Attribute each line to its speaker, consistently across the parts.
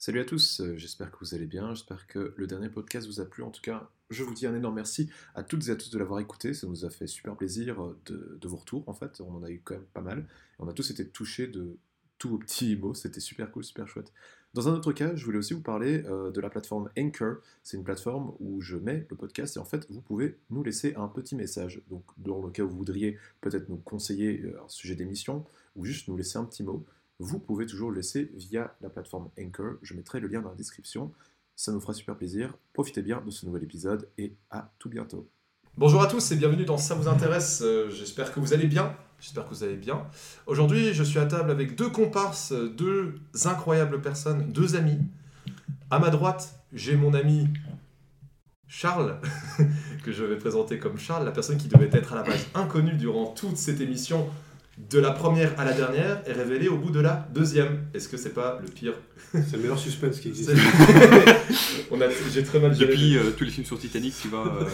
Speaker 1: Salut à tous, euh, j'espère que vous allez bien, j'espère que le dernier podcast vous a plu. En tout cas, je vous dis un énorme merci à toutes et à tous de l'avoir écouté, ça nous a fait super plaisir euh, de, de vos retours en fait, on en a eu quand même pas mal. On a tous été touchés de tous vos petits mots, c'était super cool, super chouette. Dans un autre cas, je voulais aussi vous parler euh, de la plateforme Anchor, c'est une plateforme où je mets le podcast et en fait, vous pouvez nous laisser un petit message. Donc, dans le cas où vous voudriez peut-être nous conseiller euh, un sujet d'émission ou juste nous laisser un petit mot vous pouvez toujours le laisser via la plateforme Anchor. Je mettrai le lien dans la description. Ça nous fera super plaisir. Profitez bien de ce nouvel épisode et à tout bientôt.
Speaker 2: Bonjour à tous et bienvenue dans Ça vous intéresse. Euh, J'espère que vous allez bien. J'espère que vous allez bien. Aujourd'hui, je suis à table avec deux comparses, euh, deux incroyables personnes, deux amis. À ma droite, j'ai mon ami Charles, que je vais présenter comme Charles, la personne qui devait être à la base inconnue durant toute cette émission, de la première à la dernière, est révélée au bout de la deuxième. Est-ce que c'est pas le pire
Speaker 3: C'est le meilleur suspense qui existe.
Speaker 2: On a- J'ai très mal géré.
Speaker 4: Depuis euh, tous les films sur Titanic, tu vas. euh,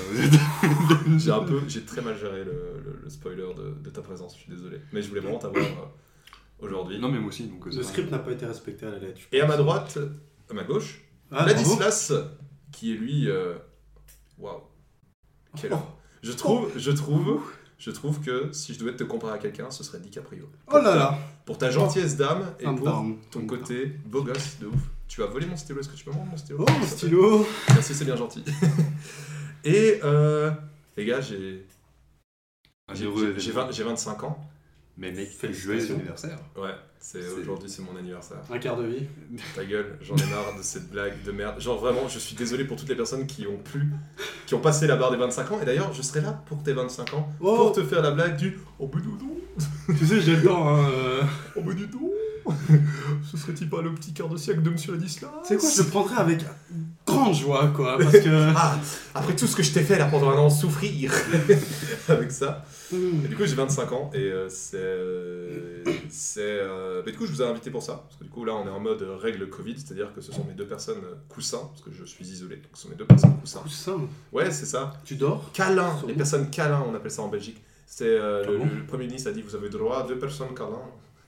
Speaker 2: J'ai
Speaker 3: Euh,
Speaker 2: un peu, j'ai très mal géré le, le- le spoiler de, de ta présence, je suis désolé. Mais je voulais vraiment t'avoir euh, aujourd'hui.
Speaker 4: non, mais moi aussi, donc. euh, ça
Speaker 3: Le
Speaker 4: va.
Speaker 3: script n'a pas été respecté à la lettre.
Speaker 2: Et à ma droite, à ma gauche,
Speaker 3: Ah, bravo.
Speaker 2: Ladislas, qui est lui. euh, Waouh. Quel
Speaker 3: Oh.
Speaker 2: homme. Je trouve, je trouve, je trouve que si je devais te comparer à quelqu'un, ce serait DiCaprio.
Speaker 3: Oh là là
Speaker 2: Pour ta gentillesse d'âme et
Speaker 3: Un
Speaker 2: pour
Speaker 4: Pardon.
Speaker 2: ton côté beau gosse de ouf. Tu as volé mon stylo, est-ce que tu peux me rendre mon stylo
Speaker 3: Oh,
Speaker 2: s'il te
Speaker 3: mon
Speaker 2: plaît
Speaker 3: stylo
Speaker 2: Merci, c'est bien gentil. et euh, les gars, j'ai
Speaker 4: Un
Speaker 2: j'ai-
Speaker 4: heureux
Speaker 2: j'ai
Speaker 4: événement.
Speaker 2: 20 j'ai 25 ans.
Speaker 4: Mais mec,
Speaker 3: Félicitations.
Speaker 4: joyeux anniversaire.
Speaker 2: Ouais, c'est
Speaker 4: C'est-
Speaker 2: aujourd'hui c'est mon anniversaire.
Speaker 3: Un quart de vie.
Speaker 2: Ta gueule, j'en ai marre de cette blague de merde. Genre vraiment, je suis désolé pour toutes les personnes qui ont pu, qui ont passé la barre des 25 ans. Et d'ailleurs, je serai là pour tes 25 ans pour
Speaker 3: Oh
Speaker 2: te faire la blague du oh ben dis donc,
Speaker 3: Tu sais, j'ai le temps, hein. euh.
Speaker 2: oh ben dis donc. Ce serait-il pas le petit quart de siècle de Monsieur Ladislas
Speaker 3: Tu sais quoi, je le prendrais avec grande joie, quoi. Parce que.
Speaker 2: Ah, après tout ce que je t'ai fait là pendant un an souffrir avec ça. Et du coup, j'ai 25 ans et euh, c'est. euh, c'est, euh, bah, du coup, je vous ai invité pour ça. Parce que du coup, là, on est en mode euh, règle Covid, c'est-à-dire que ce sont mes deux personnes euh, coussins, parce que je suis isolé, donc ce sont mes deux personnes coussins.
Speaker 3: Coussin,
Speaker 2: Ouais, c'est ça.
Speaker 3: tu dors
Speaker 2: Câlin,
Speaker 3: Sur
Speaker 2: les
Speaker 3: nous.
Speaker 2: personnes câlins, on appelle ça en Belgique. C'est euh,
Speaker 3: Ah
Speaker 2: le,
Speaker 3: bon
Speaker 2: le- le premier ministre a dit vous avez droit à deux personnes câlins.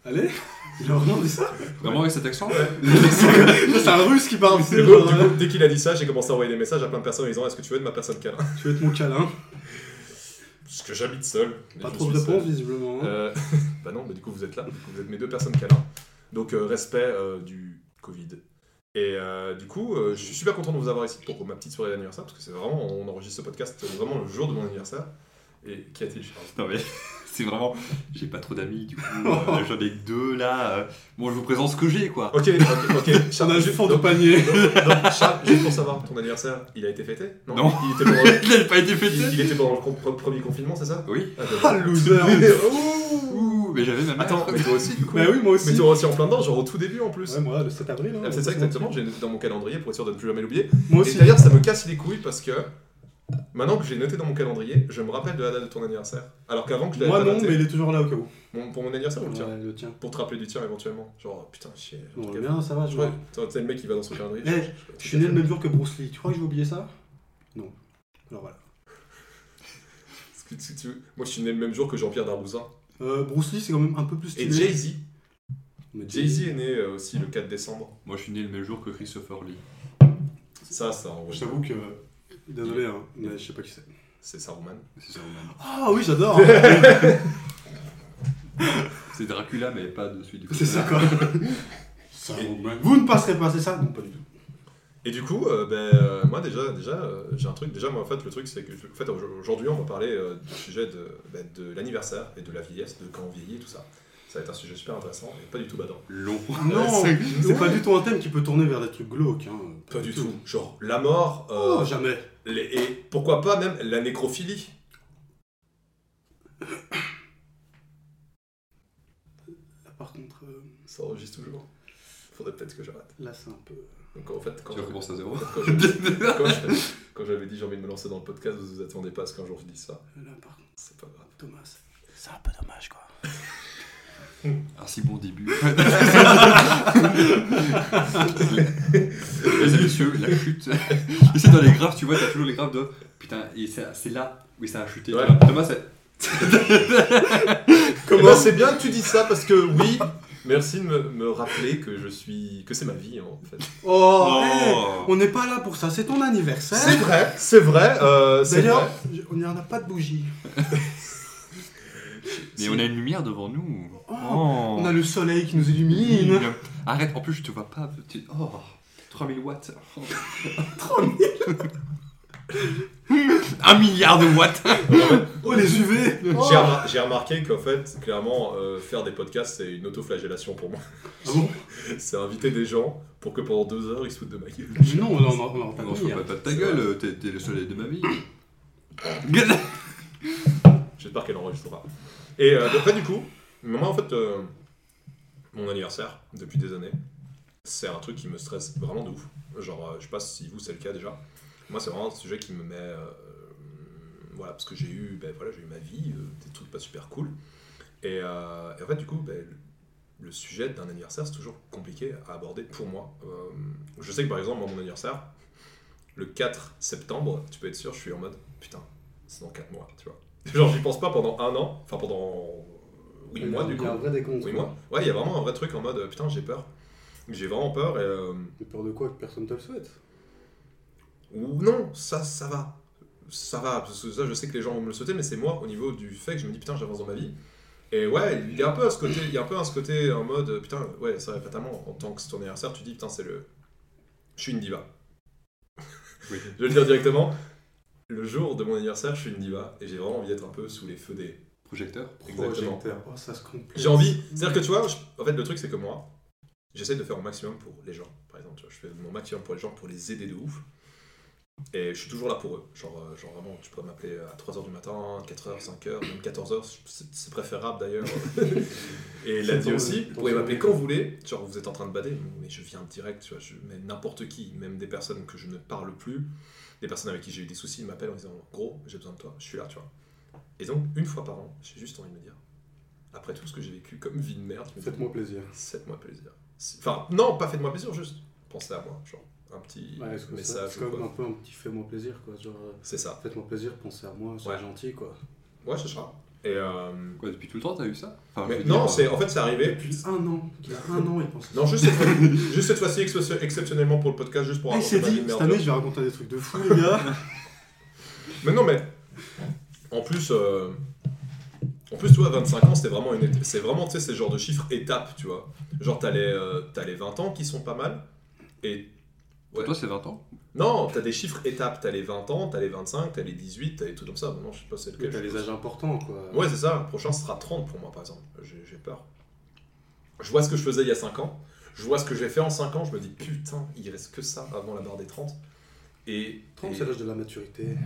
Speaker 3: Allez Il a vraiment dit ça
Speaker 4: Vraiment avec cet accent
Speaker 3: C'est un russe qui parle
Speaker 2: Et
Speaker 3: c'est
Speaker 2: donc, du coup, dès qu'il a dit ça, j'ai commencé à envoyer des messages à plein de personnes en disant est-ce que tu veux de ma personne câlin
Speaker 3: Tu veux être mon câlin
Speaker 2: Parce que j'habite seul. et
Speaker 3: Pas
Speaker 2: je
Speaker 3: trop de
Speaker 2: suis seul.
Speaker 3: réponses, visiblement. hein.
Speaker 2: Euh, bah non, mais du coup vous êtes là, du coup, vous êtes mes deux personnes câlins. Donc euh, respect euh, du Covid. Et euh, du coup, euh, je suis super content de vous avoir ici pour ma petite soirée d'anniversaire, parce que c'est vraiment, on enregistre ce podcast vraiment le jour de mon anniversaire. Et qu'y a-t-il Charles
Speaker 4: Non, mais c'est vraiment. J'ai pas trop d'amis, du coup. euh, J'en ai que deux là. euh. Bon, je vous présente ce que j'ai, quoi.
Speaker 2: Ok, ok, ok.
Speaker 3: On a
Speaker 2: Charles,
Speaker 3: le
Speaker 2: juste-
Speaker 3: fond du
Speaker 2: donc, euh,
Speaker 3: panier.
Speaker 2: donc, Charles, juste pour savoir, ton anniversaire, il a été fêté
Speaker 4: Non.
Speaker 2: Il était pendant,
Speaker 4: Il n'a pas été
Speaker 2: il-
Speaker 4: fêté
Speaker 2: il était pendant le com- pre- premier confinement, c'est ça
Speaker 4: Oui.
Speaker 2: Ah,
Speaker 3: Ah,
Speaker 2: d'accord.
Speaker 3: le loser
Speaker 2: Ouh.
Speaker 4: Ouh, mais j'avais ma mère.
Speaker 2: Attends, mais toi aussi du coup
Speaker 3: Bah oui, moi
Speaker 2: Mais
Speaker 3: aussi.
Speaker 2: toi aussi en plein dedans, genre au tout début en plus.
Speaker 3: Ouais, moi, le 7 avril. hein,
Speaker 2: Ah, c'est ça
Speaker 3: on se
Speaker 2: exactement, j'ai noté dans mon calendrier pour être sûr de ne plus jamais l'oublier.
Speaker 3: montre. Moi
Speaker 2: Et
Speaker 3: aussi.
Speaker 2: d'ailleurs, ça me casse les couilles parce que maintenant que j'ai noté dans mon calendrier, je me rappelle de la date de ton anniversaire. Alors qu'avant que je l'avais
Speaker 3: Moi
Speaker 2: pas
Speaker 3: non,
Speaker 2: noté.
Speaker 3: mais il est toujours là au cas où.
Speaker 2: Mon- pour mon anniversaire ou le tien
Speaker 3: Ouais, le tien.
Speaker 2: Pour te rappeler du tien éventuellement. Genre, oh, putain, chier. j'ai un
Speaker 3: Bon,
Speaker 2: truc à
Speaker 3: bien, ça va, je
Speaker 2: faire.
Speaker 3: vois.
Speaker 2: Ouais, toi, t'es le mec qui va dans son calendrier.
Speaker 3: Eh,
Speaker 2: genre,
Speaker 3: Je suis né le même jour que Bruce Lee. Tu crois que j'ai oublié ça Non. Alors voilà.
Speaker 2: Parce que tu- tu- Moi, je suis né le même jour que Jean-Pierre Darbouzin.
Speaker 3: Euh, Bruce Lee, c'est quand même un peu plus stylé.
Speaker 2: Et Jay-Z.
Speaker 3: Mais
Speaker 2: Jay-Z est né euh, aussi le 4 décembre.
Speaker 4: Moi, je suis né le même jour que Christopher Lee.
Speaker 2: Ça, c'est un
Speaker 3: Je t'avoue que. Désolé, hein, mais je sais pas qui c'est.
Speaker 2: C'est Saruman.
Speaker 4: C'est ça, Roman.
Speaker 3: Ah oui, j'adore
Speaker 4: C'est Dracula, mais pas de celui du
Speaker 3: C'est ça quoi
Speaker 2: Et-
Speaker 3: Vous ne passerez pas, c'est ça Non, pas du tout.
Speaker 2: Et du coup, euh, ben, euh, moi déjà, déjà euh, j'ai un truc. Déjà, moi, en fait, le truc, c'est que en fait, au- aujourd'hui, on va parler euh, du sujet de, ben, de l'anniversaire et de la vieillesse, de quand on vieillit et tout ça. Ça va être un sujet super intéressant et pas du tout badant.
Speaker 4: Long.
Speaker 3: Non
Speaker 2: c'est-
Speaker 3: C'est pas du tout un thème qui peut tourner vers des trucs glauques. Hein.
Speaker 2: Pas du tout. Genre, la mort, euh,
Speaker 3: Oh, jamais
Speaker 2: les- et pourquoi pas même la nécrophilie.
Speaker 3: Là, Par contre, euh,
Speaker 2: Ça enregistre toujours. Faudrait peut-être que j'arrête.
Speaker 3: là c'est un peu.
Speaker 2: Donc, en fait, quand
Speaker 4: Tu recommences à zéro.
Speaker 2: quand j'avais- quand j'avais- quand j'avais dit j'ai envie de me lancer dans le podcast, vous vous attendez pas à ce qu'un jour je dise ça.
Speaker 3: Là, par contre,
Speaker 2: C'est pas grave.
Speaker 3: Thomas. C'est un peu dommage quoi.
Speaker 4: Un si bon début. Mesdames et messieurs, la chute. Et c'est dans les graphes, tu vois, t'as toujours les graphes de putain, et ça- c'est là où ça a chuté.
Speaker 2: Ouais.
Speaker 4: Thomas, c'est.
Speaker 2: Eh ben, Comment c'est bien que tu dis ça parce que oui, Merci de me, me rappeler que je suis que c'est ma vie en fait.
Speaker 3: Oh,
Speaker 4: Oh.
Speaker 3: hey, On n'est pas là pour ça, c'est ton anniversaire.
Speaker 2: C'est vrai, c'est vrai. euh, c'est
Speaker 3: D'ailleurs,
Speaker 2: vrai.
Speaker 3: j- on n'en a pas de bougie.
Speaker 4: Mais on a une lumière devant nous.
Speaker 3: Oh, On a le soleil qui nous illumine.
Speaker 4: Arrête, en plus je te vois pas. tu- Oh, 3000 watts. 3000 Un milliard de watts
Speaker 3: Oh, les Oh. UV.
Speaker 2: J'ai remar- j'ai remarqué qu'en fait, clairement, euh, faire des podcasts, c'est une autoflagellation pour moi.
Speaker 3: Ah bon
Speaker 2: C'est inviter des gens pour que pendant deux heures, ils se foutent de ma gueule.
Speaker 3: Mais Non, on en- on en
Speaker 4: Non,
Speaker 3: parle
Speaker 4: je pas,
Speaker 3: pas. hein.
Speaker 4: pas de ta
Speaker 2: C'est
Speaker 4: gueule, euh, t'es t'es le soleil de ma vie.
Speaker 2: J'espère qu'elle enregistrera. Et euh, donc, là, du coup, moi, en fait, euh, mon anniversaire, depuis des années, c'est un truc qui me stresse vraiment de ouf. Genre, euh, je sais pas si vous, c'est le cas déjà. Moi, c'est vraiment un sujet qui me met. euh, voilà, parce que j'ai eu, ben, voilà, j'ai eu ma vie, euh, des trucs pas super cool. Et, euh, et en fait, du coup, ben, le- le sujet d'un anniversaire, c'est toujours compliqué à aborder pour moi. Euh, je sais que par exemple, moi, mon anniversaire, le 4 septembre, tu peux être sûr, je suis en mode putain, c'est dans 4 mois, tu vois. Genre, j'y pense pas pendant un an, enfin pendant 8 mois du coup.
Speaker 3: Il y a un vrai décompte.
Speaker 2: Oui,
Speaker 3: quoi.
Speaker 2: moi. Ouais, il y a vraiment un vrai truc en mode euh, putain, j'ai peur. J'ai vraiment peur et. euh,
Speaker 3: T'as peur de quoi que personne te le souhaite
Speaker 2: ou non, ça, ça va. Ça va, parce que ça, je sais que les gens vont me le sauter, mais c'est moi au niveau du fait que je me dis putain, j'avance dans ma vie. Et ouais, il y a un peu à ce côté, il y a un peu à ce côté en mode euh, putain, ouais, ça va fatalement. En tant que c'est ton anniversaire, tu dis putain, c'est le. Je suis une diva.
Speaker 4: Oui.
Speaker 2: Je vais le dire directement. Le jour de mon anniversaire, je suis une diva et j'ai vraiment envie d'être un peu sous les feux des.
Speaker 4: Projecteur
Speaker 2: Exactement.
Speaker 3: Projecteur. Oh, ça se complète.
Speaker 2: J'ai envie. C'est-à-dire que tu vois, je- en fait, le truc, c'est que moi, j'essaie de faire mon maximum pour les gens. Par exemple, tu vois, je fais mon maximum pour les gens pour les aider de ouf. Et je suis toujours là pour eux. Genre, euh, genre vraiment, tu peux m'appeler à 3h du matin, 4h, 5h, même 14h. C'est c'est préférable d'ailleurs. Et il a
Speaker 3: C'est
Speaker 2: dit
Speaker 3: ton-
Speaker 2: aussi,
Speaker 3: ton
Speaker 2: vous pouvez
Speaker 3: journée,
Speaker 2: m'appeler
Speaker 3: quoi.
Speaker 2: quand vous voulez. Genre, vous êtes en train de bader. Mais je viens direct, tu vois. Je mets n'importe qui, même des personnes que je ne parle plus, des personnes avec qui j'ai eu des soucis, ils m'appellent en disant, gros, j'ai besoin de toi, je suis là, tu vois. Et donc, une fois par an, j'ai juste envie de me dire, après tout ce que j'ai vécu comme vie de merde, je me dis,
Speaker 3: Faites-moi plaisir.
Speaker 2: Faites-moi plaisir. C'est- Enfin, non, pas faites-moi plaisir, juste pensez à moi. Genre, un petit
Speaker 3: Ouais, est-ce que ça-
Speaker 2: message
Speaker 3: c'est
Speaker 2: ou
Speaker 3: comme
Speaker 2: quoi.
Speaker 3: un peu un petit fais-moi plaisir, quoi. Genre, euh,
Speaker 2: C'est ça.
Speaker 3: faites-moi plaisir, pensez à moi, soyez
Speaker 2: Ouais.
Speaker 3: gentil, quoi.
Speaker 2: Ouais, ce sera. Et euh,
Speaker 4: Quoi, depuis tout le temps t'as eu ça
Speaker 3: Ah,
Speaker 4: Enfin, je
Speaker 2: mais
Speaker 4: veux
Speaker 2: non,
Speaker 4: dire, euh,
Speaker 2: c'est en fait, c'est arrivé.
Speaker 3: Depuis un an, il y a un an, il pense.
Speaker 2: Non, juste cette fois- juste cette fois-ci, ex- exceptionnellement pour le podcast, juste pour
Speaker 3: Ah, il
Speaker 2: raconter
Speaker 3: s'est
Speaker 2: ma vie
Speaker 3: dit,
Speaker 2: de
Speaker 3: cette
Speaker 2: merde.
Speaker 3: année, je vais raconter des trucs de fou, les gars.
Speaker 2: Mais non, mais en plus, euh, en plus, tu vois, 25 ans, c'était vraiment une, éta- c'est vraiment, tu sais, c'est le genre de chiffre étape, tu vois. Genre, t'as les, euh, t'as les 20 ans qui sont pas mal, et
Speaker 4: Pour
Speaker 2: ouais.
Speaker 4: toi c'est 20 ans
Speaker 2: non, t'as des chiffres étapes, t'as les 20 ans, t'as les 25, t'as les 18, t'as les trucs comme ça. Maintenant, je sais pas c'est lequel.
Speaker 3: T'as les âges importants, quoi.
Speaker 2: Ouais, c'est ça, le prochain sera 30 pour moi, par exemple. J'ai j'ai peur. Je vois ce que je faisais il y a 5 ans, je vois ce que j'ai fait en 5 ans, je me dis, putain, il reste que ça avant la barre des 30. Et.
Speaker 3: 30,
Speaker 2: et-
Speaker 3: c'est l'âge de la maturité.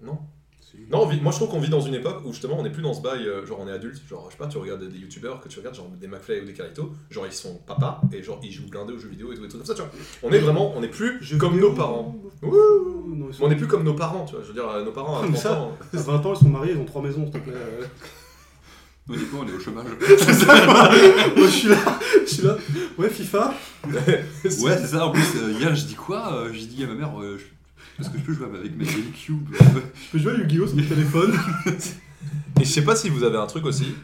Speaker 2: Non.
Speaker 3: Si.
Speaker 2: Non, on vit- moi je trouve qu'on vit dans une époque où justement on n'est plus dans ce bail, euh, genre on est adulte, genre je sais pas, tu regardes des youtubeurs que tu regardes, genre des McFly ou des Carlito, genre ils sont papa et genre ils jouent blindés aux jeux vidéo et tout, et tout comme ça, tu vois. On est vraiment, on n'est plus comme nos parents.
Speaker 3: Ouh, non, ils sont-
Speaker 2: On n'est plus comme nos parents, tu vois, je veux dire, euh, nos parents à
Speaker 3: Comme
Speaker 2: 30
Speaker 3: ça.
Speaker 2: ans.
Speaker 3: À 20 ans, ils sont mariés, ils ont 3 maisons, s'il te plaît. euh.
Speaker 4: Honnêtement on est au chômage.
Speaker 3: C'est ça, moi. Moi, je suis là. Je suis là. Ouais, FIFA.
Speaker 4: Ouais, c'est ça. En plus, euh, hier, je dis quoi Euh, J'ai dit à ma mère, euh, je- est-ce que je peux jouer avec ma GameCube
Speaker 3: Je peux jouer à Yu-Gi-Oh! sur mon téléphone.
Speaker 2: Et je sais pas si vous avez un truc aussi,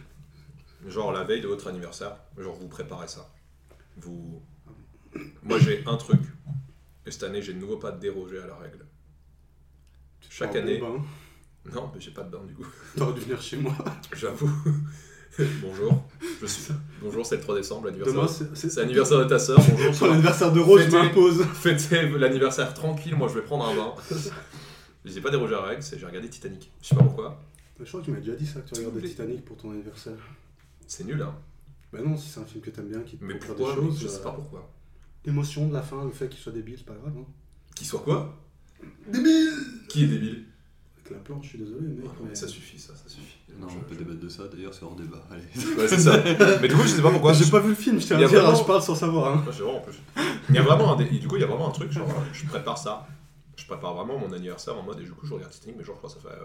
Speaker 2: genre la veille de votre anniversaire, genre vous préparez ça. Vous. Moi j'ai un truc, et cette année j'ai de nouveau pas dérogé à la règle. Chaque
Speaker 3: Oh,
Speaker 2: année.
Speaker 3: bon, ben,
Speaker 2: Non, mais j'ai pas de bain du coup.
Speaker 3: T'aurais dû venir chez moi.
Speaker 2: J'avoue. Bonjour. Je suis... Bonjour, c'est le 3 décembre, l'anniversaire.
Speaker 3: Demain, c'est-
Speaker 2: C'est l'anniversaire de ta sœur. Bonjour.
Speaker 3: Sur
Speaker 2: soir.
Speaker 3: l'anniversaire de Rose, je
Speaker 2: Fêtez.
Speaker 3: m'impose.
Speaker 2: Fêtez l'anniversaire tranquille, moi je vais prendre un bain. Je n'ai pas dérogé à la règle, c'est j'ai regardé Titanic. Je sais pas pourquoi.
Speaker 3: Je crois que tu m'as déjà dit ça, que tu regardais
Speaker 2: Oui.
Speaker 3: Titanic pour ton anniversaire.
Speaker 2: C'est nul, hein.
Speaker 3: Bah non, si c'est un film que t'aimes bien, qui te
Speaker 2: Mais
Speaker 3: procure
Speaker 2: pourquoi
Speaker 3: des choses,
Speaker 2: Je
Speaker 3: euh,
Speaker 2: sais pas pourquoi.
Speaker 3: l'émotion de la fin, le fait qu'il soit débile, c'est pas grave. Hein.
Speaker 2: Qui soit quoi
Speaker 3: Débile
Speaker 2: Qui est débile
Speaker 3: Avec la planche, je suis désolé, mec.
Speaker 2: Ah non,
Speaker 3: mais-
Speaker 2: mais ça suffit, ça, ça suffit.
Speaker 4: Non,
Speaker 2: Je-
Speaker 4: on peut débattre de ça. D'ailleurs, c'est hors débat. Allez.
Speaker 2: Ouais, c'est ça. Mais du coup, je sais pas pourquoi.
Speaker 3: J'ai pas vu le film, je tiens
Speaker 2: Il y
Speaker 3: à
Speaker 2: a
Speaker 3: dire,
Speaker 2: vraiment-
Speaker 3: hein, je parle sans savoir. Hein.
Speaker 2: Ouais, c'est vrai, en plus. Il y a vraiment un dé- et Du coup, il y a vraiment un truc, genre, euh, je prépare ça. Je prépare vraiment mon anniversaire en mode, et du coup, je regarde Titanic, mais genre, je crois que ça fait. euh,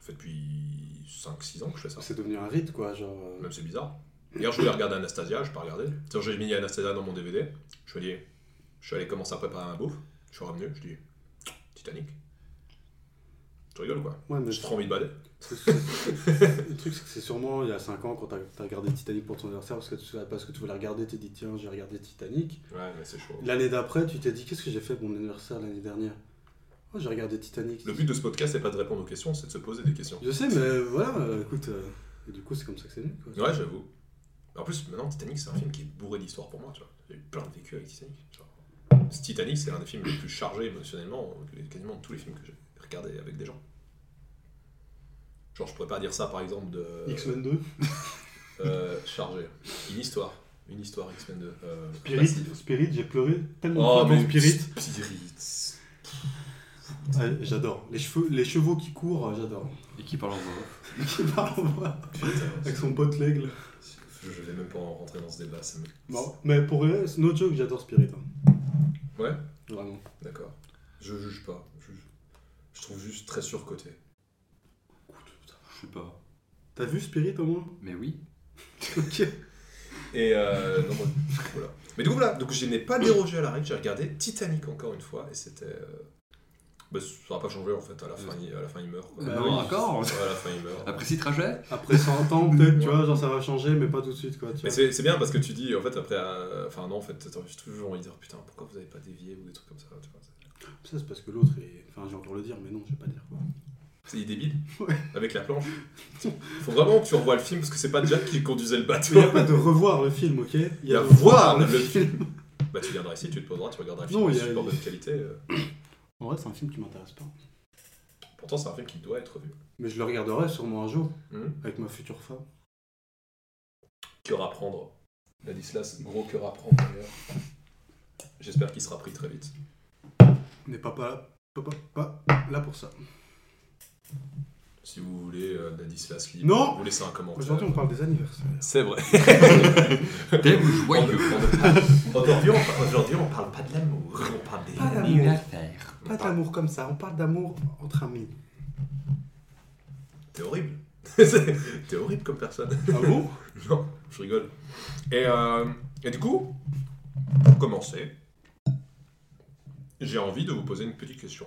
Speaker 2: ça fait depuis 5-6 ans que je fais ça.
Speaker 3: C'est devenu un rite, quoi, genre... euh,
Speaker 2: Même c'est bizarre. Hier, je voulais regarder Anastasia, je pas regardé. C'est-à-dire, J'ai mis Anastasia dans mon DVD. Je me dis, je suis allé commencer à préparer ma bouffe. Je suis revenu, je dis, Titanic. Tu rigoles quoi
Speaker 3: Ouais, mais
Speaker 2: J'ai trop envie de bader.
Speaker 3: Le truc, c'est que c'est sûrement il y a 5 ans quand t'as t'as regardé Titanic pour ton anniversaire parce que tu, parce que tu voulais regarder, t'es dit tiens, j'ai regardé Titanic.
Speaker 2: Ouais, mais c'est chaud.
Speaker 3: L'année d'après, tu t'es dit qu'est-ce que j'ai fait pour mon anniversaire l'année dernière Oh, j'ai regardé Titanic.
Speaker 2: Le but de ce podcast, c'est pas de répondre aux questions, c'est de se poser des questions.
Speaker 3: Je sais, mais voilà, euh, écoute, euh, et du coup, c'est comme ça que c'est venu. Quoi.
Speaker 2: Ouais, j'avoue. En plus, maintenant, Titanic, c'est un film qui est bourré d'histoires pour moi. tu vois. J'ai eu plein de vécu avec Titanic. tu vois. Ce Titanic, c'est l'un des films les plus chargés émotionnellement, que- quasiment de tous les films que j'ai regardés avec des gens. Genre, je pourrais pas dire ça, par exemple, de.
Speaker 3: X-Men 2.
Speaker 2: Euh, chargé. Une histoire. Une histoire, X-Men 2. Euh,
Speaker 3: Spirit,
Speaker 2: Bastille.
Speaker 3: Spirit, j'ai pleuré tellement
Speaker 2: Oh,
Speaker 3: de fois
Speaker 2: mais
Speaker 3: dans Spirit.
Speaker 2: Spirit.
Speaker 3: Ouais, j'adore. Les cheveux, les chevaux qui courent, euh, j'adore.
Speaker 4: Et qui parle en voix off.
Speaker 3: Qui parle en voix,
Speaker 2: Putain,
Speaker 3: avec son pote l'aigle.
Speaker 2: je je vais même pas en rentrer dans ce débat. ça me-
Speaker 3: Bon, mais pour vrai, no joke, j'adore Spirit. hein.
Speaker 2: Ouais.
Speaker 3: Vraiment.
Speaker 2: D'accord. Je juge pas. Je, je trouve juste très surcoté.
Speaker 4: Je sais pas.
Speaker 3: T'as vu Spirit au moins
Speaker 4: Mais oui.
Speaker 3: Ok.
Speaker 2: Et euh, non, moi, voilà. Mais du coup, voilà. Donc, je n'ai pas dérogé à la règle. J'ai regardé Titanic encore une fois et c'était. euh, bah, ça n'aura pas changé en fait. À la fin, il, à la fin, il meurt. Quoi.
Speaker 3: Bah
Speaker 4: non,
Speaker 3: oui.
Speaker 4: encore.
Speaker 2: Ouais, à la fin, il meurt.
Speaker 4: Après six trajets
Speaker 3: Après 100 ans, peut-être, tu vois, genre ça va changer, mais pas tout de suite, quoi. Tu
Speaker 2: Mais
Speaker 3: vois.
Speaker 2: c'est c'est bien parce que tu dis, en fait, après. euh, Enfin, non, en fait, attends, j'ai toujours envie de dire putain, pourquoi vous avez pas dévié ou des trucs comme ça. Tu vois, c'est-
Speaker 3: Ça, c'est parce que l'autre est. Enfin, j'ai encore le dire, mais non, je vais pas dire quoi.
Speaker 2: c'est débile.
Speaker 3: Ouais.
Speaker 2: Avec la planche. Faut vraiment que tu revoies le film parce que c'est pas Jack qui conduisait le
Speaker 3: Il
Speaker 2: bateau.
Speaker 3: n'y a pas de revoir le film, ok Il
Speaker 2: y a
Speaker 3: de
Speaker 2: voir le
Speaker 3: film.
Speaker 2: Bah, tu viendras ici, tu te poseras, tu regarderas le
Speaker 3: Non,
Speaker 2: film
Speaker 3: il y
Speaker 2: de
Speaker 3: a-
Speaker 2: support de qualité. euh.
Speaker 3: En vrai, c'est un film qui m'intéresse pas.
Speaker 2: Pourtant, c'est un film qui doit être vu.
Speaker 3: Mais je le regarderai sûrement un jour,
Speaker 2: Mhm.
Speaker 3: avec ma future femme.
Speaker 2: Cœur à prendre. Ladislas, gros cœur à prendre d'ailleurs. J'espère qu'il sera pris très vite.
Speaker 3: Mais pas, pas, pas, pas- pas là pour ça.
Speaker 2: Si vous voulez euh, Ladislas libre,
Speaker 3: Non
Speaker 2: vous laissez un commentaire.
Speaker 3: Aujourd'hui, on parle des anniversaires.
Speaker 2: C'est vrai.
Speaker 4: T'es ou
Speaker 2: On-
Speaker 4: joyeux
Speaker 2: on- Aujourd'hui, on, aujourd'hui, on parle pas de l'amour, on parle des
Speaker 3: Pas d'amour.
Speaker 2: amis.
Speaker 4: affaire.
Speaker 3: Pas d'amour comme ça, on parle d'amour entre amis.
Speaker 2: T'es horrible. C'est- T'es horrible comme personne.
Speaker 3: Ah bon
Speaker 2: Non, je rigole. Et, euh, et du coup, pour commencer, j'ai envie de vous poser une petite question.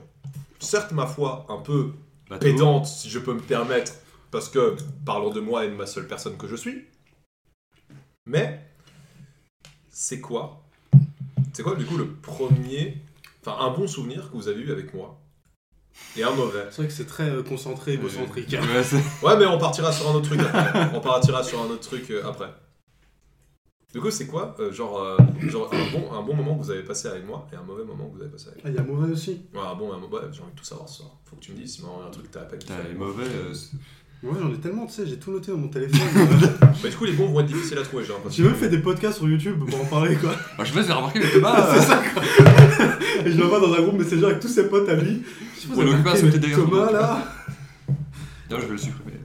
Speaker 2: Certes, ma foi, un peu
Speaker 4: Bah,
Speaker 2: pédante, si je peux me permettre, parce que parlons de moi et de ma seule personne que je suis. Mais c'est quoi C'est quoi du coup le premier, enfin un bon souvenir que vous avez eu avec moi et un mauvais.
Speaker 3: C'est vrai que c'est très euh, concentré, égocentrique. hein.
Speaker 4: Ouais, Ah, c'est-
Speaker 2: Ouais, mais on partira sur un autre truc. Après. On partira sur un autre truc euh, après. Du coup, c'est quoi, euh, genre, euh, genre un, bon, un bon moment que vous avez passé avec moi et un mauvais moment que vous avez passé avec
Speaker 3: Ah, il y a mauvais aussi.
Speaker 2: moi Ouais, un bon, et un mauvais. j'ai envie de tout savoir ce soir. Faut que tu me dises, sinon un truc que t'as pas kiffé
Speaker 4: Putain, les
Speaker 2: avec moi.
Speaker 4: mauvais. euh, c'est-
Speaker 3: Mauvais, j'en ai tellement, tu sais, j'ai tout noté dans mon téléphone.
Speaker 2: Bah, du coup, les bons vont être difficiles à trouver, j'ai
Speaker 3: j'ai
Speaker 2: l'impression.
Speaker 3: même fait des podcasts sur YouTube pour en parler, quoi.
Speaker 4: Bah, je sais pas si vous avez remarqué, mais Thomas. euh,
Speaker 3: Et je le vois dans un groupe Messenger avec tous ses potes à lui. Je sais pas,
Speaker 4: Ouais, donc,
Speaker 3: remarqué,
Speaker 4: pas
Speaker 3: mais
Speaker 4: sauter derrière tout le
Speaker 3: Thomas
Speaker 4: monde.
Speaker 3: là.
Speaker 4: D'ailleurs, je vais le supprimer.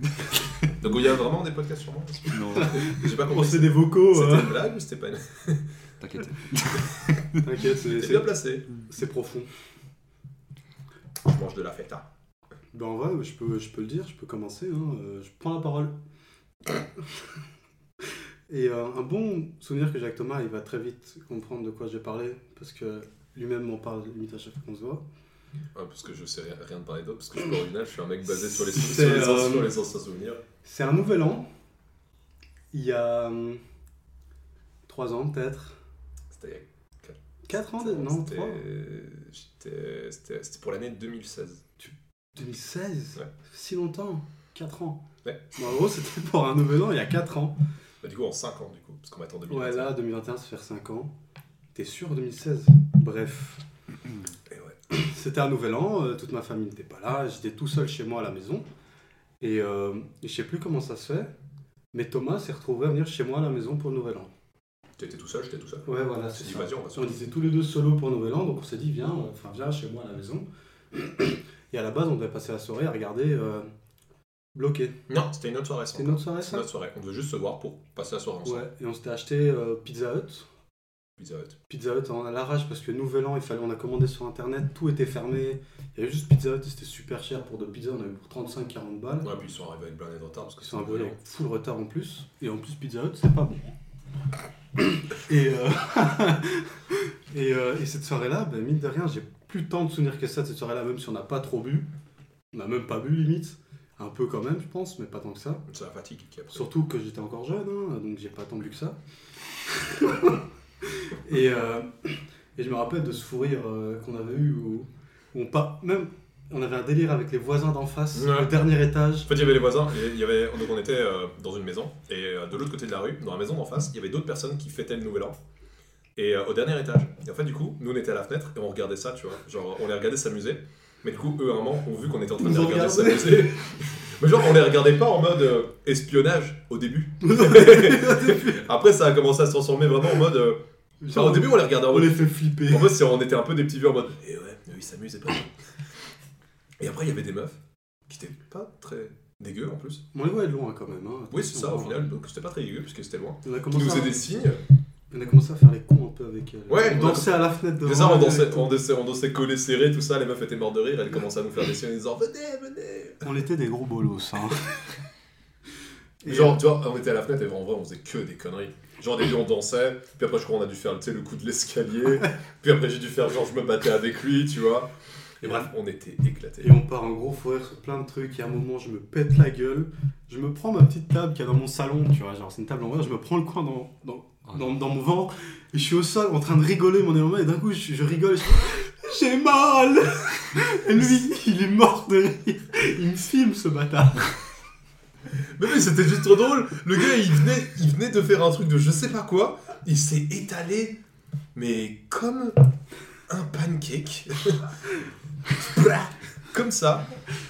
Speaker 2: Donc, il y a vraiment des podcasts sur moi
Speaker 4: Non,
Speaker 2: J'ai pas
Speaker 3: On
Speaker 2: compris.
Speaker 3: fait des vocaux.
Speaker 2: C'était
Speaker 4: hein.
Speaker 3: euh.
Speaker 2: une blague ou c'était pas une.
Speaker 4: t'inquiète.
Speaker 3: T'inquiète, c'est-
Speaker 2: C'est
Speaker 3: c'est-
Speaker 2: bien placé.
Speaker 3: c'est profond.
Speaker 2: Je mange de la feta.
Speaker 3: Ben en vrai, je peux, je peux le dire, je peux commencer, hein, euh, je prends la parole. Et euh, un bon souvenir que j'ai avec Thomas, il va très vite comprendre de quoi j'ai parlé, parce que lui-même m'en parle limite à chaque fois qu'on se voit.
Speaker 2: Ouais, parce que je sais rien, rien de parler d'autre, parce que je suis pas original, je suis un mec basé sur les, sur
Speaker 3: C'est,
Speaker 2: les,
Speaker 3: euh,
Speaker 2: sur les anciens souvenirs.
Speaker 3: C'est un nouvel an, il y a 3 ans peut-être,
Speaker 2: C'était il y a
Speaker 3: 4 ans, non,
Speaker 2: C'était-
Speaker 3: 3
Speaker 2: j'étais- C'était c'était pour l'année 2016.
Speaker 3: 2016
Speaker 2: Ouais.
Speaker 3: Si longtemps 4 ans
Speaker 2: Ouais.
Speaker 3: Bon, en gros, c'était pour un nouvel an il y a 4 ans.
Speaker 2: Bah, du coup, en 5 ans, du coup, parce qu'on m'attend 2020.
Speaker 3: Ouais, là, 2021, ça fait 5 ans. T'es sûr, 2016 Bref.
Speaker 2: Et ouais.
Speaker 3: C'était un nouvel an, euh, toute ma famille n'était pas là, j'étais tout seul chez moi à la maison. Et euh, je sais plus comment ça se fait, mais Thomas s'est retrouvé à venir chez moi à la maison pour le nouvel an.
Speaker 2: T'étais tout seul, j'étais tout seul.
Speaker 3: Ouais, voilà,
Speaker 2: On s'est
Speaker 3: Ah, c'est
Speaker 2: dit,
Speaker 3: ça.
Speaker 2: vas-y, on va se
Speaker 3: On était tous les deux solo pour le nouvel an, donc on s'est dit, viens, euh, enfin, viens chez moi à la maison. Et à la base, on devait passer la soirée à regarder euh, Bloqué.
Speaker 2: Non, c'était une autre soirée.
Speaker 3: C'était notre soirée,
Speaker 2: C'est
Speaker 3: ça
Speaker 2: notre soirée. On devait juste se voir pour passer la soirée ensemble.
Speaker 3: Ouais, et on s'était acheté euh, Pizza Hut.
Speaker 2: Pizza Hut.
Speaker 3: Pizza Hut en à l'arrache parce que Nouvel An, il fallait, on a commandé sur internet, tout était fermé. Il y avait juste Pizza Hut et c'était super cher pour deux pizzas, on avait pour 35-40 balles.
Speaker 2: Ouais, puis ils sont arrivés avec blindé de retard parce que
Speaker 3: Ils
Speaker 2: c'est
Speaker 3: sont
Speaker 2: un
Speaker 3: un peu
Speaker 2: brûlant.
Speaker 3: avec full retard en plus. Et en plus, Pizza Hut, c'est pas bon. et, euh, et, euh, et cette soirée-là, ben, mine de rien, j'ai plus tant de souvenirs que ça de cette soirée-là, même si on n'a pas trop bu. On n'a même pas bu limite. Un peu quand même, je pense, mais pas tant que ça.
Speaker 2: C'est la fatigue qui a pris.
Speaker 3: Surtout que j'étais encore jeune, hein, donc j'ai pas tant bu que ça. et, euh, et je me rappelle de ce fou rire euh, qu'on avait eu où, où on pas même on avait un délire avec les voisins d'en face,
Speaker 2: Ouais.
Speaker 3: le dernier étage.
Speaker 2: En fait, il y avait les voisins, et il y avait, donc on était euh, dans une maison, et euh, de l'autre côté de la rue, dans la maison d'en face, il y avait d'autres personnes qui fêtaient le nouvel an. Et euh, au dernier étage. Et en fait, du coup, nous on était à la fenêtre et on regardait ça, tu vois. Genre, on les regardait s'amuser. Mais du coup, eux, à un moment, ont vu qu'on était en train de
Speaker 3: Ils
Speaker 2: les
Speaker 3: nous
Speaker 2: regarder
Speaker 3: regardaient.
Speaker 2: s'amuser. Mais genre, on les regardait pas en mode euh, espionnage au début. Après, ça a commencé à se transformer vraiment en mode. euh, enfin, au début, on les regardait en
Speaker 3: on
Speaker 2: mode.
Speaker 3: les fait flipper.
Speaker 2: En fait, c'est- on était un peu des petits vieux en mode Et ouais, eux ils s'amusent et pas. Et après, il y avait des meufs qui étaient pas très dégueu en plus.
Speaker 3: Bon, les voit est loin quand même. Hein,
Speaker 2: Oui, c'est ça
Speaker 3: attention,
Speaker 2: au
Speaker 3: hein.
Speaker 2: final, donc c'était pas très dégueu parce que c'était loin.
Speaker 3: On a,
Speaker 2: Qui nous
Speaker 3: commencé
Speaker 2: faisait
Speaker 3: à,
Speaker 2: des signes.
Speaker 3: on a commencé à faire les cons un peu avec elle.
Speaker 2: Ouais,
Speaker 3: on
Speaker 2: on a-
Speaker 3: dansait à la fenêtre devant.
Speaker 2: C'est ça, on
Speaker 3: elle et
Speaker 2: dansait,
Speaker 3: tout.
Speaker 2: on dansait, on dansait collés serrés, tout ça, les meufs étaient mortes de rire, elles commençaient à nous faire des signes en disant Venez, venez
Speaker 3: On était des gros bolos. Hein. Et-
Speaker 2: Genre, tu vois, on était à la fenêtre et en vrai, on faisait que des conneries. Genre, des début, on dansait, puis après, je crois, on a dû faire tu sais, le coup de l'escalier, puis après, j'ai dû faire genre, je me battais avec lui, tu vois. Et bref, on était éclatés.
Speaker 3: Et on part en gros fou rire sur plein de trucs. Et à un moment, je me pète la gueule. Je me prends ma petite table qu'il y a dans mon salon, tu vois. Genre, c'est une table en verre. Je me prends le coin dans, dans,
Speaker 4: Oh,
Speaker 3: dans, dans mon ventre. Et je suis au sol en train de rigoler mon élément. Et d'un coup, je, je rigole. je fais, J'ai mal Et lui, il est mort de rire. Il me filme, ce bâtard.
Speaker 2: Mais oui, c'était juste trop drôle. Le gars, il venait, il venait de faire un truc de je sais pas quoi. Il s'est étalé, mais comme un pancake. Blah comme ça.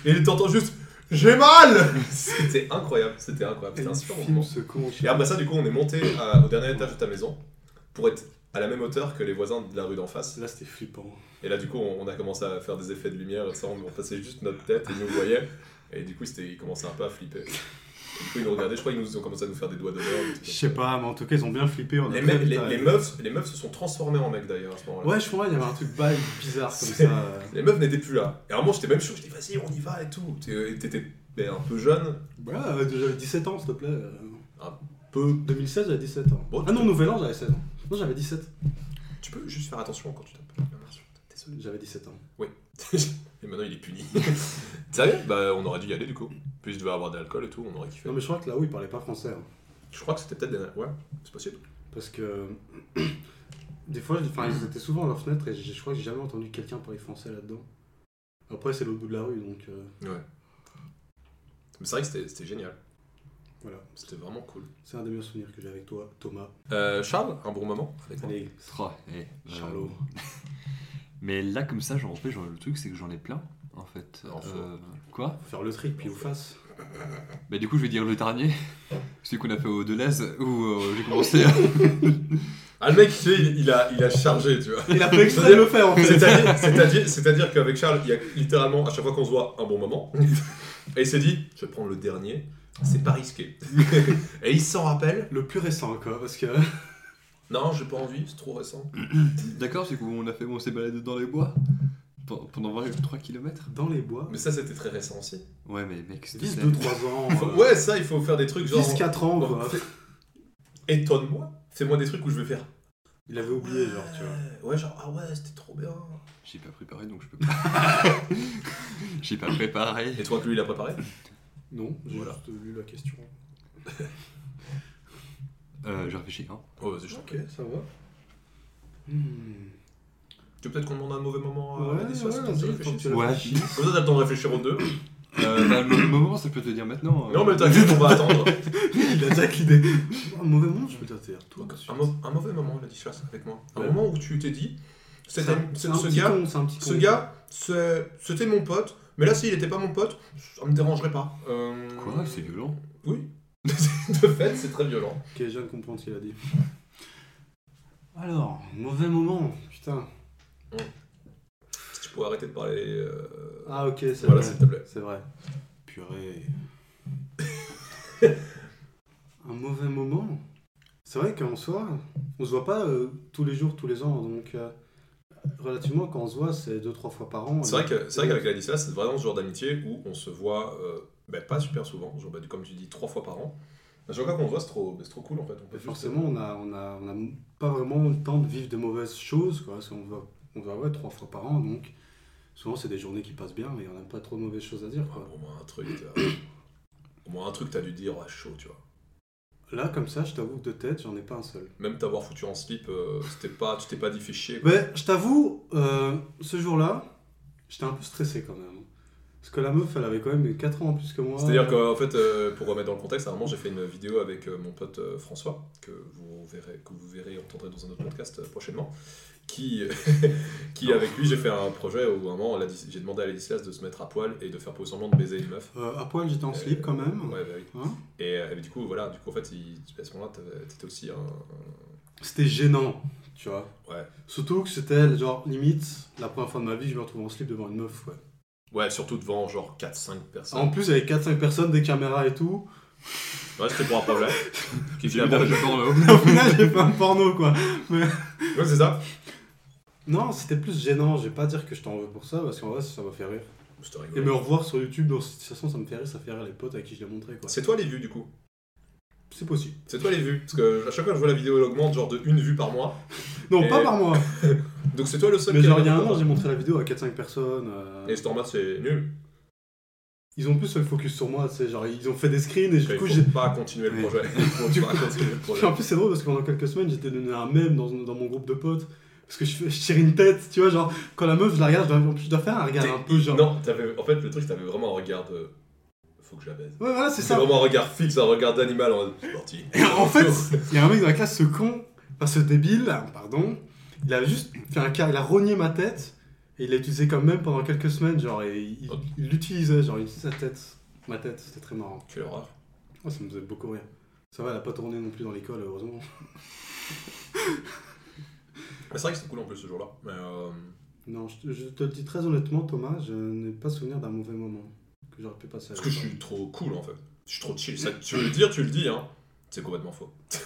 Speaker 2: Et t'entends juste J'ai mal C'était incroyable, c'était incroyable.
Speaker 3: Et
Speaker 2: C'était un
Speaker 3: il
Speaker 2: super
Speaker 3: filme
Speaker 2: moment.
Speaker 3: ce con.
Speaker 2: Et après ça, du coup, on est monté à- au dernier étage de ta maison pour être à la même hauteur que les voisins de la rue d'en face.
Speaker 3: Là, c'était flippant.
Speaker 2: Et là, du coup, on, on a commencé à faire des effets de lumière, et ça, on, on passait juste notre tête, et ils nous voyaient. Et du coup, c'était- ils commençaient un peu à flipper. Et du coup, ils nous regardaient, je crois qu'ils nous ont commencé à nous faire des doigts d'honneur. des trucs
Speaker 3: Je sais
Speaker 2: comme ça.
Speaker 3: pas, mais en tout cas, ils ont bien flippé. On a
Speaker 2: Les,
Speaker 3: très
Speaker 2: mecs-
Speaker 3: vite
Speaker 2: les- les
Speaker 3: arrêté.
Speaker 2: meufs, les meufs se sont transformées en mecs d'ailleurs à ce moment-là.
Speaker 3: Ouais, je crois, il y avait un truc bail bizarre comme
Speaker 2: C'est-
Speaker 3: ça.
Speaker 2: Les meufs n'étaient plus là. Et à un moment, j'étais même chaud, je dis vas-y, on y va et tout. Et T'étais ben, un peu jeune.
Speaker 3: Ouais, euh, j'avais 17 ans, s'il te plaît. euh,
Speaker 2: Un
Speaker 3: peu. 2016, j'avais 17 ans.
Speaker 2: Ah. Bon,
Speaker 3: ah non, Nouvel An, j'avais 16 ans. Non, j'avais 17.
Speaker 2: Tu peux juste faire attention quand tu tapes. la main sur- Désolé.
Speaker 3: J'avais 17 ans.
Speaker 2: Et maintenant, il est puni. Sérieux Bah, on aurait dû y aller du coup. Puis je devais avoir de l'alcool et tout, on aurait kiffé.
Speaker 3: Non, mais je crois que là-haut, il parlait pas français. hein.
Speaker 2: Je crois que c'était peut-être des. Ouais, c'est possible.
Speaker 3: parce que. Des fois, je- enfin, ils étaient souvent à leur fenêtre et je je crois que j'ai jamais entendu quelqu'un parler français là-dedans. Après, c'est l'autre bout de la rue, donc. euh,
Speaker 2: Mais c'est vrai que c'était- c'était génial.
Speaker 3: voilà.
Speaker 2: C'était vraiment cool.
Speaker 3: C'est un des meilleurs souvenirs que j'ai avec toi, Thomas.
Speaker 2: Euh, Charles, un bon moment avec moi.
Speaker 3: Allez,
Speaker 4: Oh, eh,
Speaker 3: Charlot.
Speaker 4: Mais là, comme ça, genre, en fait, genre, le truc, c'est que j'en ai plein, en fait.
Speaker 2: En faux.
Speaker 4: Euh, quoi
Speaker 3: Faut faire le tri, puis vous fasse.
Speaker 4: Bah, du coup, je vais dire le dernier, celui qu'on a fait au Deleuze, où euh, j'ai commencé à.
Speaker 2: Ah, le mec, tu sais, il, il a, il a chargé, tu vois.
Speaker 3: Il a fait exprès de le faire en fait.
Speaker 2: C'est-à-dire- C'est-à-dire c'est-à-dire qu'avec Charles, il y a littéralement, à chaque fois qu'on se voit, un bon moment. Et il s'est dit, je vais prendre le dernier, c'est pas risqué. Et il s'en rappelle,
Speaker 3: Le plus récent, quoi, parce que.
Speaker 2: non, j'ai pas envie, c'est trop récent.
Speaker 4: D'accord, c'est qu'on a fait, on s'est baladé dans les bois pe- pendant 23 km.
Speaker 3: Dans les bois,
Speaker 2: Mais ça, c'était très récent aussi.
Speaker 4: Ouais, mais mec, c'était.
Speaker 3: 10, 2, 3 ans.
Speaker 2: Faut-
Speaker 3: euh,
Speaker 2: ouais, ça, il faut faire des trucs genre.
Speaker 3: 10, 4 ans,
Speaker 2: Bon,
Speaker 3: quoi.
Speaker 2: fais- Étonne-moi, fais-moi des trucs où je vais faire.
Speaker 3: Il avait oublié, genre, tu vois.
Speaker 2: vois. Ouais, genre, ah ouais, c'était trop bien.
Speaker 4: J'ai pas préparé, donc je peux pas. j'ai pas préparé.
Speaker 2: Et toi, que lui, il a préparé
Speaker 3: Non, j'ai
Speaker 2: Voilà.
Speaker 3: juste lu la question.
Speaker 4: Euh, je réfléchis, hein.
Speaker 2: Oh, vas-y, je t'en prie.
Speaker 3: ça va. Hmm.
Speaker 2: Tu veux peut-être qu'on demande un mauvais moment à
Speaker 3: Ouais,
Speaker 2: Denis,
Speaker 3: ouais,
Speaker 2: si t'as
Speaker 3: vas-y,
Speaker 2: réfléchi.
Speaker 3: tant que tu
Speaker 4: Ouais.
Speaker 2: Comme ça, t'as le temps de réfléchir aux deux.
Speaker 4: Euh, bah, le moment, ça, je peux te le dire maintenant. euh.
Speaker 2: Non, mais t'inquiète, on va attendre.
Speaker 3: Il a déjà l'idée. Un mauvais moment, je peux te dire. Toi,
Speaker 2: Un, mau- un mauvais moment, la disperse avec moi. Un
Speaker 3: Ouais.
Speaker 2: moment où tu t'es dit,
Speaker 3: C'est
Speaker 2: c'était
Speaker 3: un,
Speaker 2: ce,
Speaker 3: c'est un
Speaker 2: ce
Speaker 3: petit
Speaker 2: gars,
Speaker 3: con, c'est un petit
Speaker 2: ce
Speaker 3: con.
Speaker 2: gars, c'est- c'était mon pote, mais là, s'il n'était pas mon pote, ça me dérangerait pas. Euh,
Speaker 4: Quoi C'est violent.
Speaker 2: Oui. de fait, c'est très violent.
Speaker 3: Ok, je viens de comprendre ce qu'il a dit. Alors, mauvais moment, putain.
Speaker 2: Si tu pouvais arrêter de parler. euh,
Speaker 3: Ah, ok, c'est
Speaker 2: voilà, s'il
Speaker 3: vrai.
Speaker 2: te plaît.
Speaker 3: C'est vrai. Purée. un mauvais moment C'est vrai qu'en soi, on se voit pas euh, tous les jours, tous les ans, donc. euh, Relativement, quand on se voit, c'est 2-3 fois par an.
Speaker 2: C'est vrai que- c'est vrai qu'avec la Disperse, c'est vraiment ce genre d'amitié où on se voit euh, bah, pas super souvent, genre, bah, comme tu dis, trois fois par an. À chaque fois qu'on se voit, c'est trop, c'est trop cool en fait. On peut
Speaker 3: Et
Speaker 2: juste-
Speaker 3: Bah, forcément, on n'a on a, on a pas vraiment le temps de vivre de mauvaises choses, quoi, parce qu'on va, on va ouais, trois fois par an, donc souvent c'est des journées qui passent bien et on n'a pas trop de mauvaises choses à dire.
Speaker 2: Ouais,
Speaker 3: Quoi.
Speaker 2: au moins un truc, t'as- au moins un truc, t'as dû dire à chaud, tu vois.
Speaker 3: Là, comme ça, je t'avoue que de tête, j'en ai pas un seul.
Speaker 2: Même t'avoir foutu en slip, euh, c'était pas, tu t'es pas dit fait chier. quoi.
Speaker 3: Mais je t'avoue, euh, ce jour-là, j'étais un peu stressé quand même. Parce que la meuf, elle avait quand même 4 ans en plus que moi.
Speaker 2: C'est-à-dire qu'en fait, euh, pour remettre dans le contexte, à un moment, j'ai fait une vidéo avec euh, mon pote euh, François, que vous verrez, que vous verrez et entendrez dans un autre podcast euh, prochainement, qui, qui avec lui, j'ai fait un projet où à un moment, la Dis- j'ai demandé à la Ladislas de se mettre à poil et de faire pour semblant de baiser une meuf.
Speaker 3: Euh, à poil, j'étais en slip quand même.
Speaker 2: Ouais, bah oui.
Speaker 3: Hein
Speaker 2: Et, euh, et du coup, voilà, du coup, en fait, il- à ce moment-là, t'avais- t'étais aussi un. un-
Speaker 3: C'était gênant, tu vois.
Speaker 2: Ouais.
Speaker 3: Surtout que c'était, genre, limite, la première fois de ma vie, je me retrouve en slip devant une meuf, ouais.
Speaker 2: Ouais, surtout devant genre 4-5 personnes.
Speaker 3: En plus, avec 4-5 personnes, des caméras et tout.
Speaker 2: Ouais, c'était pour un projet. qui
Speaker 4: J'ai vu dans
Speaker 2: finalement.
Speaker 4: le porno.
Speaker 3: Au final, j'ai fait un porno, quoi.
Speaker 2: Ouais, c'est ça.
Speaker 3: Non, c'était plus gênant. Je vais pas dire que je t'en veux pour ça, parce qu'en vrai, ça m'a fait rire.
Speaker 2: C'était
Speaker 3: Et
Speaker 2: rigolo.
Speaker 3: me revoir sur YouTube dans cette situation, ça me fait rire, ça fait rire les potes à qui je l'ai montré, quoi.
Speaker 2: C'est toi les vues du coup.
Speaker 3: C'est possible.
Speaker 2: C'est toi les vues. Parce que à chaque fois que je vois la vidéo, elle augmente genre de une vue par mois.
Speaker 3: Non,
Speaker 2: Et-
Speaker 3: pas par moi.
Speaker 2: Donc c'est toi le seul
Speaker 3: Mais
Speaker 2: qui a
Speaker 3: genre, il y a
Speaker 2: la
Speaker 3: un
Speaker 2: vidéo.
Speaker 3: an, j'ai montré la vidéo à 4-5 personnes. euh,
Speaker 2: Et c'était en mode c'est nul.
Speaker 3: Ils ont plus fait le focus sur moi, tu sais. Genre, ils ont fait des screens et
Speaker 2: Du
Speaker 3: du coup,
Speaker 2: faut
Speaker 3: j'ai.
Speaker 2: pas continuer le
Speaker 4: Oui.
Speaker 2: projet. Faut
Speaker 3: Du
Speaker 2: pas continuer le
Speaker 3: Puis
Speaker 2: projet.
Speaker 3: en plus, c'est drôle parce que pendant quelques semaines, j'étais devenu un mème dans, dans mon groupe de potes. Parce que je, je tire une tête, tu vois, genre, quand la meuf, je la regarde, je dois, en plus, je dois faire un regard
Speaker 2: T'es-
Speaker 3: un peu genre.
Speaker 2: Non, t'avais- en fait le truc, t'avais vraiment un regard de. Faut que je la baise.
Speaker 3: Ouais, voilà, c'est
Speaker 2: C'est
Speaker 3: ça.
Speaker 2: vraiment un regard fixe, un regard d'animal en mode. C'est parti.
Speaker 3: Et en fait, il y a un mec dans la classe, ce con, enfin ce débile, là, pardon, il a juste fait un cas, il a rogné ma tête, et il l'a utilisé quand même pendant quelques semaines, genre, et il il l'utilisait, genre, il utilisait sa tête, ma tête, c'était très marrant.
Speaker 2: Quelle horreur.
Speaker 3: Oh, ça me faisait beaucoup rire. Ça va, elle a pas tourné non plus dans l'école, heureusement.
Speaker 2: Mais c'est vrai que c'était cool en plus ce jour-là. Mais euh,
Speaker 3: Non, je, te- je te le dis très honnêtement, Thomas, je n'ai pas souvenir d'un mauvais moment que j'aurais pu passer à
Speaker 2: Parce que je suis trop cool en fait. Je suis trop chill. Ça, tu veux le dire, tu le dis, hein. C'est complètement faux. Qu'est-ce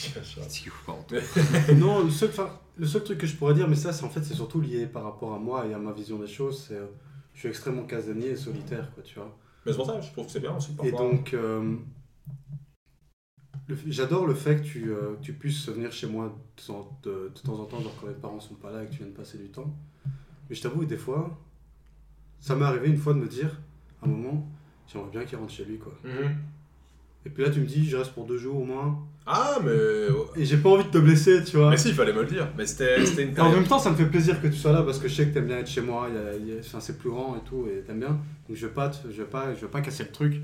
Speaker 2: qu'il y a, Charles
Speaker 4: Qu'est-ce qu'il faut pas
Speaker 3: Non, le seul, enfin, le seul truc que je pourrais dire, mais ça, c'est en fait, c'est surtout lié par rapport à moi et à ma vision des choses, c'est. euh, je suis extrêmement casanier et solitaire, quoi, tu vois.
Speaker 2: Mais c'est pour ça, je trouve que c'est bien aussi
Speaker 3: Et
Speaker 2: parfois.
Speaker 3: donc, euh, le- j'adore le fait que tu, euh, que tu puisses venir chez moi de, temps- de- de temps en temps, genre quand mes parents sont pas là et que tu viennes passer du temps. Mais je t'avoue que des fois, ça m'est arrivé une fois de me dire, à un moment, j'aimerais bien qu'il rentre chez lui, quoi.
Speaker 2: Mhm.
Speaker 3: Et puis là, tu me dis, je reste pour deux jours au moins.
Speaker 2: Ah, mais.
Speaker 3: Et j'ai pas envie de te blesser, tu vois.
Speaker 2: Mais si, il fallait me le dire. Mais c'était c'était une
Speaker 3: Et en
Speaker 2: période.
Speaker 3: même temps, ça me fait plaisir que tu sois là parce que je sais que t'aimes bien être chez moi, il y a- il y a- enfin, c'est plus grand et tout, et t'aimes bien. Donc je vais pas, te- je vais pas, je vais pas casser le truc.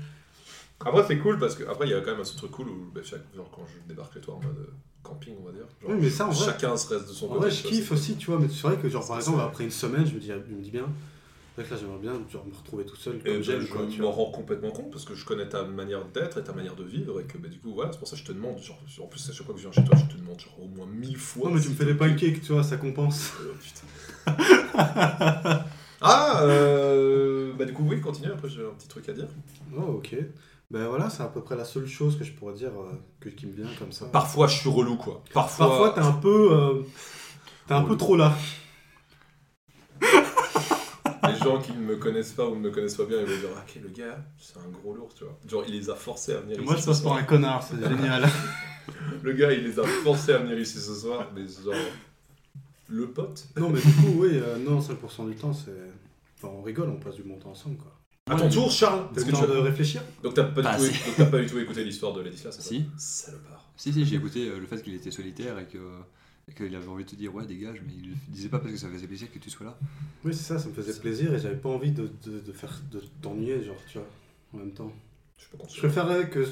Speaker 2: Après, c'est cool parce que. Après, il y a quand même ce truc cool où, bah, chaque... genre, quand je débarque chez toi en mode euh, camping, on va dire. genre,
Speaker 3: Oui, mais ça, en vrai,
Speaker 2: Chacun se reste de son
Speaker 3: En
Speaker 2: côté.
Speaker 3: vrai,
Speaker 2: tu
Speaker 3: je
Speaker 2: vois,
Speaker 3: kiffe
Speaker 2: c'est-
Speaker 3: aussi, tu vois, mais c'est vrai que, genre, par
Speaker 2: C'est
Speaker 3: exemple,
Speaker 2: ça.
Speaker 3: après une semaine, je me dis, ah, je me dis bien, c'est vrai que là, j'aimerais bien genre, me retrouver tout seul,
Speaker 2: Et
Speaker 3: comme
Speaker 2: bah,
Speaker 3: j'aime, quoi,
Speaker 2: je
Speaker 3: tu
Speaker 2: m'en
Speaker 3: vois.
Speaker 2: rends complètement compte parce que je connais ta manière d'être et ta manière de vivre et que bah, du coup voilà c'est pour ça que je te demande genre, en plus à chaque fois que je viens chez toi je te demande genre au moins mille fois
Speaker 3: Non, mais tu
Speaker 2: si
Speaker 3: me fais
Speaker 2: t'es
Speaker 3: des
Speaker 2: ok.
Speaker 3: pancakes, tu vois, ça compense.
Speaker 2: Oh, putain. ah euh, bah du coup oui continue après j'ai un petit truc à dire
Speaker 3: Oh, ok. Ben voilà, c'est à peu près la seule chose que je pourrais dire euh, que, qui me vient comme ça.
Speaker 2: parfois je suis relou quoi parfois,
Speaker 3: Parfois, t'es un peu. euh, T'es un peu trop là.
Speaker 2: les gens qui ne me connaissent pas ou ne me connaissent pas bien ils vont dire ah ok le gars c'est un gros lourd tu vois genre il les a forcés à venir ici ce soir.
Speaker 3: un connard, c'est génial.
Speaker 2: le gars il les a forcés à venir ici ce soir mais genre le pote
Speaker 3: non, mais du coup, oui, euh, non, 5% du temps, c'est. Enfin, on rigole, on passe du bon temps ensemble, quoi.
Speaker 2: à ton tour Charles
Speaker 3: T'as
Speaker 2: parce
Speaker 3: le
Speaker 2: que tu
Speaker 3: temps
Speaker 2: as-
Speaker 3: de réfléchir
Speaker 2: donc t'as pas,
Speaker 4: Pas
Speaker 2: du tout-
Speaker 4: assez.
Speaker 2: donc t'as pas du tout écouté l'histoire de Ladislas c'est
Speaker 4: Si.
Speaker 2: pas- salopard
Speaker 4: Si, si, j'ai écouté euh, le fait qu'il était solitaire et que. et Qu'il avait envie de te dire ouais dégage mais il le disait pas parce que ça faisait plaisir que tu sois là.
Speaker 3: Oui, c'est ça, ça me faisait plaisir et j'avais pas envie de, de, de faire de t'ennuyer, genre, tu vois, en même temps.
Speaker 2: je peux
Speaker 3: Je
Speaker 2: continuer
Speaker 3: préférerais que,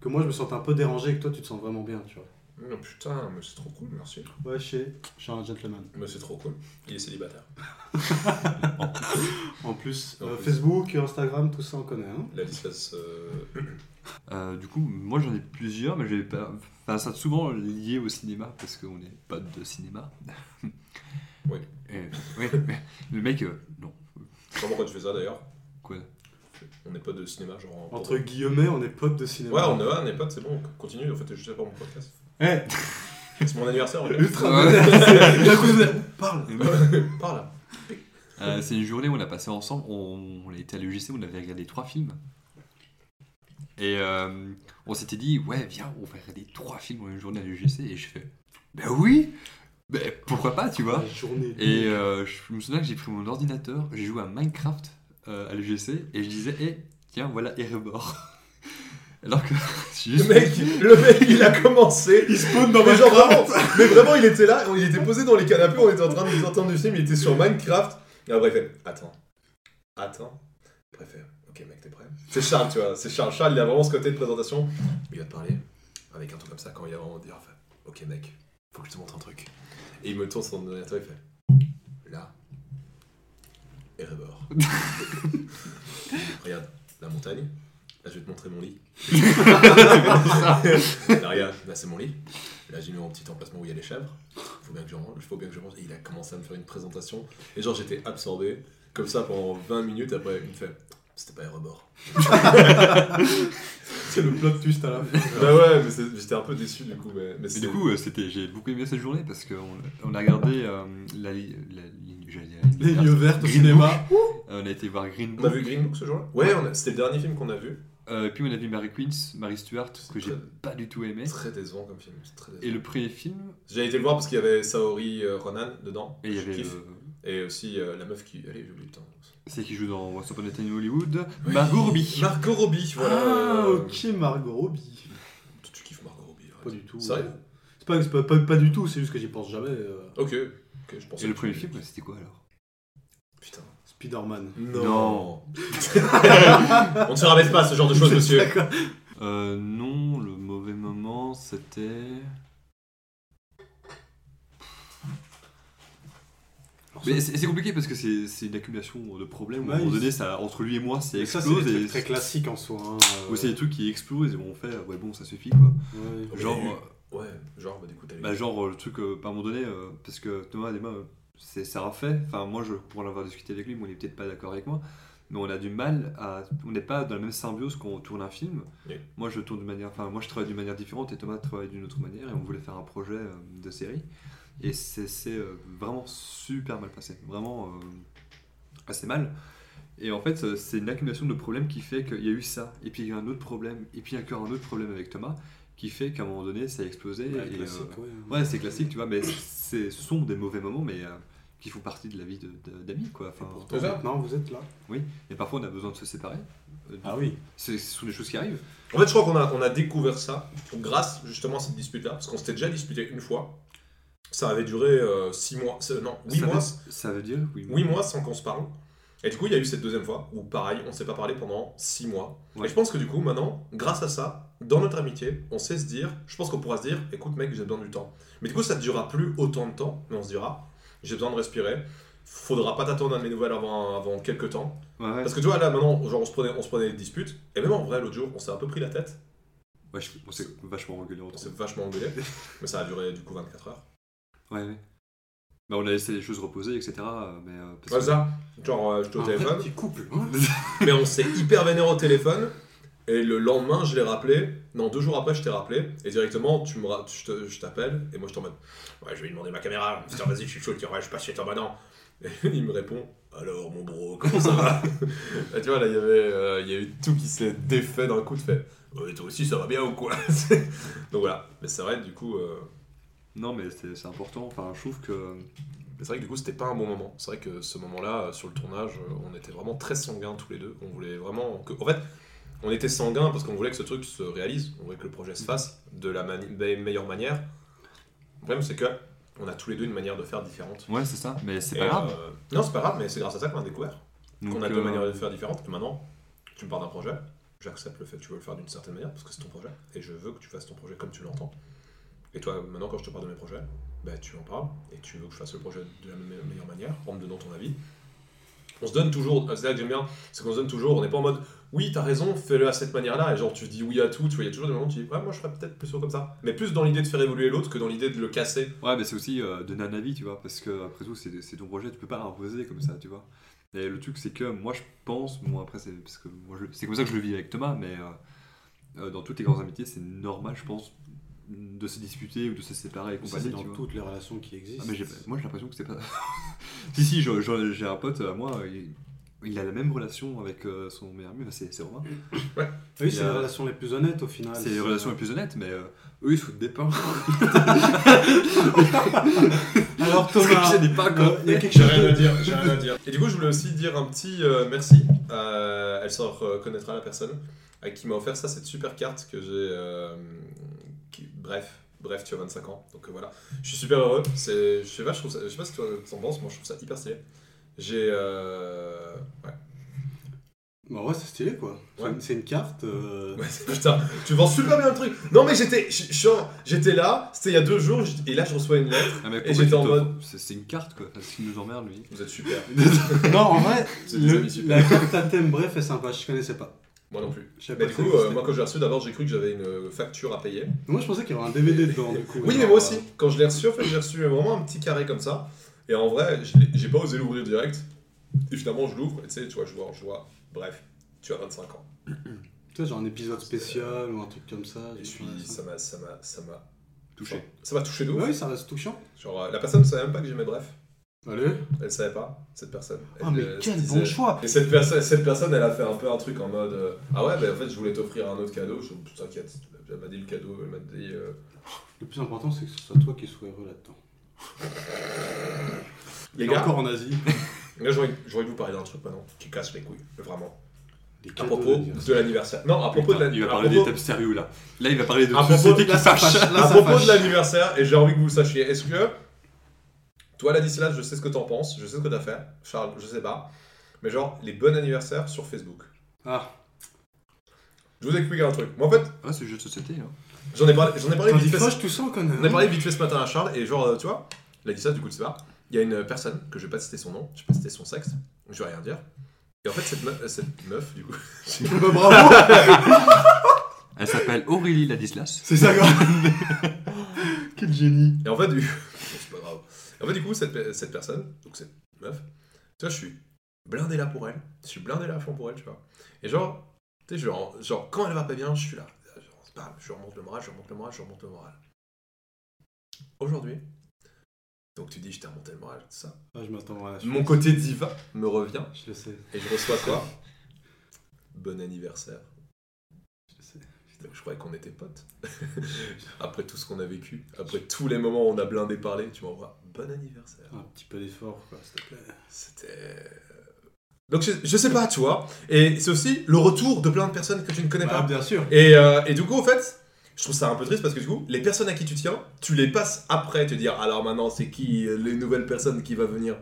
Speaker 3: que moi je me sente un peu dérangé et que toi tu te sens vraiment bien, tu vois.
Speaker 2: Non, putain mais c'est trop cool merci
Speaker 3: Ouais, je sais, je suis un gentleman.
Speaker 2: mais c'est trop cool il est célibataire
Speaker 3: En plus,
Speaker 2: En
Speaker 3: euh,
Speaker 2: plus.
Speaker 3: Facebook, Instagram, tout ça on connaît, hein.
Speaker 2: Ladislas euh,
Speaker 4: Euh, du coup moi j'en ai plusieurs mais j'ai pas enfin ça souvent lié au cinéma parce qu'on est pas de cinéma.
Speaker 2: Oui.
Speaker 4: Et- ouais, mais le mec euh, non
Speaker 2: Je sais pas pourquoi tu fais ça d'ailleurs.
Speaker 4: quoi
Speaker 2: On n'est pas de cinéma, genre. en-
Speaker 3: Entre guillemets, on est potes de cinéma.
Speaker 2: Ouais, on est, ouais, on est potes, c'est bon, continue. En fait, je sais pas mon podcast.
Speaker 3: Eh,
Speaker 2: C'est mon anniversaire, en fait.
Speaker 3: ultra
Speaker 4: Ouais.
Speaker 3: moderne, c'est- d'un coup, c'est- Parle
Speaker 2: Par là.
Speaker 4: Euh, c'est une journée où on a passé ensemble, on, on était à l'UGC, on avait regardé trois films. Et euh, on s'était dit, ouais, viens, on va regarder trois films en une journée à l'UGC. Et je fais, ben oui, ben pourquoi pas, tu vois
Speaker 3: La journée.
Speaker 4: Et euh, je me souviens que j'ai pris mon ordinateur, j'ai joué à Minecraft euh, à l'UGC et je disais, eh, tiens, voilà Erebor. Alors que j'ai
Speaker 2: Le
Speaker 4: juste-
Speaker 2: mec, le mec, il a commencé. Il spawn dans mais genre, vraiment, Mais vraiment, il était là, il était posé dans les canapés, on était en train de nous entendre du film, il était sur Minecraft. Et après, il fait Attends, attends. Après, il fait Ok, mec, t'es prêt C'est Charles, tu vois, c'est Charles. Charles, il a vraiment ce côté de présentation. Il va te parler avec un truc comme ça quand il va vraiment dire enfin, Ok, mec, faut que je te montre un truc. Et il me tourne son ordinateur, il fait Là, Erebor. Regarde, la montagne. Là, je vais te montrer mon lit. Là, regarde, là, bah, c'est mon lit. Là, j'ai mis mon petit emplacement où il y a les chèvres. Faut bien que je range, faut bien que je range. Et il a commencé à me faire une présentation. Et genre, j'étais absorbé. Comme ça, pendant 20 minutes, après, il me fait C'était pas Erebor.
Speaker 3: C'est le plot twist à la fin.
Speaker 2: bah ouais, mais c'est- j'étais un peu déçu du coup. Mais, mais
Speaker 4: Mais
Speaker 2: c'est-
Speaker 4: du coup, euh, c'était, j'ai beaucoup aimé cette journée parce qu'on on a regardé euh, la, li- la ligne, j'allais dire la ligne
Speaker 3: Les
Speaker 4: verte.
Speaker 3: yeux verts au
Speaker 4: Green
Speaker 3: cinéma.
Speaker 4: Book. Euh, on a été voir Green
Speaker 2: on a
Speaker 4: Book.
Speaker 2: vu Green Book ce jour-là Ouais, on a- c'était le dernier film qu'on a vu.
Speaker 4: Euh, puis on a vu Mary Queens, Mary Stuart,
Speaker 2: C'est
Speaker 4: que j'ai
Speaker 2: très-
Speaker 4: pas du tout aimé.
Speaker 2: Très décevant comme film. c'est Très décevant.
Speaker 4: Et le premier film,
Speaker 2: J'ai été le voir parce qu'il y avait Saori euh, Ronan dedans.
Speaker 4: et il y
Speaker 2: Je
Speaker 4: avait
Speaker 2: kiffe.
Speaker 4: euh,
Speaker 2: Et aussi euh, la meuf qui. Allez, j'ai oublié le temps.
Speaker 4: c'est qui joue dans Once Upon a Time in Hollywood, Margot Robbie.
Speaker 2: Margot Robbie, voilà.
Speaker 3: Ah,
Speaker 2: Euh,
Speaker 3: ok, Margot Robbie.
Speaker 2: Toi, tu kiffes Margot Robbie. arrête.
Speaker 3: Pas du tout. euh,
Speaker 2: Sérieux
Speaker 3: C'est pas, c'est pas, pas, pas du tout, c'est juste que j'y pense jamais. euh,
Speaker 2: Ok, ok, je pensais.
Speaker 4: Et le
Speaker 2: que
Speaker 4: premier
Speaker 2: tu-
Speaker 4: film, ouais, c'était quoi alors
Speaker 2: Putain.
Speaker 3: Spider-Man.
Speaker 4: Non.
Speaker 2: On ne se rabaisse pas à ce genre de choses, monsieur.
Speaker 3: D'accord.
Speaker 4: euh, Non, le mauvais moment, c'était. Mais c'est c'est compliqué parce que c'est c'est une accumulation de problèmes.
Speaker 3: Ouais,
Speaker 4: à un moment
Speaker 3: il-
Speaker 4: donné, ça, entre lui et moi, ça
Speaker 3: Mais ça, c'est
Speaker 4: explose.
Speaker 3: des
Speaker 4: et
Speaker 3: trucs très classique en soi. hein, euh,
Speaker 4: Ou c'est des trucs qui explosent et on fait, ouais, bon, ça suffit quoi.
Speaker 3: ouais.
Speaker 4: Genre,
Speaker 2: Mais-
Speaker 4: euh,
Speaker 2: Ouais, genre, bah, du coup, t'as les.
Speaker 4: bah, genre euh, le truc, euh, à un moment donné, euh, parce que Thomas et moi, euh, c'est c'est un fait. Enfin, moi, je, pour l'avoir discuté avec lui, bon, il est peut-être pas d'accord avec moi, mais on a du mal à. On n'est pas dans la même symbiose quand on tourne un film.
Speaker 2: Oui.
Speaker 4: Moi, je tourne de manière. Enfin, moi, je travaille d'une manière différente et Thomas travaille d'une autre manière et on voulait faire un projet euh, de série. Et c'est c'est, euh, vraiment super mal passé. Vraiment euh, assez mal. Et en fait, euh, c'est une accumulation de problèmes qui fait qu'il y a eu ça, et puis il y a eu un autre problème, et puis encore un autre problème avec Thomas, qui fait qu'à un moment donné, ça a explosé.
Speaker 2: Bah,
Speaker 3: Ouais,
Speaker 4: et,
Speaker 3: classique,
Speaker 4: euh,
Speaker 3: ouais.
Speaker 4: Ouais, c'est classique, tu vois, mais c'est- ce sont des mauvais moments, mais euh, qui font partie de la vie de- de- d'amis, quoi. Enfin,
Speaker 3: Pourtant,
Speaker 2: C'est ça.
Speaker 3: maintenant, vous êtes là.
Speaker 4: et parfois, on a besoin de se séparer. Euh,
Speaker 2: Ah.
Speaker 3: Ah oui.
Speaker 4: c'est- Ce sont des choses qui arrivent.
Speaker 2: En fait, je crois qu'on a, on a découvert ça grâce justement à cette dispute-là, parce qu'on s'était déjà disputé une fois. Ça avait duré 6 mois, c'est- non, 8
Speaker 4: ça
Speaker 2: mois,
Speaker 4: Veut, ça veut dire, oui.
Speaker 2: huit mois sans qu'on se parle. Et du coup, il y a eu cette deuxième fois où, pareil, on s'est pas parlé pendant 6 mois.
Speaker 4: Ouais.
Speaker 2: Et je pense que du coup, maintenant, grâce à ça, dans notre amitié, on sait se dire, je pense qu'on pourra se dire, écoute mec, j'ai besoin du temps. Mais du coup, ça ne durera plus autant de temps, mais on se dira, j'ai besoin de respirer. Faudra pas t'attendre à mes nouvelles avant, avant quelques temps.
Speaker 4: Ouais, ouais.
Speaker 2: Parce que tu vois, là, maintenant, genre, on se prenait, on se prenait des disputes. Et même en vrai, l'autre jour, on s'est un peu pris la tête.
Speaker 4: Ouais, je- on s'est vachement engueulé
Speaker 2: On
Speaker 4: entre
Speaker 2: s'est vachement engueulé. mais ça a duré du coup 24 heures.
Speaker 4: nous. Ouais, ouais. Bah, on a laissé les choses reposer, etc. euh, Mais, euh, parce
Speaker 2: Ouais,
Speaker 4: que-
Speaker 2: Bah, ça. Genre, euh, j'étais au
Speaker 3: Un vrai
Speaker 2: téléphone.
Speaker 3: petit couple. hein.
Speaker 2: Mais on s'est hyper vénéré au téléphone. Et le lendemain, je l'ai rappelé. Non, deux jours après, je t'ai rappelé. Et directement, tu me, ra- je te- je t'appelle. Et moi, je t'en mode Ouais, je vais lui demander ma caméra. Putain, vas-y, je suis chaud. Tu vois, ouais, je passe chez toi maintenant. Et il me répond Alors, mon bro, comment ça va Et Tu vois, là, il y avait euh, il y a eu tout qui s'est défait d'un coup de fait. Ouais, toi aussi, ça va bien ou quoi C'est- Donc voilà. Mais c'est vrai, du coup. euh,
Speaker 4: Non, mais c'est c'est important. Enfin, je trouve que.
Speaker 2: Mais c'est vrai que du coup, c'était pas un bon moment. C'est vrai que ce moment-là, euh, sur le tournage, euh, on était vraiment très sanguins tous les deux. On voulait vraiment. Que... En fait, on était sanguins parce qu'on voulait que ce truc se réalise. On voulait que le projet se fasse de la mani- me- meilleure manière. Le problème, c'est que on a tous les deux une manière de faire différente.
Speaker 4: Ouais, c'est ça, mais c'est
Speaker 2: Et,
Speaker 4: pas grave.
Speaker 2: euh, Non, c'est pas grave, mais c'est grâce à ça qu'on a découvert.
Speaker 4: Donc,
Speaker 2: qu'on a deux
Speaker 4: euh,
Speaker 2: manières de faire différentes. Et maintenant, tu me parles d'un projet. J'accepte le fait que tu veux le faire d'une certaine manière parce que c'est ton projet. Et je veux que tu fasses ton projet comme tu l'entends. Et toi, maintenant, quand je te parle de mes projets, bah, tu en parles et tu veux que je fasse le projet de la me- meilleure manière en me donnant ton avis. On se donne toujours, c'est là que j'aime bien, c'est qu'on se donne toujours, on n'est pas en mode oui, t'as raison, fais-le à cette manière-là. Et genre, tu dis oui à tout, tu vois, il y a toujours des moments où tu dis ouais, moi je ferais peut-être plus comme ça. Mais plus dans l'idée de faire évoluer l'autre que dans l'idée de le casser.
Speaker 4: Ouais, mais c'est aussi euh, de donner un avis, tu vois, parce que après tout, c'est c'est ton projet, tu peux pas imposer comme ça, tu vois. Et le truc, c'est que moi, je pense, bon, après, c'est parce que moi, je- c'est comme ça que je le vis avec Thomas, mais euh, euh, dans toutes les grandes amitiés, c'est normal, je pense, de se disputer ou de se séparer et
Speaker 3: Ça,
Speaker 4: compagnie,
Speaker 3: c'est
Speaker 4: tu
Speaker 3: dans
Speaker 4: vois.
Speaker 3: toutes les relations qui
Speaker 4: Ah,
Speaker 3: existent.
Speaker 4: mais j'ai pas- moi, j'ai l'impression que c'est pas. si, si, je- je- j'ai un pote à moi, il, il a la même relation avec euh, son meilleur ami, enfin, c'est c'est Romain.
Speaker 3: Oui, c'est
Speaker 4: Et,
Speaker 3: les
Speaker 4: euh,
Speaker 3: relations les plus honnêtes au final.
Speaker 4: C'est les relations les plus honnêtes, mais euh, eux ils se foutent des pains.
Speaker 3: Alors
Speaker 4: Parce que
Speaker 3: Thomas,
Speaker 4: je n'ai pas encore.
Speaker 3: euh, il y a quelque
Speaker 2: J'ai
Speaker 3: chose
Speaker 2: rien à
Speaker 3: de...
Speaker 2: dire, j'ai rien à dire. Et du coup, je voulais aussi dire un petit euh, merci. à- elle se reconnaîtra la personne à qui m'a offert ça, cette super carte que j'ai. euh, qui- bref, bref, tu as 25 ans. Donc euh, voilà, je suis super heureux. C'est, je sais pas, je trouve ça- je sais pas si toi t'en penses, moi je trouve ça hyper stylé. J'ai. euh, ouais.
Speaker 3: Bah ouais, c'est stylé quoi. C'est
Speaker 2: Ouais.
Speaker 3: une- C'est une carte. euh,
Speaker 2: Ouais, Putain, tu vends super bien le truc. Non mais j'étais, je- je suis en- j'étais là, c'était il y a deux jours, j- et là je reçois une lettre.
Speaker 4: Ah, mais pourquoi
Speaker 2: j'étais
Speaker 4: tu
Speaker 2: en
Speaker 4: te-
Speaker 2: mode-
Speaker 4: C'est c'est une carte quoi, parce qu'il nous emmerde lui.
Speaker 2: Vous êtes super.
Speaker 3: Non, en vrai,
Speaker 2: C'est des
Speaker 3: le-
Speaker 2: amis super.
Speaker 3: la carte à thème bref est sympa, je connaissais pas.
Speaker 2: Moi non plus.
Speaker 3: Je savais
Speaker 2: Mais du
Speaker 3: pas que
Speaker 2: coup,
Speaker 3: ça
Speaker 2: euh,
Speaker 3: existait.
Speaker 2: moi quand j'ai reçu, d'abord j'ai cru que j'avais une facture à payer.
Speaker 3: Moi je pensais qu'il y avait un DVD dedans du coup.
Speaker 2: Oui,
Speaker 3: genre,
Speaker 2: mais moi
Speaker 3: euh,
Speaker 2: aussi. Quand je l'ai reçu, en fait, j'ai reçu vraiment un petit carré comme ça. Et en vrai, je l'ai- j'ai pas osé l'ouvrir direct. Et finalement, je l'ouvre. Et tu sais, tu vois, je vois, je vois. Bref, tu as 25 ans.
Speaker 3: Tu vois, genre un épisode spécial ou un truc comme ça.
Speaker 2: Et je
Speaker 3: Ah, je
Speaker 2: suis,
Speaker 3: sais pas.
Speaker 2: ça m'a, ça m'a, ça m'a
Speaker 4: Touché.
Speaker 2: Ça m'a touché de ouf.
Speaker 3: Ouais, oui, ça reste touchant.
Speaker 2: Genre, euh, la personne savait même pas que j'aimais bref.
Speaker 3: Allez.
Speaker 2: Elle savait pas, cette personne.
Speaker 3: Ah,
Speaker 2: Elle,
Speaker 3: mais
Speaker 2: euh, se
Speaker 3: quel
Speaker 2: disait-
Speaker 3: bon choix
Speaker 2: Et cette personne, cette personne, elle a fait un peu un truc en mode euh, Ah ouais, bah en fait, je voulais t'offrir un autre cadeau. Je dis, T'inquiète, elle m'a dit le cadeau, elle m'a dit. euh,
Speaker 3: Le plus important, c'est que ce soit toi qui sois heureux là-dedans.
Speaker 2: Les
Speaker 3: Et
Speaker 2: gars,
Speaker 3: encore en Asie.
Speaker 2: là, j'ai envie j'ai envie de vous parler d'un truc maintenant qui casse les couilles, vraiment.
Speaker 3: Des
Speaker 2: À
Speaker 3: cadeaux
Speaker 2: propos
Speaker 3: d'anniversaire.
Speaker 2: de l'anniversaire. Non, à propos de
Speaker 4: Putain,
Speaker 2: l'anniversaire.
Speaker 4: il va parler des thèmes sérieux là. Là il va parler de
Speaker 2: À propos
Speaker 4: société
Speaker 2: de
Speaker 4: qui
Speaker 3: la
Speaker 4: fâche.
Speaker 3: safache.
Speaker 2: à
Speaker 3: ça
Speaker 2: propos
Speaker 3: fâche.
Speaker 2: de l'anniversaire, et j'ai envie que vous le sachiez, est-ce que. Toi, la Ladislas, je sais ce que t'en penses, je sais ce que t'as fait, Charles, je sais pas. Mais genre, les bons anniversaires sur Facebook.
Speaker 3: Ah,
Speaker 2: Je vous explique un truc. Moi, en fait,
Speaker 4: Ouais, c'est le jeu de société. hein.
Speaker 2: j'en ai parlé, j'en ai parlé
Speaker 3: quand
Speaker 2: vite
Speaker 3: il
Speaker 2: fait.
Speaker 3: fâche, tout ça, connard.
Speaker 2: On a parlé vite fait ce matin à Charles, et genre, euh, tu vois, Ladislas, du coup, tu sais pas. Il y a une personne, que je vais pas citer son nom, je vais pas citer son sexe, je vais rien dire. Et en fait, cette, me- euh, cette meuf, du coup.
Speaker 3: Bah, bravo
Speaker 4: Elle s'appelle Aurélie Ladislas.
Speaker 3: C'est ça, quoi. Quel génie.
Speaker 2: Et en fait, du... c'est pas grave. En fait, du coup, cette, pe- cette personne, donc cette meuf, tu vois, je suis blindé là pour elle. Je suis blindé là à fond pour elle, tu vois. Et genre, tu sais, genre, genre, quand elle va pas bien, je suis là. Genre, c'est pas grave, je remonte le moral, je remonte le moral, je remonte le moral. Aujourd'hui, donc tu dis, je t'ai remonté le moral, tout ça.
Speaker 3: Ah, je m'attends à la Ah,
Speaker 2: Mon côté diva me revient
Speaker 3: Je le sais,
Speaker 2: et je reçois quoi Bon anniversaire.
Speaker 3: je le sais.
Speaker 2: Je croyais qu'on était potes. après tout ce qu'on a vécu, après tous les moments où on a blindé parlé, tu m'envoies bon anniversaire.
Speaker 3: Un petit peu d'effort, quoi, s'il te plaît.
Speaker 2: C'était. euh, Donc je, je sais pas, tu vois. Et c'est aussi le retour de plein de personnes que tu ne connais
Speaker 3: Bah,
Speaker 2: pas.
Speaker 3: bien sûr.
Speaker 2: Et, euh, et du coup, en fait, je trouve ça un peu triste parce que du coup, les personnes à qui tu tiens, tu les passes après te dire alors maintenant c'est qui euh, les nouvelles personnes qui va venir.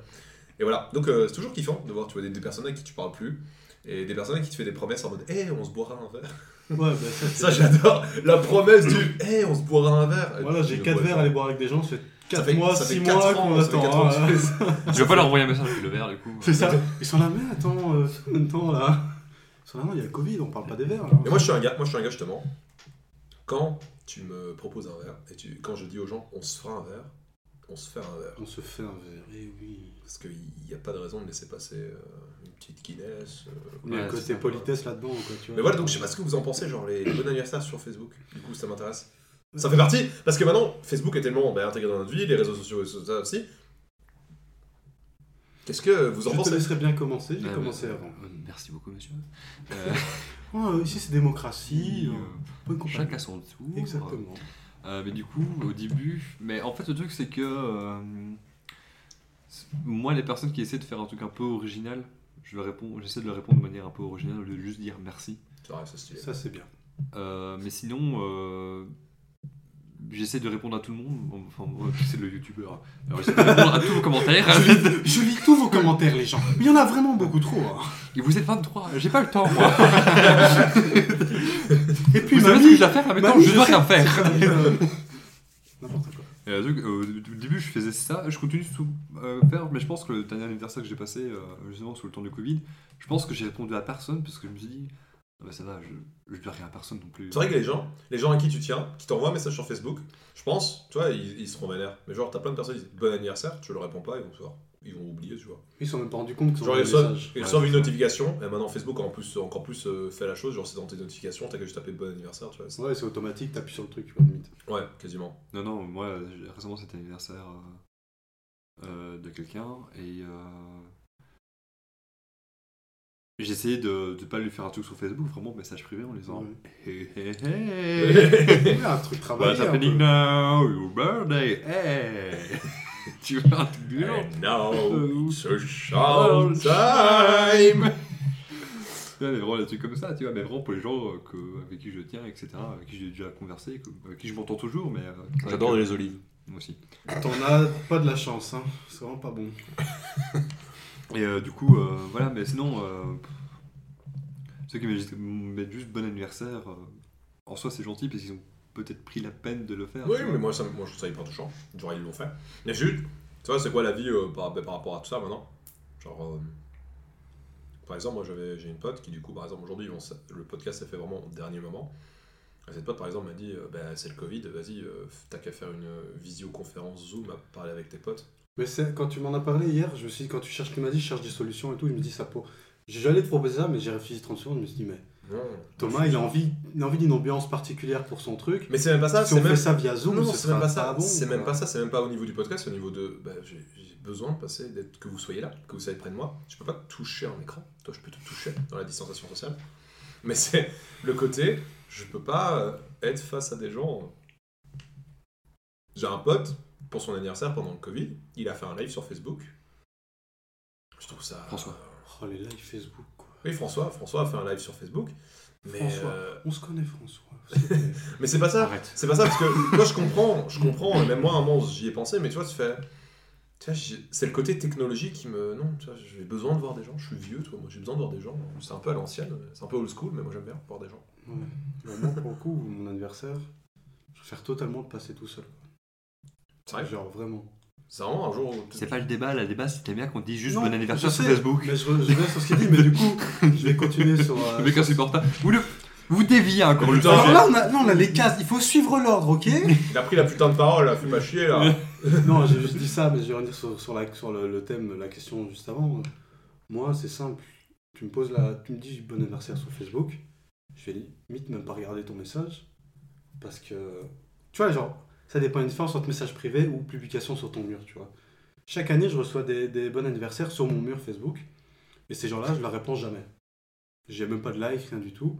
Speaker 2: Et voilà. Donc euh, c'est toujours kiffant de voir tu vois, des, des personnes à qui tu parles plus et des personnes à qui tu fais des promesses en mode hé, on se boira un verre.
Speaker 3: Ouais, bah, ça, c'est-
Speaker 2: Ça j'adore. La promesse du hé, on se boira un verre.
Speaker 3: Voilà, j'ai
Speaker 2: Je
Speaker 3: 4
Speaker 2: bois
Speaker 3: verres à
Speaker 2: pas.
Speaker 3: aller boire avec des gens, ça fait
Speaker 2: Ça
Speaker 3: 4
Speaker 2: fait-
Speaker 3: mois,
Speaker 2: ça fait
Speaker 3: 6
Speaker 2: quatre
Speaker 3: mois
Speaker 2: ans,
Speaker 3: qu'on
Speaker 2: ça fait quatre
Speaker 3: attend.
Speaker 2: ans
Speaker 3: hein.
Speaker 2: que tu
Speaker 4: Je vais pas leur envoyer un message avec le verre du coup.
Speaker 3: C'est ça. Ils sont là, mais attends, euh, attends, là. Ils sont là, non, il y a le Covid, on parle pas des verres. là.
Speaker 2: Mais moi je suis un gars, moi je suis un gars justement. Quand tu me proposes un verre et tu, quand je dis aux gens on se fera un verre, on se fait un verre
Speaker 3: On se fait un verre, eh oui.
Speaker 2: parce qu'il n'y a pas de raison de laisser passer euh, une petite Guinness. euh,
Speaker 3: Il y a
Speaker 4: Ouais,
Speaker 3: le
Speaker 4: c'est
Speaker 3: côté
Speaker 4: ça.
Speaker 3: politesse là-dedans, quoi, tu vois.
Speaker 2: Mais voilà donc je sais pas ce que vous en pensez genre les, les bons anniversaires sur Facebook. Du coup ça m'intéresse. Ça fait partie parce que maintenant Facebook est tellement bah, intégré dans notre vie, les réseaux sociaux et tout ça aussi. Qu'est-ce que vous en
Speaker 3: Je te
Speaker 2: pensez
Speaker 3: laisserai bien commencer, j'ai
Speaker 4: Ouais,
Speaker 3: commencé
Speaker 4: mais-
Speaker 3: avant.
Speaker 4: Euh, Merci beaucoup monsieur. Euh,
Speaker 3: Ouais, ici c'est démocratie,
Speaker 4: euh,
Speaker 3: euh, bonne compagnie.
Speaker 4: chacun son tour.
Speaker 3: Exactement.
Speaker 4: Euh, mais du coup, au début, mais en fait, le truc c'est que euh, c'est- moi, les personnes qui essaient de faire un truc un peu original, je leur réponds, j'essaie de leur répondre de manière un peu originale au lieu de juste dire merci.
Speaker 2: C'est vrai, c'est stylé.
Speaker 3: Ça c'est bien.
Speaker 4: Euh, mais sinon, euh, j'essaie de répondre à tout le monde. Enfin, moi, c'est le youtubeur. Alors, j'essaie de répondre à tous vos commentaires.
Speaker 3: Je lis, je lis tous vos commentaires, les gens. Mais il y en a vraiment beaucoup trop. hein.
Speaker 4: Et vous êtes 23, j'ai pas le temps, moi.
Speaker 3: Et puis
Speaker 4: vous savez ce que
Speaker 3: mamie,
Speaker 4: j'ai à faire là maintenant
Speaker 3: mamie,
Speaker 4: Je dois
Speaker 3: sais-
Speaker 4: rien faire.
Speaker 3: Euh, N'importe quoi.
Speaker 4: Et le truc, euh, au début, je faisais ça, je continue sous euh, faire, mais je pense que le dernier anniversaire que j'ai passé, euh, justement sous le temps du Covid, je pense que j'ai répondu à personne parce que je me suis dit, ah bah ça va, je, je dois rien à personne non plus.
Speaker 2: C'est vrai que les gens, les gens à qui tu tiens, qui t'envoient un message sur Facebook, je pense, tu vois, ils, ils seront vénères. Mais genre, t'as plein de personnes qui disent bon anniversaire, tu leur réponds pas, ils vont se voir. Ils vont oublier, tu vois.
Speaker 3: Ils se sont même pas rendus compte qu'ils ont
Speaker 2: Genre,
Speaker 3: eu
Speaker 2: ils
Speaker 3: un
Speaker 2: reçoivent,
Speaker 3: message.
Speaker 2: ils
Speaker 4: Ouais,
Speaker 2: reçoivent
Speaker 4: c'est
Speaker 2: une
Speaker 4: ça.
Speaker 2: notification, et maintenant Facebook a en plus, encore plus euh, fait la chose, genre c'est dans tes notifications, t'as qu'à juste taper bon anniversaire, tu vois. c'est-
Speaker 3: Ouais, c'est automatique, t'appuies sur le truc, tu vois, limite.
Speaker 2: Ouais, quasiment.
Speaker 4: Non, non, moi, euh, récemment, c'était l'anniversaire euh, euh, de quelqu'un et. euh, J'ai essayé de ne pas lui faire un truc sur Facebook, vraiment, message privé en lui disant
Speaker 3: Ouais.
Speaker 4: Hey, hey, hey
Speaker 2: ouais,
Speaker 4: Bah,
Speaker 3: Ouais, un truc travaillé.
Speaker 4: What's
Speaker 3: un
Speaker 4: happening
Speaker 3: peu.
Speaker 4: now Your birthday Hey Tu vois, un truc du genre.
Speaker 2: now
Speaker 4: it's
Speaker 2: it's
Speaker 4: Oh, time. Ouais, mais vraiment, des trucs comme ça, tu vois, mais vraiment pour les gens euh, que, avec qui je tiens, etc., avec qui j'ai déjà conversé, que- avec qui je m'entends toujours, mais. euh,
Speaker 1: J'adore
Speaker 4: avec- euh,
Speaker 1: les olives.
Speaker 4: Moi aussi.
Speaker 3: T'en as pas de la chance, hein. C'est vraiment pas bon.
Speaker 4: Et euh, du coup, euh, voilà, mais sinon, euh, ceux qui mettent juste, mettent juste bon anniversaire, euh, en soi c'est gentil parce qu'ils ont peut-être pris la peine de le faire.
Speaker 2: Oui,
Speaker 4: tu vois.
Speaker 2: mais moi, ça, moi je trouve ça hyper touchant. Genre, ils l'ont fait. Mais juste, tu vois, c'est quoi la vie euh, par, par rapport à tout ça maintenant Genre, euh, par exemple, moi j'avais, j'ai une pote qui, du coup, par exemple, aujourd'hui, on s- le podcast s'est fait vraiment au dernier moment. Et cette pote, par exemple, m'a dit euh, bah, c'est le Covid, vas-y, euh, t'as qu'à faire une euh, visioconférence Zoom à parler avec tes potes.
Speaker 3: Mais c'est- quand tu m'en as parlé hier, je me suis dit, quand tu cherches, tu m'as dit, je cherche des solutions et tout, je me dis, ça pour. J'allais te proposer ça, mais j'ai réfléchi 30 secondes, je me suis dit, mais
Speaker 2: Non.
Speaker 3: Thomas, il a envie, il a envie d'une ambiance particulière pour son truc.
Speaker 2: Mais c'est même pas ça,
Speaker 3: si
Speaker 2: c'est
Speaker 3: on
Speaker 2: même.
Speaker 3: fait ça via Zoom,
Speaker 2: Non, non,
Speaker 3: ce
Speaker 2: c'est même
Speaker 3: sera
Speaker 2: pas
Speaker 3: pas,
Speaker 2: ça.
Speaker 3: bon.
Speaker 2: c'est même
Speaker 3: quoi.
Speaker 2: pas ça. C'est même pas au niveau du podcast. C'est au niveau de. bah, j'ai j'ai besoin de passer d'être que vous soyez là, que vous soyez près de moi. Je peux pas toucher un écran. Toi, je peux te toucher dans la distanciation sociale. Mais c'est le côté. Je peux pas euh, être face à des gens. J'ai un pote pour son anniversaire pendant le Covid. Il a fait un live sur Facebook. Je trouve ça.
Speaker 4: François.
Speaker 3: Oh, les lives Facebook, quoi.
Speaker 2: Oui, François. François a fait un live sur Facebook. Mais
Speaker 3: François.
Speaker 2: euh,
Speaker 3: On se connaît, François. s'il te plaît.
Speaker 2: mais c'est pas ça.
Speaker 4: Arrête.
Speaker 2: C'est pas ça, parce que moi je comprends, je comprends, et même moi à un moment j'y ai pensé, mais tu vois, tu fais. Tu vois, j'ai- c'est le côté technologie qui me. Non, tu vois, j'ai besoin de voir des gens, je suis vieux, toi, moi j'ai besoin de voir des gens. C'est un peu à l'ancienne, c'est un peu old school, mais moi j'aime bien voir des gens.
Speaker 3: Ouais. Mais moi, pour le coup, mon anniversaire, je préfère totalement le passer tout seul.
Speaker 2: C'est vrai,
Speaker 3: Genre, vraiment.
Speaker 2: c'est vraiment un jour où.
Speaker 4: C'est pas le débat, là, le débat c'était bien qu'on dise juste
Speaker 3: Non,
Speaker 4: bon anniversaire
Speaker 3: je
Speaker 4: sur
Speaker 3: sais,
Speaker 4: Facebook.
Speaker 3: Mais je, je reste sur ce qu'il dit, mais du coup, je vais continuer sur. euh,
Speaker 4: Le mec insupportable. Vous, le- vous déviez encore le
Speaker 2: Putain.
Speaker 4: sujet.
Speaker 3: Alors là, on a, là, on a les cases, il faut suivre l'ordre, ok
Speaker 2: Il a pris la putain de parole, là, fais pas chier là.
Speaker 3: Non, j'ai juste dit ça, mais je vais revenir sur, sur la, sur le, le thème, la question juste avant. Moi, c'est simple. Tu me poses la, tu me dis bon anniversaire sur Facebook. Je vais limite même pas regarder ton message parce que tu vois, genre, ça dépend une différence entre message privé ou publication sur ton mur, tu vois. Chaque année, je reçois des, des bons anniversaires sur mon mur Facebook et ces gens-là, je leur réponds jamais. J'ai même pas de like, rien du tout.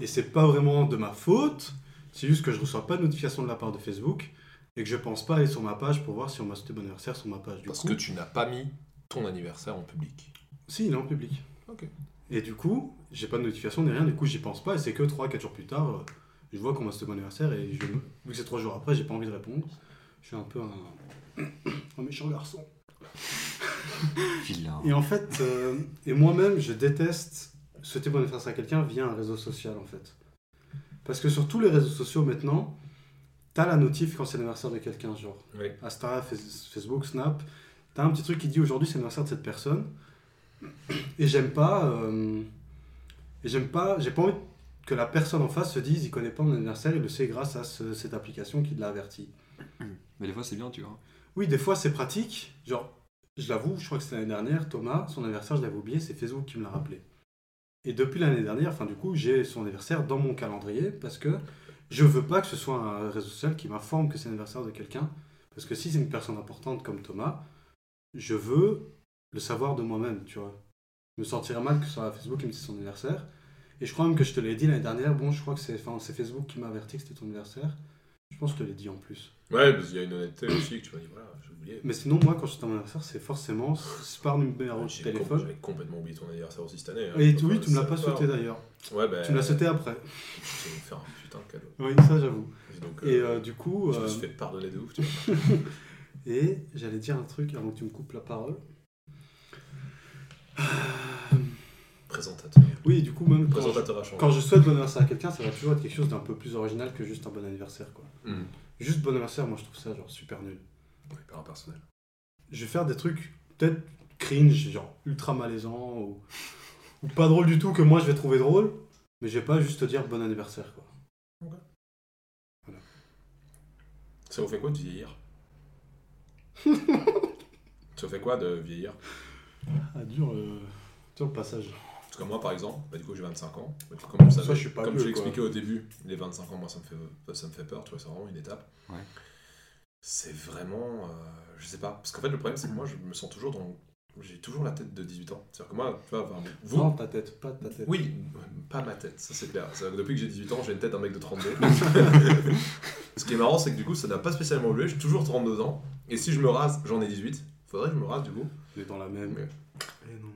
Speaker 3: Et c'est pas vraiment de ma faute. C'est juste que je reçois pas de notification de la part de Facebook et que je pense pas aller sur ma page pour voir si on m'a souhaité bon anniversaire sur ma page. Du
Speaker 2: Parce
Speaker 3: coup,
Speaker 2: que tu n'as pas mis ton anniversaire en public.
Speaker 3: si, il est en public.
Speaker 2: Ok.
Speaker 3: Et du coup, j'ai pas de notification ni rien, du coup, j'y pense pas, et c'est que 3-4 jours plus tard, euh, je vois qu'on m'a souhaité bon anniversaire, et je me- vu que c'est 3 jours après, j'ai pas envie de répondre. Je suis un peu un, un méchant garçon.
Speaker 4: Vilain.
Speaker 3: Et en fait, euh, et moi-même, je déteste souhaiter bon anniversaire à quelqu'un via un réseau social, en fait. Parce que sur tous les réseaux sociaux maintenant, t'as la notif quand c'est l'anniversaire de quelqu'un, genre.
Speaker 2: Oui.
Speaker 3: Insta, Fais- Facebook, Snap. T'as un petit truc qui dit aujourd'hui c'est l'anniversaire de cette personne. Et j'aime pas. euh, et j'aime pas. J'ai pas envie que la personne en face se dise il connaît pas mon anniversaire, il le sait grâce à ce- cette application qui l'a averti.
Speaker 4: Mais des fois c'est bien, tu vois.
Speaker 3: Oui, des fois c'est pratique. Genre, je l'avoue, je crois que c'était l'année dernière, Thomas, son anniversaire, je l'avais oublié, c'est Facebook qui me l'a rappelé. Et depuis l'année dernière, enfin du coup, j'ai son anniversaire dans mon calendrier parce que je veux pas que ce soit un réseau social qui m'informe que c'est l'anniversaire de quelqu'un. Parce que si c'est une personne importante comme Thomas, je veux le savoir de moi-même, tu vois. Je me sentirais mal que ce soit Facebook qui me dise son anniversaire. Et je crois même que je te l'ai dit l'année dernière, bon, je crois que c'est enfin, c'est Facebook qui m'a averti que c'était ton anniversaire. Je pense que je te l'ai dit en plus.
Speaker 2: Ouais, parce qu'il y a une honnêteté aussi que tu m'as dit, voilà, j'ai oublié.
Speaker 3: Mais sinon, moi, quand je suis à mon anniversaire, c'est forcément c'est par numéro de
Speaker 2: J'ai com-
Speaker 3: téléphone.
Speaker 2: J'avais complètement oublié ton anniversaire aussi cette année. hein.
Speaker 3: Et
Speaker 2: Enfin,
Speaker 3: oui, tu me l'as
Speaker 2: ça
Speaker 3: pas
Speaker 2: va.
Speaker 3: sauté d'ailleurs.
Speaker 2: Ouais, bah.
Speaker 3: Tu me l'as sauté après.
Speaker 2: Je t'ai offert un putain de cadeau.
Speaker 3: Oui, ça j'avoue.
Speaker 2: Et donc,
Speaker 3: Et
Speaker 2: euh,
Speaker 3: euh, du coup,
Speaker 2: je me
Speaker 3: euh,
Speaker 2: suis fait pardonner de ouf, tu vois.
Speaker 3: et j'allais dire un truc avant que tu me coupes la parole. Euh,
Speaker 2: Présentateur.
Speaker 3: Oui, du coup, même quand je,
Speaker 2: Présentateur à changer.
Speaker 3: quand je souhaite bon anniversaire à quelqu'un, ça va toujours être quelque chose d'un peu plus original que juste un bon anniversaire. quoi.
Speaker 2: Mhm.
Speaker 3: Juste bon anniversaire, moi je trouve ça genre super nul.
Speaker 2: Hyper impersonnel.
Speaker 3: je vais faire des trucs peut-être cringe, genre ultra malaisant ou, ou pas drôle du tout que moi je vais trouver drôle, mais je vais pas juste te dire bon anniversaire quoi.
Speaker 2: Ça vous fait quoi de vieillir Ça vous fait quoi de vieillir
Speaker 3: Ah dur le, dur le passage.
Speaker 2: Parce que moi, par exemple, bah, du coup, j'ai 25 ans. Bah, du coup, comme vous
Speaker 3: Ça,
Speaker 2: savez,
Speaker 3: je suis pas
Speaker 2: comme
Speaker 3: vieux,
Speaker 2: je l'ai
Speaker 3: quoi.
Speaker 2: expliqué au début, les 25 ans, moi, ça me fait, euh, ça, me fait peur. Tu vois, c'est vraiment une étape.
Speaker 4: Ouais.
Speaker 2: C'est vraiment, euh, je sais pas, parce qu'en fait, le problème, c'est que moi, je me sens toujours dans j'ai toujours la tête de 18 ans. C'est-à-dire que moi, tu vois, enfin, vous,
Speaker 5: Non, ta tête, pas ta tête.
Speaker 2: oui, pas ma tête, ça c'est clair. C'est-à-dire que depuis que j'ai 18 ans, j'ai une tête d'un mec de 32. Ce qui est marrant, c'est que du coup, ça n'a pas spécialement évolué. J'ai toujours 32 ans. Et si je me rase, j'en ai 18. Faudrait que je me rase du coup.
Speaker 3: Mais dans la même.
Speaker 2: Ouais.
Speaker 3: Eh non.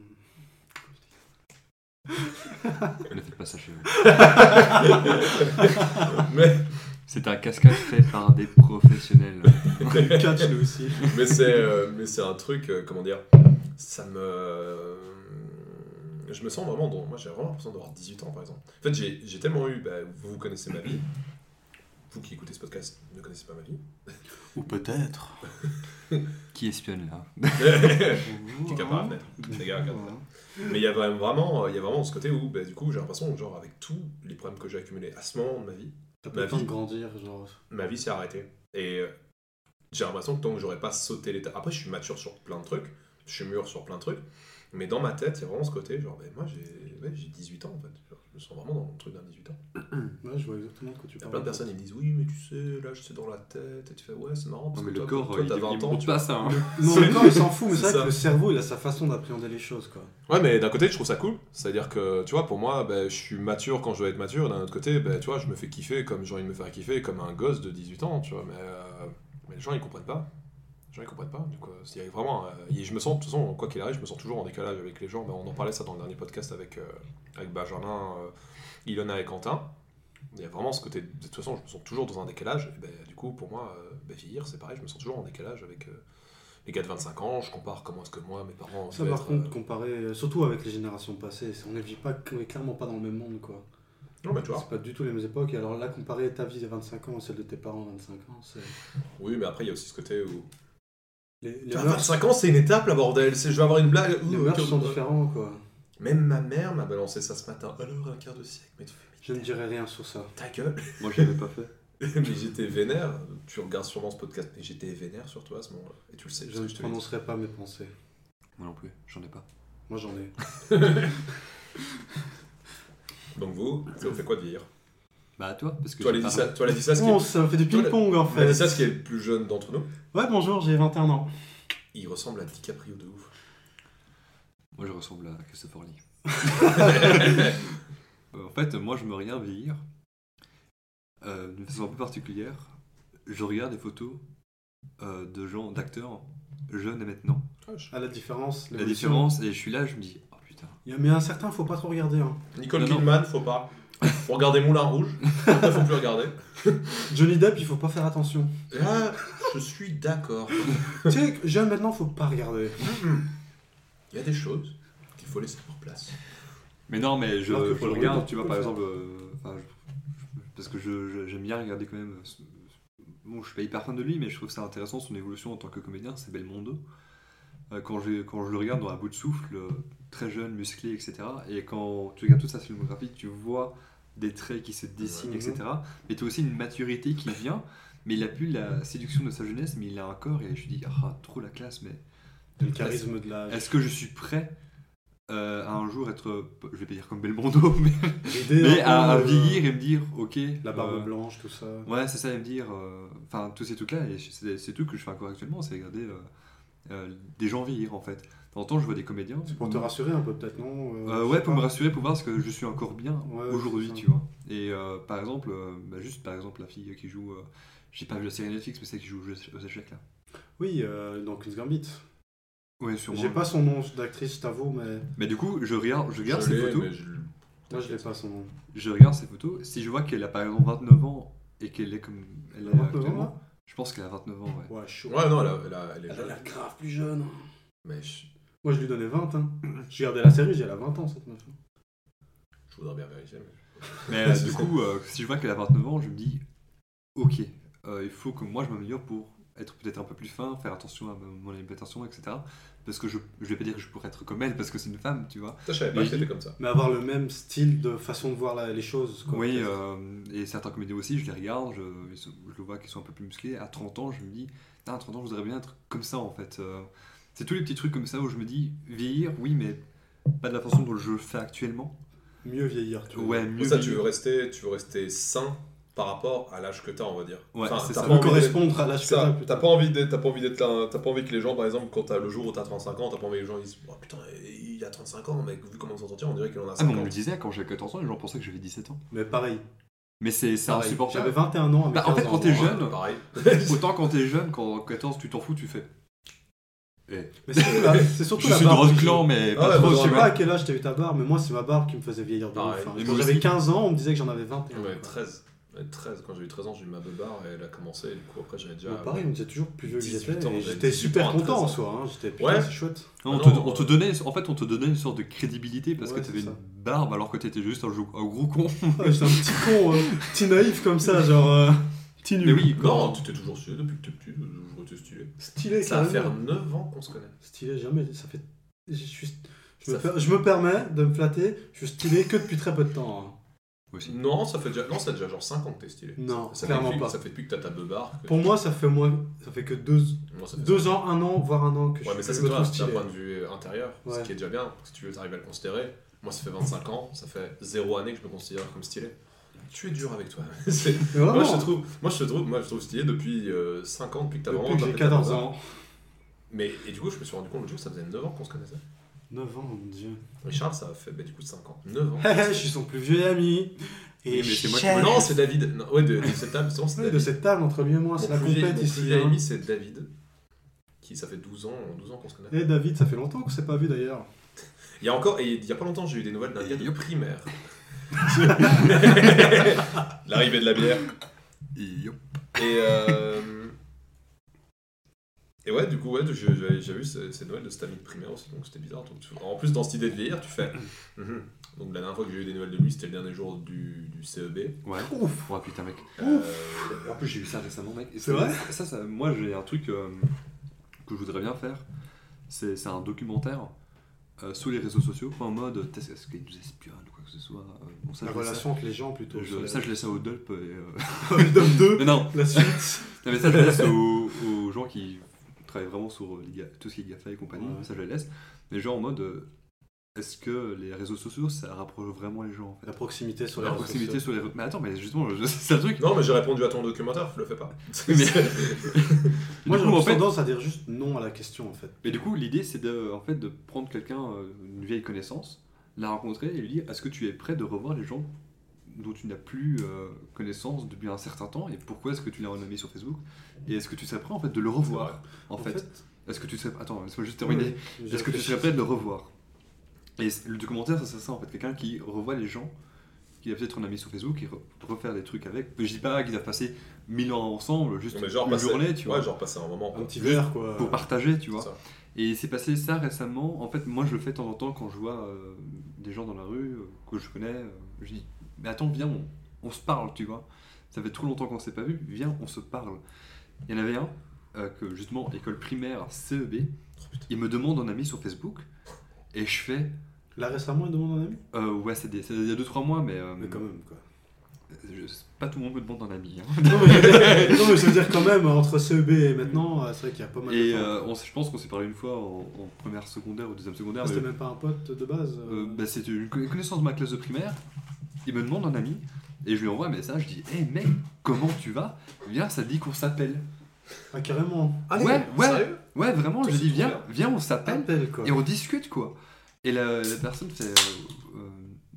Speaker 4: Ne faites pas ça chez vous.
Speaker 2: Mais,
Speaker 4: C'est un cascade fait par des professionnels. euh,
Speaker 3: Le catch, lui aussi.
Speaker 2: mais c'est euh, mais c'est un truc, euh, comment dire, ça me. Je me sens vraiment. dans- Moi, j'ai vraiment l'impression d'avoir 18 ans par exemple. En fait, j'ai j'ai tellement eu. bah, vous, vous connaissez ma vie. Vous qui écoutez ce podcast ne connaissez pas ma vie.
Speaker 3: Ou peut-être.
Speaker 4: Qui espionne là
Speaker 2: Quelqu'un par la fenêtre. Les gars, regarde. Mais il y a quand même vraiment, euh, il y a vraiment ce côté où, bah, du coup, j'ai l'impression que, genre, avec tous les problèmes que j'ai accumulés à ce moment de ma vie,
Speaker 5: T'as
Speaker 2: Ma
Speaker 5: pas le temps
Speaker 2: vie.
Speaker 5: de grandir, genre.
Speaker 2: ma vie s'est arrêtée. Et euh, j'ai l'impression que tant que j'aurais pas sauté l'étape. Après, je suis mature sur plein de trucs, je suis mûr sur plein de trucs, mais dans ma tête, il y a vraiment ce côté, genre, bah, moi, j'ai ouais, j'ai 18 ans, en fait. Genre, je me sens vraiment dans le truc d'un 18 ans.
Speaker 3: Ouais, je vois exactement de quoi tu
Speaker 2: Il y a
Speaker 3: parles.
Speaker 4: Ah
Speaker 2: plein de personnes, ils me disent, oui, mais tu sais, là, je sais dans la tête, et tu fais, ouais, c'est marrant,
Speaker 4: Non,
Speaker 2: parce
Speaker 4: mais
Speaker 2: que
Speaker 4: le
Speaker 2: toi,
Speaker 4: corps,
Speaker 2: toi,
Speaker 4: il,
Speaker 2: t'as
Speaker 4: il
Speaker 2: 20 ans.
Speaker 4: monte
Speaker 2: tu-
Speaker 4: pas ça. hein.
Speaker 3: Non, le corps, il s'en fout, mais
Speaker 2: C'est
Speaker 3: c'est vrai
Speaker 2: ça.
Speaker 3: que le cerveau, il a sa façon d'appréhender les choses, quoi.
Speaker 2: Ouais, mais d'un côté, je trouve ça cool. C'est-à-dire que, tu vois, pour moi, ben, je suis mature quand je dois être mature. D'un autre côté, ben, tu vois, je me fais kiffer comme j'ai envie de me faire kiffer, comme un gosse de 18 ans, tu vois. Mais, euh, mais les gens, ils comprennent pas. Les gens, ils comprennent pas. Donc, euh, il y a vraiment. euh, et je me sens, de toute façon, quoi qu'il arrive, je me sens toujours en décalage avec les gens. Ben, on en parlait ça dans le dernier podcast avec, euh, avec Benjamin, euh, Ilona et Quentin. Il y a vraiment ce côté. De toute façon, je me sens toujours dans un décalage. Et ben, du coup, pour moi, euh, ben, vieillir, c'est pareil. Je me sens toujours en décalage avec. euh, les gars de 25 ans, je compare comment est-ce que moi, mes parents.
Speaker 3: Ça,
Speaker 2: devaient
Speaker 3: par
Speaker 2: être,
Speaker 3: contre,
Speaker 2: euh,
Speaker 3: comparé, euh, surtout avec les générations passées, c'est- on ne vit pas, on est clairement pas dans le même monde, quoi.
Speaker 2: euh, Non, mais tu vois.
Speaker 3: C'est pas du tout les mêmes époques, et alors là, comparer ta vie de 25 ans à celle de tes parents à 25 ans, c'est.
Speaker 2: Oui, mais après, il y a aussi ce côté où.
Speaker 3: Les, les
Speaker 2: Tu vois,
Speaker 3: mœurs,
Speaker 2: 25 ans, c'est une étape, la bordel. C'est, je vais avoir une blague.
Speaker 3: les
Speaker 2: Ouh,
Speaker 3: mœurs
Speaker 2: ok,
Speaker 3: sont
Speaker 2: bon.
Speaker 3: différentes, quoi.
Speaker 2: Même ma mère m'a balancé ça ce matin. Alors, un quart de siècle, mais tu fais
Speaker 3: Je ne dirais rien sur ça.
Speaker 2: ta gueule.
Speaker 4: Moi, je l'avais pas fait.
Speaker 2: mais j'étais vénère. Tu regardes sûrement ce podcast, mais j'étais vénère sur toi à ce moment-là. Et tu le sais, parce
Speaker 3: Je
Speaker 2: que
Speaker 3: ne
Speaker 2: je te l'ai dit.
Speaker 3: prononcerai pas mes pensées.
Speaker 4: Moi non plus, j'en ai pas.
Speaker 3: Moi, j'en ai.
Speaker 2: Donc, vous, ça vous fait quoi de vieillir
Speaker 4: Bah, toi, parce que.
Speaker 2: Toi,
Speaker 4: j'ai
Speaker 2: les
Speaker 4: pas-
Speaker 2: dis ça, toi, les dis ça, ce qui
Speaker 3: On
Speaker 2: est...
Speaker 3: ça fait du
Speaker 2: Toi, le-
Speaker 3: ping-pong, en
Speaker 2: les
Speaker 3: fait.
Speaker 2: dis ça, ce qui est le plus jeune d'entre nous.
Speaker 3: Ouais, bonjour, j'ai 21 ans.
Speaker 2: Il ressemble à DiCaprio de ouf.
Speaker 4: Moi, je ressemble à Christopher Lee. Euh, en fait, moi, je me regarde vieillir euh, d'une façon un peu particulière. Je regarde des photos euh, de gens, d'acteurs jeunes et maintenant.
Speaker 3: À la différence,
Speaker 4: La
Speaker 3: l'évolution.
Speaker 4: différence, et je suis là, je me dis, oh putain.
Speaker 3: Il y a- Mais un certain, faut pas trop regarder. Hein.
Speaker 2: Nicole
Speaker 4: Non, non.
Speaker 2: Kidman, faut pas. Faut regarder Moulin Rouge. Après, faut plus regarder.
Speaker 3: Johnny Depp, il faut pas faire attention.
Speaker 2: Là, je suis d'accord.
Speaker 3: tu sais, jeune maintenant, faut pas regarder.
Speaker 2: Il y a des choses qu'il faut laisser pour place.
Speaker 4: Mais non, mais je,
Speaker 3: Alors que
Speaker 4: je
Speaker 3: pour le regarder,
Speaker 4: regarde, tu
Speaker 3: tu
Speaker 4: vois,
Speaker 3: peux
Speaker 4: par
Speaker 3: le
Speaker 4: exemple, euh, enfin, je- je- parce que je- je- j'aime bien regarder quand même. euh, ce- ce- Bon, je suis pas hyper fan de lui, mais je trouve ça intéressant son évolution en tant que comédien, c'est Belmondo. Euh, quand, j'ai- quand je le regarde dans un bout de souffle, euh, très jeune, musclé, etc. Et quand tu regardes toute sa filmographie, tu vois des traits qui se dessinent,
Speaker 3: Ouais.
Speaker 4: etc. Mais tu as aussi une maturité qui vient, mais il a plus la séduction de sa jeunesse, mais il a un corps, et je dis, ah, trop la classe, mais
Speaker 3: Le charisme de la
Speaker 4: Euh, est-ce que je suis prêt euh, à un jour être, je vais pas dire comme Belmondo, mais
Speaker 3: L'idée,
Speaker 4: mais
Speaker 3: un
Speaker 4: à, à
Speaker 3: peu, euh,
Speaker 4: vieillir et me dire, ok.
Speaker 3: La barbe
Speaker 4: euh,
Speaker 3: blanche, tout ça.
Speaker 4: Ouais, c'est ça, et me dire. euh, Enfin, tous ces trucs-là, et c'est c'est tout que je fais encore actuellement, c'est regarder euh, euh, des gens vieillir en fait. De temps en temps, je vois des comédiens.
Speaker 3: C'est pour te rassurer un peu, peut-être, non Euh,
Speaker 4: Mm. Euh,
Speaker 3: je
Speaker 4: ouais,
Speaker 3: sais
Speaker 4: pour me
Speaker 3: pas.
Speaker 4: rassurer, pour voir ce que je suis encore bien
Speaker 3: Ouais,
Speaker 4: aujourd'hui,
Speaker 3: c'est ça.
Speaker 4: tu vois. Et euh, par exemple, euh, bah, juste par exemple, la fille qui joue. euh, J'ai pas vu la série Netflix, mais celle qui joue aux éche- aux échecs là.
Speaker 3: Oui, euh, dans Queen's Gambit.
Speaker 4: Ouais, sûrement.
Speaker 3: J'ai pas son nom d'actrice, je t'avoue, mais.
Speaker 4: Mais du coup, je regarde, je regarde
Speaker 2: Je
Speaker 4: ces
Speaker 2: l'ai,
Speaker 4: photos.
Speaker 2: mais je-
Speaker 3: Moi, je l'ai pas son nom.
Speaker 4: Je regarde ces photos. Si je vois qu'elle a par exemple 29 ans et qu'elle est comme. Elle est
Speaker 3: 29
Speaker 4: actuellement,
Speaker 3: ans, hein
Speaker 4: Je pense qu'elle a 29 ans, ouais.
Speaker 3: là Ouais, chaud.
Speaker 2: Ouais, non, elle, a- elle a- elle est
Speaker 3: Elle a
Speaker 2: jeune.
Speaker 3: l'air grave plus jeune.
Speaker 2: Mais je,
Speaker 3: Moi, je lui donnais 20, hein. J'ai regardé la série, j'ai elle a 20 ans, cette meuf.
Speaker 2: je voudrais bien vérifier. mais-
Speaker 4: Mais euh, du coup, euh, si je vois qu'elle a 29 ans, je me dis, ok, euh, il faut que moi je m'améliore pour être peut-être un peu plus fin, faire attention à ma- mon alimentation, etc. Parce que je, je vais pas dire que je pourrais être comme elle, parce que c'est une femme, tu vois.
Speaker 2: Ça, je savais pas
Speaker 4: Mais
Speaker 2: que
Speaker 4: il-
Speaker 2: c'était comme ça.
Speaker 3: Mais avoir le même style de façon de voir la- les choses, quoi.
Speaker 4: oui,
Speaker 3: peut-être.
Speaker 4: euh, et certains comédiens aussi, je les regarde, je, ils sont- je le vois qu'ils sont un peu plus musclés. À 30 ans, je me dis, Putain, à 30 ans, je voudrais bien être comme ça, en fait. Euh, c'est tous les petits trucs comme ça où je me dis, vieillir, oui, mais pas de la façon dont je le fais actuellement.
Speaker 3: Mieux vieillir, tu vois.
Speaker 4: Ouais, mieux.
Speaker 2: Pour ça, tu
Speaker 4: vieillir.
Speaker 2: veux rester, tu veux rester sain par rapport à l'âge que t'as, on va dire.
Speaker 4: Ouais,
Speaker 2: Enfin,
Speaker 4: c'est
Speaker 2: t'as
Speaker 4: ça.
Speaker 2: pas
Speaker 3: Pour
Speaker 2: envie d'être-
Speaker 3: correspondre à l'âge que
Speaker 2: ça,
Speaker 3: t'as,
Speaker 2: t'as
Speaker 3: putain.
Speaker 2: pas envie d'être- t'as pas envie d'être là- t'as pas envie que les gens par exemple quand t'as le jour où t'as 35 ans t'as pas envie que les gens ils disent oh putain il a 35 ans mais vu comment on s'entretient on dirait qu'il en a
Speaker 4: Ah, mais on
Speaker 2: 50
Speaker 4: me le disait quand j'avais 14 ans, les gens pensaient que j'avais 17 ans.
Speaker 3: Mais pareil.
Speaker 4: Mais c'est c'est
Speaker 2: Pareil,
Speaker 4: insupportable.
Speaker 3: J'avais 21 ans. à mes
Speaker 4: Bah, en fait,
Speaker 3: 15
Speaker 4: quand
Speaker 3: ans,
Speaker 4: t'es
Speaker 3: moi.
Speaker 4: jeune,
Speaker 2: pareil
Speaker 4: Autant quand t'es jeune, quand 14, tu t'en fous, tu fais. Eh.
Speaker 3: Mais c'est surtout la- c'est surtout
Speaker 4: Je
Speaker 3: la
Speaker 4: suis dans
Speaker 3: barbe.
Speaker 4: le clan, mais
Speaker 2: Ah
Speaker 4: pas
Speaker 2: ouais,
Speaker 4: trop.
Speaker 2: bah,
Speaker 3: Je sais
Speaker 4: tu
Speaker 2: ouais.
Speaker 4: vois.
Speaker 3: pas à quel âge t'as eu ta barbe, mais moi c'est ma barbe qui me faisait vieillir de ouf.
Speaker 2: Pareil.
Speaker 3: hein.
Speaker 4: Et
Speaker 3: Quand
Speaker 4: moi
Speaker 3: j'avais
Speaker 4: aussi.
Speaker 3: 15 ans, on me disait que j'en avais 21.
Speaker 2: j'avais 13 J'avais 13 quand j'ai eu 13 ans j'ai eu ma beubare et elle a commencé et du coup après j'avais déjà
Speaker 3: Bah, pareil, on me disait toujours plus vieux que
Speaker 2: 18
Speaker 3: j'étais.
Speaker 2: ans,
Speaker 3: et
Speaker 2: j'avais
Speaker 3: J'étais
Speaker 2: 18 ans
Speaker 3: super
Speaker 2: à
Speaker 3: content
Speaker 2: 13 ans.
Speaker 3: en soi. hein. J'étais putain,
Speaker 2: Ouais.
Speaker 3: c'est chouette.
Speaker 4: Non,
Speaker 2: Ah
Speaker 4: on, te,
Speaker 2: non,
Speaker 4: on te
Speaker 2: euh,
Speaker 4: donnait, en fait, on te donnait une sorte de crédibilité parce
Speaker 3: Ouais,
Speaker 4: que t'avais
Speaker 3: c'est
Speaker 4: une
Speaker 3: ça.
Speaker 4: barbe alors que t'étais juste un, jou- un gros con.
Speaker 3: Ah, J'étais un petit con, euh, petit naïf comme ça, genre. euh, Petit
Speaker 4: Mais
Speaker 3: nul.
Speaker 4: oui,
Speaker 2: non
Speaker 4: quand.
Speaker 2: t'étais toujours stylé depuis que t'es petit toujours été stylé
Speaker 3: Stylé,
Speaker 2: ça va
Speaker 3: carrément.
Speaker 2: faire 9 ans qu'on se connaît
Speaker 3: Stylé, jamais. Ça fait. Je suis. Je me,
Speaker 2: Ça fait-
Speaker 3: per- je me permets de me flatter, je suis stylé que depuis très peu de temps. hein.
Speaker 4: Moi aussi.
Speaker 2: non ça fait déjà non ça fait déjà genre 5 ans que t'es stylé
Speaker 3: Non,
Speaker 2: ça fait,
Speaker 3: clairement
Speaker 2: depuis,
Speaker 3: pas.
Speaker 2: ça fait depuis que t'as ta beubare que-
Speaker 3: Pour moi, ça fait moins, ça fait que deux,
Speaker 2: Moi, ça fait
Speaker 3: deux
Speaker 2: ça.
Speaker 3: ans, un an, voire un an que je,
Speaker 2: ouais mais ça
Speaker 3: je
Speaker 2: c'est
Speaker 3: me
Speaker 2: toi
Speaker 3: trouve
Speaker 2: d'un
Speaker 3: stylé.
Speaker 2: point de vue intérieur ce
Speaker 3: Ouais.
Speaker 2: qui est déjà bien si tu veux t'arrives à le considérer moi ça fait 25 ans ça fait 0 année que je me considère comme stylé tu es dur avec toi C'est-
Speaker 3: Mais vraiment,
Speaker 2: Moi je, te trouve, moi, je te trouve, moi, je te trouve stylé depuis 5 ans, depuis que t'as
Speaker 3: depuis
Speaker 2: vraiment.
Speaker 3: que j'ai
Speaker 2: tapé ta
Speaker 3: 14
Speaker 2: barbe.
Speaker 3: ans.
Speaker 2: Mais et du coup, je me suis rendu compte le jour, ça faisait 9 ans qu'on se connaissait.
Speaker 3: 9 ans, mon dieu.
Speaker 2: Richard, ça fait bah, du coup 5 ans. 9 ans.
Speaker 3: je suis son plus vieux ami.
Speaker 4: Oui,
Speaker 3: Et
Speaker 4: mais c'est moi qui
Speaker 3: chef.
Speaker 4: me
Speaker 2: non, c'est David. Non, ouais, de, de cette table, c'est
Speaker 3: Oui,
Speaker 2: David.
Speaker 3: de cette table entre lui et moi,
Speaker 2: Mon
Speaker 3: c'est la
Speaker 2: plus vieil-
Speaker 3: compète
Speaker 2: mon plus
Speaker 3: ici.
Speaker 2: vieil
Speaker 3: hein.
Speaker 2: ami, c'est David. Qui, ça fait 12 ans, 12 ans qu'on se connaît.
Speaker 3: Et David, ça fait longtemps qu'on s'est pas vu d'ailleurs.
Speaker 2: Il y a encore, et il y a pas longtemps, j'ai eu des nouvelles d'un
Speaker 4: Et
Speaker 2: gars de
Speaker 4: yop.
Speaker 2: primaire. L'arrivée de la bière.
Speaker 4: Yo.
Speaker 2: Et, euh, et ouais, du coup, ouais, je- j'avais j'ai vu ces, ces Noëls de cette amie de primaire aussi, donc c'était bizarre. Donc, tu- en plus, dans cette idée de vieillir, tu fais. Mhm. Donc la dernière fois que j'ai eu des nouvelles de lui, c'était le dernier jour du, du CEB.
Speaker 4: Ouais.
Speaker 3: Ouf.
Speaker 4: Ouais, putain, mec.
Speaker 2: Euh,
Speaker 4: En plus, j'ai eu ça récemment, mec. Et
Speaker 3: C'est
Speaker 4: ça-
Speaker 3: vrai
Speaker 4: ça, ça- Moi, j'ai un truc euh, que je voudrais bien faire. C'est c'est un documentaire euh, sous les réseaux sociaux, en mode est-ce est-ce qu'ils nous espionnent ou quoi que ce soit. Euh, bon, ça,
Speaker 3: La
Speaker 4: je laisse
Speaker 3: relation entre les gens plutôt.
Speaker 4: ça, je, ça, je laisse ça au Dulp. Et, euh,
Speaker 3: Dom 2,
Speaker 4: Mais non,
Speaker 3: la suite.
Speaker 4: Non, mais ça, je laisse aux, aux gens qui travaillent vraiment sur euh, les ga- tout ce qui est GAFA et compagnie.
Speaker 3: Ouais.
Speaker 4: Ça, je les laisse. Mais genre en mode, euh, est-ce que les réseaux sociaux, ça rapproche vraiment les gens en fait
Speaker 3: La proximité sur
Speaker 4: La
Speaker 3: les
Speaker 4: proximité sur les. re- Mais attends, mais justement, je- c'est un truc.
Speaker 2: Non, mais j'ai répondu à ton documentaire, le fais pas.
Speaker 4: Oui, mais-
Speaker 3: Moi,
Speaker 4: du
Speaker 3: j'ai
Speaker 4: coup, en fait-
Speaker 3: tendance à dire juste non à la question en fait.
Speaker 4: Mais du coup, l'idée, c'est de, en fait, de prendre quelqu'un, euh, une vieille connaissance, la rencontrer et lui dire est-ce que tu es prêt de revoir les gens dont tu n'as plus euh, connaissance depuis un certain temps et pourquoi est-ce que tu l'as renommé sur Facebook et est-ce que tu serais prêt en fait de le revoir en fait, est-ce que tu serais attends laisse-moi juste terminer
Speaker 3: j'ai
Speaker 4: Est-ce que tu
Speaker 3: réfléchi.
Speaker 4: serais prêt de le revoir Et c- le documentaire, ça, c'est ça en fait, quelqu'un qui revoit les gens, qui a peut-être un ami sur Facebook, et re- refaire des trucs avec. Je dis pas qu'ils a passé mille ans ensemble, juste
Speaker 2: Non, mais genre
Speaker 4: une
Speaker 2: passer-
Speaker 4: journée, tu vois,
Speaker 2: Ouais, genre euh, passer un moment.
Speaker 3: Un
Speaker 2: quoi.
Speaker 3: petit verre quoi.
Speaker 4: pour partager, tu vois.
Speaker 2: Ça.
Speaker 4: Et il s'est passé ça récemment. En fait, moi, je le fais de temps en temps quand je vois euh, des gens dans la rue euh, que je connais. euh, je dis, mais attends, viens, on, on se parle, tu vois. Ça fait trop longtemps qu'on s'est pas vu. Viens, on se parle. Il y en avait un euh, que justement école primaire CEB.
Speaker 2: Oh, putain.
Speaker 4: Il me demande un ami sur Facebook et je fais.
Speaker 3: Là récemment, il demande un ami
Speaker 4: Euh, ouais, c'est des- c'est il y a 2-3 mois, mais, euh,
Speaker 3: Mais quand même quoi.
Speaker 4: je- c'est pas tout le monde me demande un ami. hein.
Speaker 3: non, mais, non, mais ça veut dire quand même, entre CEB et maintenant, euh, c'est vrai qu'il y a pas mal de
Speaker 4: Et
Speaker 3: temps.
Speaker 4: euh, on s- je pense qu'on s'est parlé une fois en, en première secondaire ou deuxième secondaire.
Speaker 3: Ah, C'était
Speaker 4: mais-
Speaker 3: même pas un pote de base. euh.
Speaker 4: Euh, bah, c'est une conna- connaissance de ma classe de primaire. Il me demande un ami et je lui envoie un message. Je dis, hé mec, comment tu vas Viens, ça te dit qu'on s'appelle. bah-
Speaker 3: Ah, carrément.
Speaker 2: Allez,
Speaker 4: Ouais, ouais.
Speaker 2: sérieux
Speaker 4: Ouais, vraiment,
Speaker 2: Ça,
Speaker 4: je
Speaker 2: c'est
Speaker 4: dis,
Speaker 2: trop
Speaker 4: viens,
Speaker 2: bien.
Speaker 4: viens, on s'appelle
Speaker 3: Appel quoi.
Speaker 4: Ah, et on discute quoi. Et la, la personne fait, euh, euh,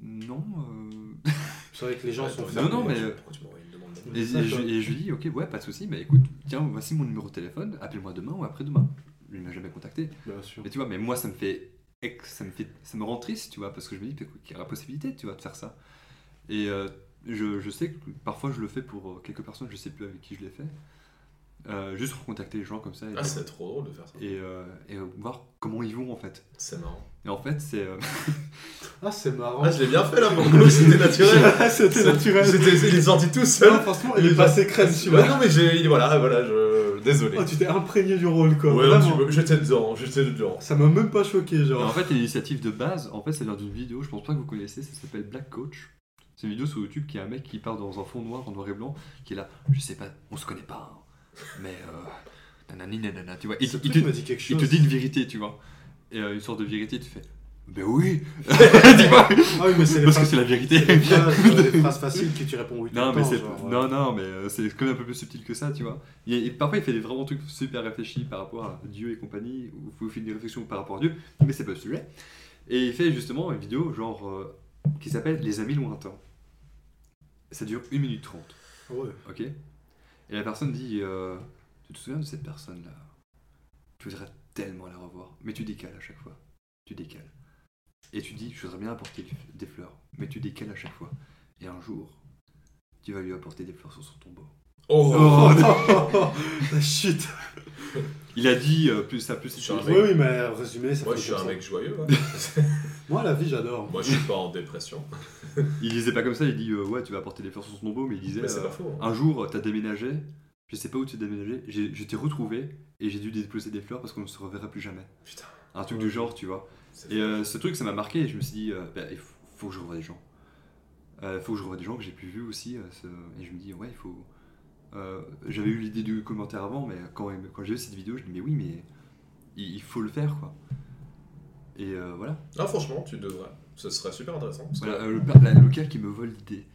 Speaker 4: non. euh,
Speaker 3: C'est vrai que les gens
Speaker 2: Ouais,
Speaker 3: sont
Speaker 2: attends,
Speaker 3: fermés.
Speaker 4: Ah, non, mais- euh,
Speaker 2: Pourquoi tu m'envoies une demande
Speaker 4: Et, et
Speaker 3: Ça,
Speaker 4: je,
Speaker 3: quoi.
Speaker 4: et je lui dis, ok, ouais, pas de souci, mais écoute, tiens, voici mon numéro de téléphone, appelle-moi demain ou après-demain. Il m'a jamais contacté.
Speaker 3: Bien sûr.
Speaker 4: Mais tu vois, mais moi, ça me fait, ex- ça me fait, ça me rend triste, tu vois, parce que je me dis écoute, qu'il y a la possibilité, tu vois, de faire ça. Et euh, je, je sais que parfois, je le fais pour euh, quelques personnes, je sais plus avec qui je l'ai fait, Euh, juste pour contacter les gens comme ça et,
Speaker 2: Ah, c'est trop drôle de faire ça.
Speaker 4: et, euh, et, euh, voir comment ils vont en fait.
Speaker 2: C'est marrant.
Speaker 4: Et en fait, c'est euh,
Speaker 3: Ah, c'est marrant. Ah,
Speaker 2: Ah, je l'ai bien fait là, pour le coup, c'était naturel.
Speaker 3: C'était naturel.
Speaker 2: C'était- Il est sorti tout seul.
Speaker 3: Non, franchement,
Speaker 2: Il
Speaker 3: il
Speaker 2: est
Speaker 3: est
Speaker 2: pas-
Speaker 3: passé crème
Speaker 2: Ouais,
Speaker 3: celui-là.
Speaker 2: bah, non, mais j'ai. il- Voilà, voilà, je. Désolé.
Speaker 3: Oh, tu t'es imprégné du rôle quoi.
Speaker 2: ouais, un
Speaker 3: Vraiment.
Speaker 2: petit peu. J'étais dedans, j'étais dedans.
Speaker 3: Ça m'a même pas choqué,
Speaker 4: Mais en
Speaker 3: genre.
Speaker 4: fait, l'initiative de base, en fait, c'est vient d'une vidéo, je pense pas que vous connaissez, ça s'appelle Black Coach. C'est une vidéo sur YouTube qui est un mec qui part dans un fond noir, en noir et blanc, qui est là, je sais pas, on se connaît pas, hein, mais euh, nanani nanana, tu vois. Il,
Speaker 3: Ce
Speaker 4: il
Speaker 3: truc
Speaker 4: te,
Speaker 3: m'a dit quelque
Speaker 4: il
Speaker 3: chose.
Speaker 4: te dit une vérité, tu vois. Et euh, une sorte de vérité, tu fais, Ben oui Dis-moi
Speaker 3: Ah oui, mais c'est les
Speaker 4: Parce que
Speaker 3: phrases,
Speaker 4: c'est la vérité
Speaker 3: c'est les phrases, euh, les phrases faciles que tu réponds oui tout
Speaker 4: Non,
Speaker 3: le
Speaker 4: mais
Speaker 3: temps,
Speaker 4: c'est
Speaker 3: genre, euh,
Speaker 4: non, non, mais euh, c'est quand même un peu plus subtil que ça, tu vois. Il y a- et parfois, il fait des vraiment trucs super réfléchis par rapport à Dieu et compagnie, ou vous faites des réflexions par rapport à Dieu, mais c'est pas le sujet. Et il fait justement une vidéo genre euh, qui s'appelle Les amis lointains. Ça dure 1 minute 30,
Speaker 3: ouais.
Speaker 4: ok Et la personne dit euh, Tu te souviens de cette personne-là Tu voudrais tellement la revoir, mais tu décales à chaque fois. Tu décales. Et tu dis Je voudrais bien apporter du- des fleurs, mais tu décales à chaque fois. Et un jour, tu vas lui apporter des fleurs sur son tombeau.
Speaker 2: Oh,
Speaker 4: Oh,
Speaker 3: La chute.
Speaker 4: Il a dit euh, plus ça plus
Speaker 2: Je suis un
Speaker 3: Oui,
Speaker 2: mec.
Speaker 3: oui, mais euh, résumé, ça
Speaker 2: Moi,
Speaker 3: fait
Speaker 2: je suis
Speaker 3: comme
Speaker 2: un
Speaker 3: ça.
Speaker 2: mec joyeux. hein.
Speaker 3: Moi, la vie, j'adore.
Speaker 2: Moi, je suis pas en dépression.
Speaker 4: Il disait pas comme ça, il dit euh, ouais tu vas apporter des fleurs sur son tombeau, mais il disait
Speaker 2: Mais c'est
Speaker 4: euh,
Speaker 2: pas faux. hein.
Speaker 4: un jour euh, t'as déménagé, je sais pas où tu as déménagé, j'ai- je t'ai retrouvé et j'ai dû déposer des fleurs parce qu'on ne se reverra plus jamais.
Speaker 2: Putain.
Speaker 4: Un truc du genre tu vois.
Speaker 2: C'est-
Speaker 4: ah. Et euh, ce truc ça m'a marqué et je me suis dit euh, bah, il faut, faut que je revoie des gens. Euh, faut que je revoie des gens que j'ai plus vu aussi. euh, ce- Et je me dis ouais il faut. euh, J'avais eu l'idée du commentaire avant, mais quand, quand j'ai vu cette vidéo je me dis mais oui mais il, il faut le faire quoi. Et euh, voilà.
Speaker 2: Non, Ah, franchement, tu devrais. Ce serait super intéressant. parce que-
Speaker 4: Voilà, euh, le père- la- le gars qui me vole l'idée.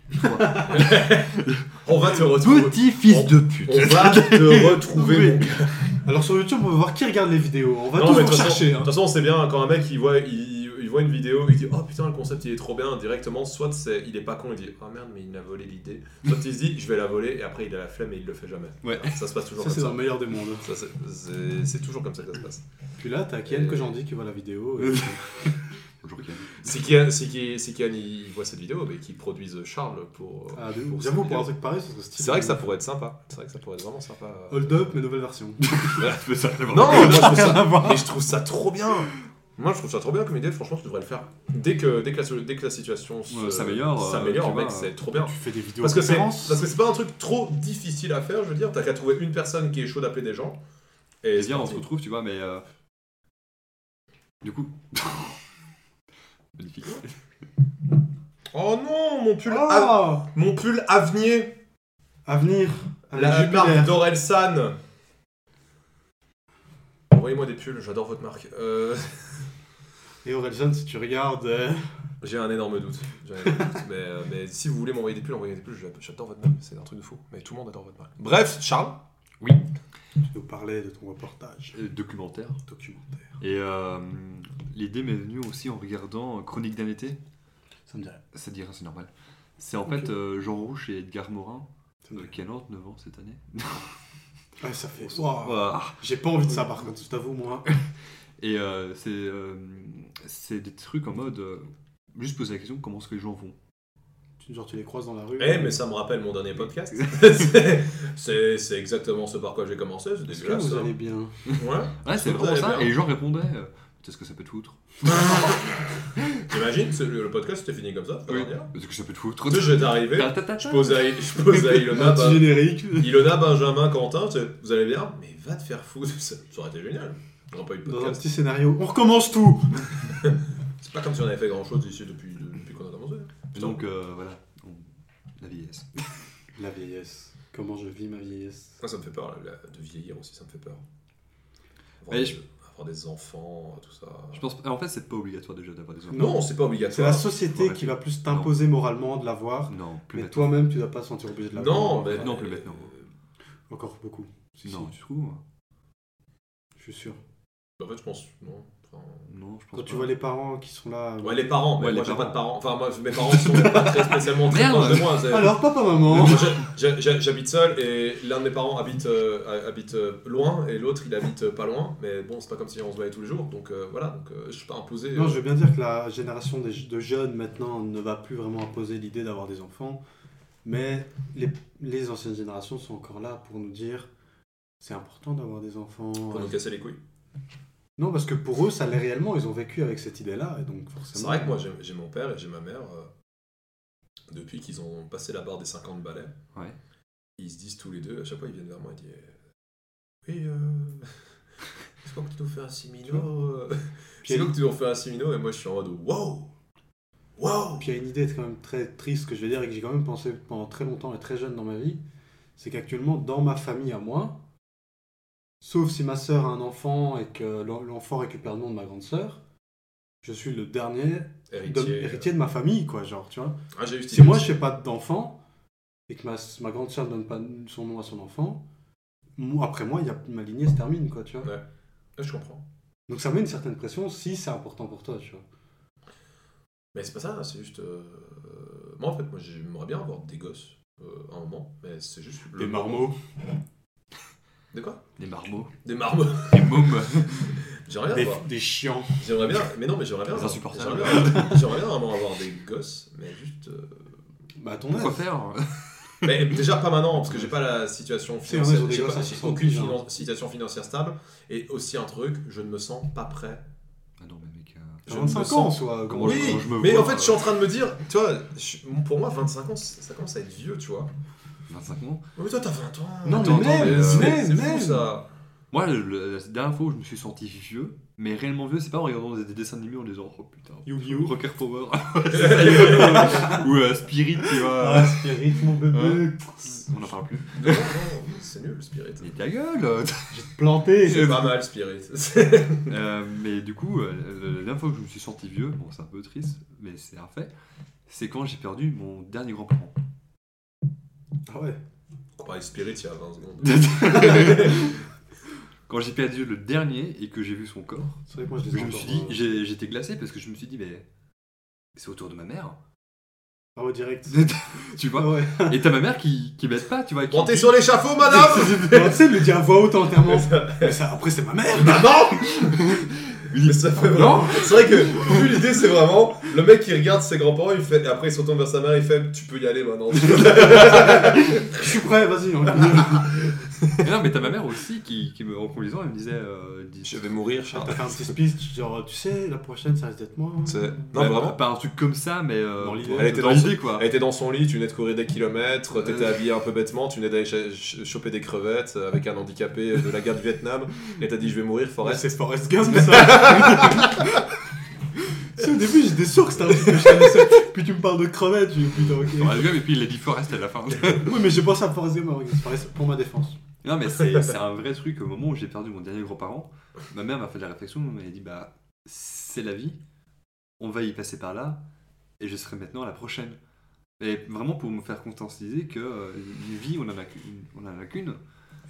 Speaker 2: On va te retrouver.
Speaker 4: Petit fils de pute.
Speaker 2: On va te retrouver, mon gars.
Speaker 3: Alors sur YouTube, on peut voir qui regarde les vidéos. On va
Speaker 2: Non,
Speaker 3: tous
Speaker 2: mais
Speaker 3: vous
Speaker 2: de toute façon-
Speaker 3: chercher. hein.
Speaker 2: De toute façon, on sait bien, quand un mec il voit, il, il voit une vidéo, il dit Oh putain, le concept il est trop bien, directement, soit c'est, il est pas con, il dit Oh merde, mais il a volé l'idée. Soit il se dit Je vais la voler, et après il a la flemme et il le fait jamais.
Speaker 4: Ouais.
Speaker 2: Ça se passe toujours
Speaker 3: Ça, c'est dans le
Speaker 2: comme ça.
Speaker 3: meilleur des mondes.
Speaker 2: Ça, c'est, c'est- c'est toujours comme ça que ça se passe.
Speaker 3: Puis là, t'as Ken que j'en dis qui voit la vidéo. euh, et-
Speaker 4: Bonjour, Ken.
Speaker 2: Si Kian, si Kian- si Kian, il voit cette vidéo, mais qu'il produise Charles pour.
Speaker 3: Ah, de
Speaker 2: pour cette
Speaker 3: ouf. J'avoue, pour
Speaker 2: vidéo.
Speaker 3: un truc pareil, ce serait stylé.
Speaker 2: C'est vrai que ça pourrait être sympa. C'est vrai que ça pourrait être vraiment sympa. euh,
Speaker 3: Hold up, mais nouvelle version.
Speaker 4: Voilà, tu peux ça, c'est bon.
Speaker 2: Non, moi, je trouve ça-
Speaker 3: Rien à voir.
Speaker 2: mais je trouve ça trop bien. Moi, je trouve ça trop bien comme idée. Franchement, tu devrais le faire. Dès que, dès que, la, dès que la situation se-
Speaker 4: Ouais, s'améliore, euh,
Speaker 2: s'améliore,
Speaker 4: tu
Speaker 2: mec,
Speaker 4: vois,
Speaker 2: c'est trop bien.
Speaker 3: Tu fais des vidéos
Speaker 2: Parce que c'est
Speaker 3: références.
Speaker 2: parce que c'est pas un truc trop difficile à faire, je veux dire. T'as qu'à trouver une personne qui est chaude d'appeler des gens. Et
Speaker 4: Et bien, on
Speaker 2: parti.
Speaker 4: se retrouve, tu vois, mais. euh, Du coup. Magnifique.
Speaker 2: Oh non, mon pull, av-
Speaker 3: Ah
Speaker 2: mon pull Avenir,
Speaker 3: Avenir. Avec
Speaker 2: Ah. la marque
Speaker 3: Ah, Jupiler.
Speaker 2: d'Orelsan. Envoyez-moi des pulls, j'adore votre marque. Euh,
Speaker 3: Et Orelsan, si tu regardes. euh,
Speaker 2: J'ai un énorme doute. J'ai un énorme doute. mais, euh, mais si vous voulez m'envoyer des pulls, envoyez des pulls. j'a- J'adore votre marque, c'est un truc de fou. Mais tout le monde adore votre marque. Bref, Charles.
Speaker 3: Tu nous parlais de ton reportage
Speaker 4: Euh, Documentaire.
Speaker 3: documentaire.
Speaker 4: Et euh, l'idée m'est venue aussi en regardant Chronique d'un été.
Speaker 3: Ça me dirait.
Speaker 4: Ça te dira, c'est normal. C'est en
Speaker 3: Ok.
Speaker 4: fait euh, Jean Rouge et Edgar Morin,
Speaker 3: Ça me
Speaker 4: euh,
Speaker 3: dirait.
Speaker 4: qui a 99 ans cette année.
Speaker 3: Ah, ça fait. Ouah.
Speaker 4: Ouah.
Speaker 3: J'ai pas envie de ça par contre, je t'avoue, moi.
Speaker 4: Et euh, c'est euh, c'est des trucs en mode. euh, juste poser la question comment est-ce que les gens vont
Speaker 3: Tu- Genre, tu les croises dans la rue.
Speaker 2: Eh, mais ça me rappelle mon dernier podcast. c'est c'est exactement ce par quoi j'ai commencé. C'est
Speaker 3: Est-ce que
Speaker 2: dégueulasse.
Speaker 3: vous
Speaker 2: hein.
Speaker 3: allez bien
Speaker 2: Ouais.
Speaker 4: Ouais, c'est
Speaker 2: Tout
Speaker 4: vraiment
Speaker 2: allait
Speaker 4: ça.
Speaker 2: bien.
Speaker 4: Et les gens répondaient euh, Qu'est-ce que ça peut te foutre
Speaker 2: T'imagines, c'est- le podcast c'était fini comme ça. faut
Speaker 4: Oui.
Speaker 2: leur dire.
Speaker 4: Qu'est-ce que ça peut te foutre
Speaker 2: Tu sais, j'étais arrivé,
Speaker 4: Ta, ta, ta, ta.
Speaker 2: je pose à, je pose à Ilona,
Speaker 3: Petit
Speaker 2: Ben-
Speaker 3: générique.
Speaker 2: Ilona, Benjamin, Quentin, tu sais, vous allez bien Mais va te faire foutre, ça, ça aurait été génial. On n'aurait pas eu de
Speaker 3: Dans un
Speaker 2: podcast.
Speaker 3: petit scénario. On recommence tout
Speaker 2: C'est pas comme si on avait fait grand chose ici depuis, depuis qu'on a commencé. Putain.
Speaker 4: Donc euh, voilà, On- la vieillesse.
Speaker 3: La vieillesse. Comment je vis ma vieillesse
Speaker 2: Moi, ça me fait peur, la- de vieillir aussi, ça me fait peur. Avoir,
Speaker 4: Mais
Speaker 2: des,
Speaker 4: je-
Speaker 2: avoir des enfants, euh, tout ça.
Speaker 4: Je pense, en fait, c'est pas obligatoire déjà d'avoir des enfants.
Speaker 2: Non, c'est pas
Speaker 3: C'est la
Speaker 2: obligatoire.
Speaker 3: société qui va plus t'imposer moralement de l'avoir,
Speaker 4: Non, plus
Speaker 3: mais
Speaker 4: maintenant.
Speaker 3: toi-même tu dois pas te sentir obligé de l'avoir.
Speaker 2: Non, mais.
Speaker 4: Non, plus maintenant.
Speaker 3: Encore beaucoup. Si,
Speaker 4: Non,
Speaker 3: si,
Speaker 4: tu trouves
Speaker 3: je suis sûr.
Speaker 2: En fait, je pense. Non. Enfin,
Speaker 4: Non, je pense
Speaker 3: Quand tu
Speaker 4: pas.
Speaker 3: vois les parents qui sont là.
Speaker 2: Ouais, les parents, mais
Speaker 4: Ouais,
Speaker 2: moi
Speaker 4: les
Speaker 2: j'ai
Speaker 4: parents.
Speaker 2: pas de parents. Enfin, moi, mes parents sont pas très spécialement très
Speaker 4: Merde.
Speaker 2: proches de moi. c'est-
Speaker 3: Alors, papa, maman
Speaker 2: Moi, j'ai- j'ai- J'habite seul et l'un de mes parents habite, euh, habite euh, loin et l'autre il habite euh, pas loin. Mais bon, c'est pas comme si on se voyait tous les jours, donc euh, voilà, donc euh, je suis pas imposé.
Speaker 3: Non,
Speaker 2: euh,
Speaker 3: je veux bien dire que la génération des- de jeunes maintenant ne va plus vraiment imposer l'idée d'avoir des enfants, mais les, les anciennes générations sont encore là pour nous dire c'est important d'avoir des enfants.
Speaker 2: Pour nous casser les couilles.
Speaker 3: Non, parce que pour eux, ça l'est réellement, ils ont vécu avec cette idée-là, et donc forcément.
Speaker 2: C'est vrai que moi j'ai j'ai mon père et j'ai ma mère. euh, depuis qu'ils ont passé la barre des 50 balais,
Speaker 4: Ouais.
Speaker 2: ils se disent tous les deux, à chaque fois ils viennent vers moi et disent euh, Oui, euh, c'est quoi que tu nous fais un simino euh
Speaker 3: Puis
Speaker 2: C'est
Speaker 3: il y
Speaker 2: quoi
Speaker 3: a-
Speaker 2: que tu nous fais un simino Et moi je suis en mode Wow Wow
Speaker 3: Puis il y a une idée quand même très triste que je vais dire et que j'ai quand même pensé pendant très longtemps et très jeune dans ma vie, c'est qu'actuellement dans ma famille à moi, sauf si ma sœur a un enfant et que l'en- l'enfant récupère le nom de ma grande sœur, je suis le dernier de-
Speaker 2: Héritier. euh,
Speaker 3: héritier de ma famille, quoi, genre, tu vois.
Speaker 2: Ah, j'ai eu cette
Speaker 3: Si moi,
Speaker 2: idée.
Speaker 3: je n'ai pas d'enfant, et que ma, ma grande sœur ne donne pas son nom à son enfant, moi, après moi, il y a, ma lignée se termine, quoi, tu vois.
Speaker 2: Ouais, Ah, je comprends.
Speaker 3: Donc ça met une certaine pression si c'est important pour toi, tu vois.
Speaker 2: Mais c'est pas ça, c'est juste. euh, Moi, en fait, moi, j'aimerais bien avoir des gosses euh, à un moment, mais c'est juste. le- Des quoi
Speaker 4: Les marmots.
Speaker 2: Des marmots.
Speaker 4: Les mômes.
Speaker 2: J'aimerais bien
Speaker 3: Des,
Speaker 2: avoir.
Speaker 3: des chiants.
Speaker 2: J'aimerais bien. Mais non, mais j'aimerais bien.
Speaker 4: Des
Speaker 2: avoir-
Speaker 4: insupportables.
Speaker 2: J'aimerais bien- j'aimerais bien vraiment avoir des gosses, mais juste. euh,
Speaker 3: Bah, à ton
Speaker 4: Pourquoi
Speaker 3: âge.
Speaker 4: faire
Speaker 2: Mais déjà pas maintenant, parce que j'ai pas la situation
Speaker 3: C'est vrai, ils
Speaker 2: financière,
Speaker 3: ont des
Speaker 2: j'ai
Speaker 3: gosses
Speaker 2: pas-
Speaker 3: à
Speaker 2: j'ai
Speaker 3: 60
Speaker 2: aucune
Speaker 3: piges, hein.
Speaker 2: finan- situation financière stable, et aussi un truc, je ne me sens pas prêt.
Speaker 4: Ah non, mais mec. euh,
Speaker 2: Je
Speaker 3: T'as
Speaker 2: ne me
Speaker 3: 25 ans,
Speaker 2: sens-
Speaker 3: soit.
Speaker 4: Comment
Speaker 3: gros.
Speaker 4: je-
Speaker 2: Oui,
Speaker 4: je me
Speaker 2: mais
Speaker 4: vois,
Speaker 2: en fait,
Speaker 4: euh,
Speaker 2: je suis en train de me dire, tu vois, je- pour moi, 25 ans, c- ça commence à être vieux, tu vois.
Speaker 4: 25 ans.
Speaker 2: Oh, Mais toi, t'as 20 ans.
Speaker 3: Non,
Speaker 4: Attends,
Speaker 3: mais
Speaker 4: attends, mais,
Speaker 3: même,
Speaker 4: euh,
Speaker 2: c'est c'est
Speaker 3: même,
Speaker 2: fou
Speaker 3: même.
Speaker 2: ça.
Speaker 4: Moi, le- la dernière fois où je me suis senti vieux, mais réellement vieux, c'est pas en regardant des, des dessins animés en disant oh putain.
Speaker 3: Yu-Gi-Oh!
Speaker 4: Rocker Power. Ou euh, Spirit, tu vois.
Speaker 3: Ah, Spirit, mon bébé!
Speaker 4: On n'en parle plus.
Speaker 2: Non, non, c'est nul, Spirit.
Speaker 4: Mais ta gueule
Speaker 3: J'ai te planté!
Speaker 2: C'est pas mal, Spirit.
Speaker 4: Euh, mais du coup, euh, la dernière fois que je me suis senti vieux, bon, c'est un peu triste, mais c'est un fait, c'est quand j'ai perdu mon dernier grand-parent.
Speaker 3: Ah ouais.
Speaker 2: On parlait de Spirit il y a 20 secondes.
Speaker 4: quand j'ai perdu le dernier et que j'ai vu son corps,
Speaker 3: C'est vrai que moi je les ai
Speaker 4: je me
Speaker 3: encore,
Speaker 4: suis dit,
Speaker 3: euh,
Speaker 4: j'ai- j'étais glacé parce que je me suis dit, mais c'est autour de ma mère.
Speaker 3: Ah ouais, direct.
Speaker 4: tu vois
Speaker 3: Ah ouais.
Speaker 4: Et t'as ma mère qui, qui baisse pas, tu vois. Qui
Speaker 2: Montez
Speaker 4: dit-
Speaker 2: sur l'échafaud, madame
Speaker 3: Non, Tu sais, de le dire à voix haute en enterrement. Mais ça, après, c'est ma mère!
Speaker 2: Maman Ah Mais ça fait vraiment-
Speaker 4: Non
Speaker 2: C'est vrai que, vu l'idée, c'est vraiment le mec qui regarde ses grands-parents, il fait, et après il se retourne vers sa mère, il fait Tu peux y aller maintenant.
Speaker 3: Je suis prêt, vas-y! on y
Speaker 4: Mais Non, mais t'as ma mère aussi qui, qui me, en conduisant, elle me disait. euh, elle dit-
Speaker 2: mourir,
Speaker 3: va. T'as fait un petit speech, genre, tu sais, la prochaine, ça risque d'être moi. hein.
Speaker 2: C'est-
Speaker 4: Ouais,
Speaker 2: Non, vraiment.
Speaker 4: Pas un truc comme ça, mais. euh,
Speaker 3: Dans l'idée.
Speaker 4: dans
Speaker 2: Elle était dans-
Speaker 4: l'idée, quoi.
Speaker 2: Elle était dans son lit, tu venais de courir des kilomètres, t'étais
Speaker 4: Euh.
Speaker 2: habillé un peu bêtement, tu venais d'aller ch- ch- choper des crevettes euh, avec un handicapé de la guerre du Vietnam, et t'as dit je vais mourir,
Speaker 3: Ouais,
Speaker 2: Forrest.
Speaker 3: c'est Forrest Gump, ça! Tu sais, au début, j'étais sûr que c'était un truc que je connaissais. Puis tu me parles de crevettes, j'ai dit, putain, ok.
Speaker 4: Forrest Gump, et puis il a dit Forrest à la fin.
Speaker 3: Oui, mais j'ai pensé à Forrest Gump avant que Forrest, pour ma défense.
Speaker 4: non, mais c'est c'est un vrai truc. Au moment où j'ai perdu mon dernier gros-parent, ma mère m'a fait de la réflexion. Elle m'a dit Bah, c'est la vie. On va y passer par là. Et je serai maintenant à la prochaine. Et vraiment pour me faire conscientiser que euh, une vie, on en a qu'une. On en a qu'une.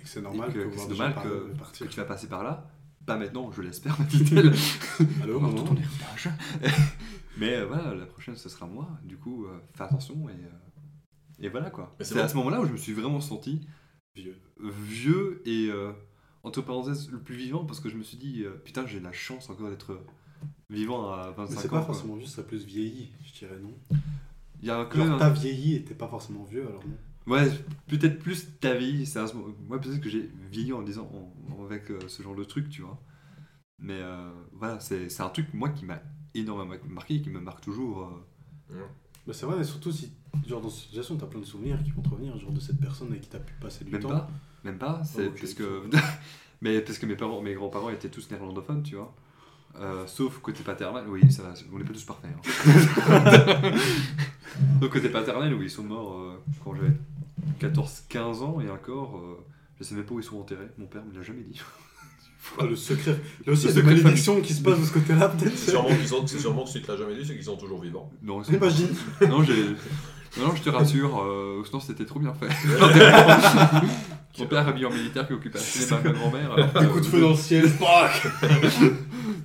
Speaker 3: Et que c'est
Speaker 4: Et
Speaker 3: normal
Speaker 4: que,
Speaker 3: que,
Speaker 4: que
Speaker 3: voir
Speaker 4: c'est
Speaker 3: des
Speaker 4: normal
Speaker 3: gens
Speaker 4: que,
Speaker 3: par- partir.
Speaker 4: que tu vas passer par là. Pas maintenant, je l'espère, ma dit-elle.
Speaker 3: Allô,
Speaker 4: Dans
Speaker 3: maman
Speaker 4: ton héritage. Mais euh, voilà, la prochaine, ce sera moi. Du coup, euh, fais attention et, euh, et voilà quoi.
Speaker 2: Mais c'est
Speaker 4: C'est
Speaker 2: bon.
Speaker 4: à ce moment-là où je me suis vraiment senti euh,
Speaker 3: Vieux.
Speaker 4: vieux et euh, entre parenthèses le plus vivant parce que je me suis dit euh, putain, j'ai la chance encore d'être euh, vivant à
Speaker 3: Mais c'est
Speaker 4: 25 ans.
Speaker 3: pas
Speaker 4: quoi.
Speaker 3: forcément vieux, ça plus vieilli, je dirais non.
Speaker 4: Il y a quand même
Speaker 3: Genre,
Speaker 4: un-
Speaker 3: t'as vieilli et t'es pas forcément vieux, alors non.
Speaker 4: Ouais, peut-être plus ta vie. c'est à ce moment- Moi, peut-être que j'ai vieilli en disant en- en- avec euh, ce genre de truc, tu vois. Mais euh, voilà, c'est c'est un truc, moi, qui m'a énormément marqué et qui me marque toujours. euh,
Speaker 3: Bah c'est vrai, mais surtout si, genre dans cette situation, t'as plein de souvenirs qui vont te revenir, genre de cette personne avec qui t'as pu passer du
Speaker 4: Même
Speaker 3: temps.
Speaker 4: pas, même pas, c'est
Speaker 3: Oh, ok.
Speaker 4: parce que mais parce que mes parents, mes grands-parents étaient tous néerlandophones, tu vois. Euh, sauf côté paternel, oui, ça va, on n'est pas tous parfaits. hein. Donc côté paternel, oui, ils sont morts euh, quand j'avais 14-15 ans et encore, euh, je sais même pas où ils sont enterrés. Mon père me l'a jamais dit.
Speaker 3: Ah, le secret. Il y a aussi
Speaker 4: Le
Speaker 3: des
Speaker 4: secret
Speaker 3: malédictions qui se passent de ce côté-là,
Speaker 2: C'est
Speaker 3: peut-être.
Speaker 2: sûrement, qu'ils ont- c'est sûrement que si tu l'as jamais dit, c'est qu'ils sont toujours vivants.
Speaker 4: Non, ils sont-
Speaker 3: J'imagine.
Speaker 4: non, j'ai- non, non, je te rassure, euh, sinon c'était trop bien fait. Mon père habillé en militaire qui occupait assez ma ma grand-mère. euh, alors que-
Speaker 3: Des coups de feu dans le ciel. Fuck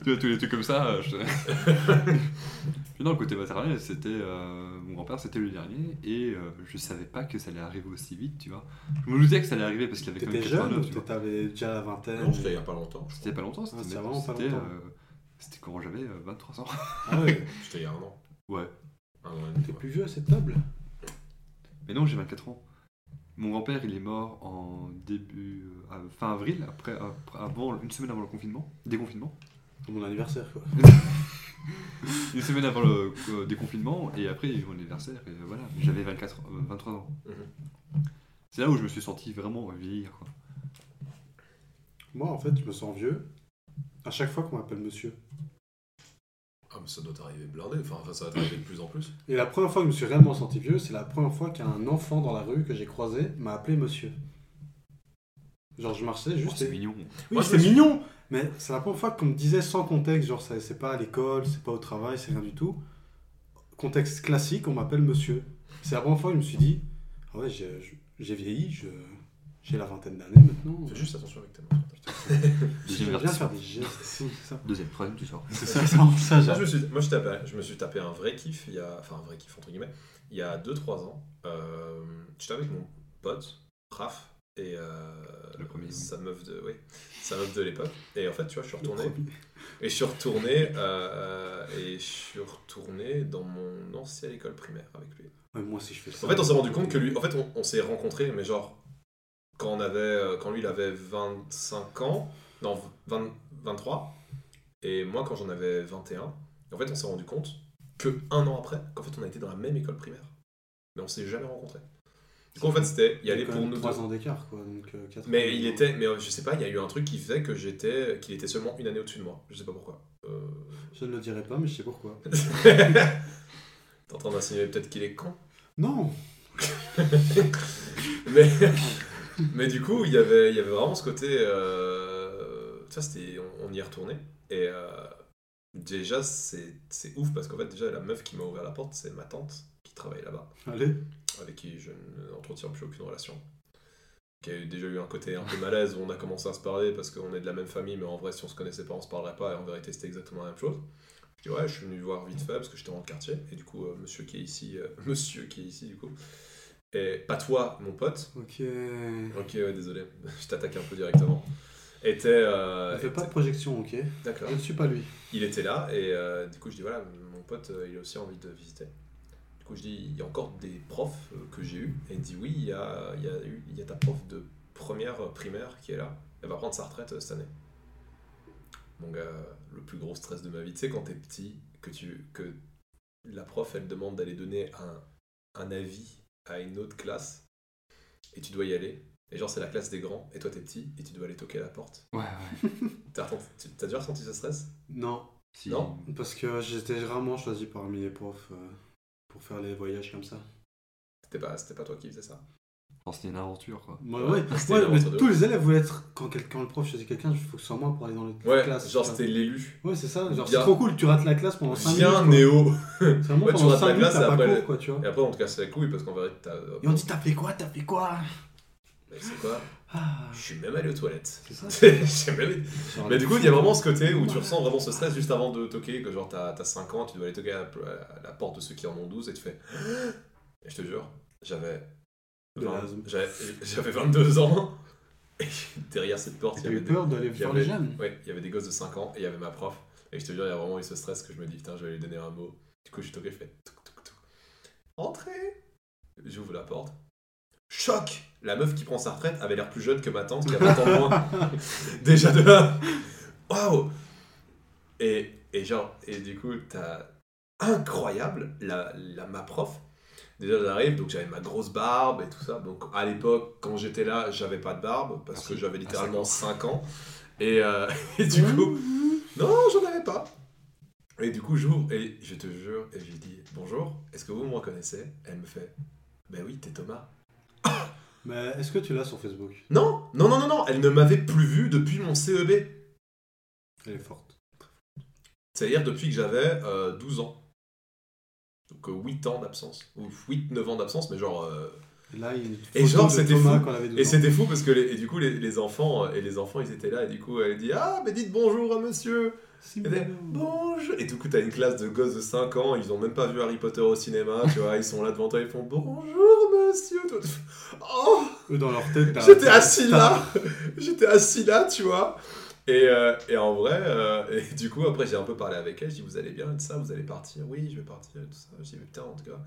Speaker 4: Tu vois, tous les trucs comme ça. euh, Je... Puis non, le côté maternel, c'était. euh, mon grand-père, c'était le dernier, et euh, je savais pas que ça allait arriver aussi vite, tu vois. Je me doutais que ça allait arriver parce qu'il avait quand
Speaker 3: T'étais
Speaker 4: même
Speaker 3: jeune
Speaker 4: 89,
Speaker 3: ou
Speaker 4: tu vois.
Speaker 3: t'avais déjà la vingtaine
Speaker 2: Non, c'était il y a pas longtemps. je
Speaker 4: C'était pas longtemps, c'était.
Speaker 3: Ah, c'était
Speaker 4: même-
Speaker 3: vraiment pas
Speaker 4: c'était,
Speaker 3: longtemps.
Speaker 4: euh, C'était quand j'avais euh, 23 ans.
Speaker 3: Ah ouais,
Speaker 2: crois. C'était il y a un an.
Speaker 4: Ouais.
Speaker 2: Un an et demi,
Speaker 3: t'es
Speaker 2: ouais.
Speaker 3: plus vieux à cette table
Speaker 4: Mais non, j'ai 24 ans. Mon grand-père, il est mort en début. euh, à- fin avril, après, après- avant, une semaine avant le confinement, déconfinement.
Speaker 3: Pour mon anniversaire, quoi.
Speaker 4: Une semaine avant le euh, déconfinement, et après, il y a eu mon anniversaire, et voilà, j'avais 24, euh, 23 ans.
Speaker 2: Mhm.
Speaker 4: C'est là où je me suis senti vraiment vieillir, quoi.
Speaker 3: Moi, en fait, je me sens vieux à chaque fois qu'on m'appelle monsieur.
Speaker 2: Ah, mais ça doit t'arriver blindé, enfin enfin, ça va t'arriver de plus en plus.
Speaker 3: Et la première fois que je me suis réellement senti vieux, c'est la première fois qu'un enfant dans la rue que j'ai croisé m'a appelé monsieur. Genre, je marchais
Speaker 4: Oh,
Speaker 3: juste.
Speaker 4: c'est
Speaker 3: et-
Speaker 4: mignon.
Speaker 3: Oui,
Speaker 2: Moi, je
Speaker 3: Oh, c'est
Speaker 2: me suis-
Speaker 3: mignon Mais c'est la première fois qu'on me disait sans contexte, genre c'est c'est pas à l'école, c'est pas au travail, c'est rien du tout. Contexte classique, on m'appelle monsieur. C'est la première fois que je me suis dit, ah ouais, j'ai je- j'ai vieilli, je- j'ai la vingtaine d'années maintenant.
Speaker 2: Fais juste attention avec ta main.
Speaker 3: J'aimerais bien faire des gestes. si, c'est ça.
Speaker 4: Deuxième problème, tu sors.
Speaker 3: C'est ça, c'est vraiment ça,
Speaker 2: Moi,
Speaker 3: j'aime.
Speaker 2: je me suis, moi, je, tapais- je me suis tapé un vrai kiff, il y a, enfin un vrai kiff entre guillemets, il y a 2-3 ans. Euh, J'étais avec mon pote, Raph, et euh,
Speaker 4: Le premier, oui.
Speaker 2: sa meuf de, oui, sa meuf de l'époque. Et en fait, tu vois, je suis retourné, et je suis retourné, euh, et je suis retourné dans mon ancienne école primaire avec lui.
Speaker 3: Ouais, moi aussi, je fais ça.
Speaker 2: En fait, on s'est rendu compte que lui, en fait, on, on s'est rencontrés, mais genre, quand, on avait, euh, quand lui, il avait 25 ans, non, 20 23, et moi, quand j'en avais 21, et en fait, on s'est rendu compte que un an après, qu'en fait, on a été dans la même école primaire, mais on s'est jamais rencontrés. Du coup, en fait, c'était y
Speaker 3: Il y
Speaker 2: aller
Speaker 3: a quand
Speaker 2: pour
Speaker 3: même
Speaker 2: nous deux.
Speaker 3: trois ans d'écart, quoi. Donc, euh, quatre ans.
Speaker 2: Mais il était, mais euh, je sais pas, il y a eu un truc qui faisait que j'étais, qu'il était seulement une année au-dessus de moi. Je sais pas pourquoi. Euh...
Speaker 3: Je ne le dirai pas, mais je sais pourquoi.
Speaker 2: T'es en train d'insinuer peut-être qu'il est con.
Speaker 3: Non
Speaker 2: mais, mais du coup, il y avait, il y avait vraiment ce côté. euh, ça, c'était, on, on y est retourné. Et euh, déjà, c'est, c'est ouf parce qu'en fait, déjà, la meuf qui m'a ouvert la porte, c'est ma tante qui travaille là-bas,
Speaker 3: Allez.
Speaker 2: avec qui je n'entretiens plus aucune relation. Qui a eu- déjà eu un côté un peu malaise où on a commencé à se parler parce qu'on est de la même famille, mais en vrai, si on se connaissait pas, on se parlerait pas. Et en vérité, c'était exactement la même chose. Je dis ouais, je suis venu voir vite fait parce que j'étais dans le quartier. Et du coup, euh, monsieur qui est ici, euh, monsieur qui est ici, du coup. Et pas toi, mon pote,
Speaker 3: Ok. On
Speaker 2: Ok, ouais, désolé, je t'attaque un peu directement. Était, euh,
Speaker 3: fait pas de
Speaker 2: était-
Speaker 3: projection, ok
Speaker 2: D'accord.
Speaker 3: Je ne suis pas lui.
Speaker 2: Il était là et euh, du coup je dis voilà, mon pote euh, il a aussi envie de visiter. Du coup je dis il y a encore des profs euh, que j'ai eu et il dit oui il y a, il y, a eu- il y a ta prof de première euh, primaire qui est là, elle va prendre sa retraite euh, cette année. Mon gars, le plus gros stress de ma vie, tu sais quand t'es petit que tu que la prof elle demande d'aller donner un, un avis à une autre classe et tu dois y aller. Et genre c'est la classe des grands et toi t'es petit et tu dois aller toquer à la porte.
Speaker 4: Ouais, ouais.
Speaker 2: T'as ressenti- t'as déjà ressenti ce stress
Speaker 3: Non,
Speaker 4: Si.
Speaker 2: Non.
Speaker 3: parce que j'étais rarement choisi parmi les profs euh, pour faire les voyages comme ça.
Speaker 2: C'était pas, c'était pas toi qui faisais ça.
Speaker 4: Enfin, c'était une aventure, quoi.
Speaker 3: Moi,
Speaker 2: Ouais,
Speaker 3: ouais,
Speaker 2: c'était
Speaker 3: ouais,
Speaker 2: une
Speaker 3: mais
Speaker 2: aventure de
Speaker 3: tous les élèves voulaient être. Quand, quelqu'un- quand le prof choisit quelqu'un, il faut que ce soit moi pour aller dans l'autre
Speaker 2: Ouais,
Speaker 3: classe.
Speaker 2: genre
Speaker 3: tu vois.
Speaker 2: c'était l'élu.
Speaker 3: Ouais, c'est ça. Genre,
Speaker 2: Viens.
Speaker 3: c'est trop cool, tu rates la classe pendant 5 minutes.
Speaker 2: Viens
Speaker 3: quoi.
Speaker 2: Néo.
Speaker 3: C'est vraiment
Speaker 2: Ouais, tu
Speaker 3: pendant
Speaker 2: rates
Speaker 3: 5
Speaker 2: la
Speaker 3: minutes,
Speaker 2: classe,
Speaker 3: t'as
Speaker 2: et
Speaker 3: pas
Speaker 2: après-
Speaker 3: cours, quoi, tu vois.
Speaker 2: Et après on te casse la couille parce qu'en vrai t'as. euh,
Speaker 3: Et on dit, t'as fait quoi T'as fait quoi
Speaker 2: Mais c'est quoi
Speaker 3: Ah,
Speaker 2: Je suis même allé aux toilettes.
Speaker 3: c'est Ah, ça.
Speaker 2: J'ai même-
Speaker 3: Genre,
Speaker 2: Mais du coup il y a vraiment ce côté où tu ressens vraiment ce stress juste avant de toquer, que genre t'as, t'as 5 ans, tu dois aller toquer à la, à la porte de ceux qui en ont 12 et tu fais. Et je te jure, j'avais.
Speaker 3: De
Speaker 2: 20
Speaker 3: l'asthme.
Speaker 2: j'avais, j'avais 22 ans. Et derrière cette porte, il y
Speaker 3: T'as
Speaker 2: avait
Speaker 3: eu
Speaker 2: des,
Speaker 3: peur d'aller
Speaker 2: il y
Speaker 3: voir
Speaker 2: avait-
Speaker 3: les jeunes
Speaker 2: Ouais, il y avait des gosses de 5 ans et il y avait ma prof. Et je te jure, il y a vraiment eu ce stress que je me dis, putain, je vais lui donner un mot. Du coup, je suis toqué, je fais toc toc toc. Entrez J'ouvre la porte. Choc La meuf qui prend sa retraite avait l'air plus jeune que ma tante qui a 20 ans de moins. Déjà de là. Waouh et, et genre, et du coup, t'as. Incroyable la, la, ma prof. Déjà, j'arrive, donc j'avais ma grosse barbe et tout ça. Donc à l'époque, quand j'étais là, j'avais pas de barbe parce que j'avais littéralement 5 ans. Et, euh, et du
Speaker 3: Mhm.
Speaker 2: coup, non, j'en avais pas. Et du coup, j'ouvre et je te jure, et je lui dis Bonjour, est-ce que vous me reconnaissez Elle me fait Ben oui, t'es Thomas.
Speaker 3: Mais est-ce que tu l'as sur Facebook
Speaker 2: Non, non, non, non, non, elle ne m'avait plus vu depuis mon E CEB.
Speaker 3: Elle est forte.
Speaker 2: C'est-à-dire depuis que j'avais euh, 12 ans. Donc 8 ans d'absence. Ou 8-9 ans d'absence, mais genre. euh,
Speaker 3: Et là, il y a une
Speaker 2: Et
Speaker 3: photo
Speaker 2: genre,
Speaker 3: de
Speaker 2: c'était
Speaker 3: Thomas
Speaker 2: fou.
Speaker 3: quand elle avait 12
Speaker 2: Et
Speaker 3: ans.
Speaker 2: c'était fou parce que les- et du coup les, les enfants euh, et les enfants ils étaient là et du coup elle dit ah mais dites bonjour à monsieur
Speaker 3: Si,
Speaker 2: Et elle,
Speaker 3: mais-
Speaker 2: bonjour et du coup t'as une classe de gosses de 5 ans ils ont même pas vu Harry Potter au cinéma tu vois ils sont là devant toi ils font bonjour monsieur Toi, tu fais, oh
Speaker 3: Eux, dans leur tête, t'as-
Speaker 2: J'étais assis là, j'étais assis là, tu vois. Et, euh, et en vrai, euh, et du coup, après, j'ai un peu parlé avec elle. Je dis, vous allez bien, et tout ça, vous allez partir. Oui, je vais partir, et tout ça. Je dis, mais putain, en tout cas.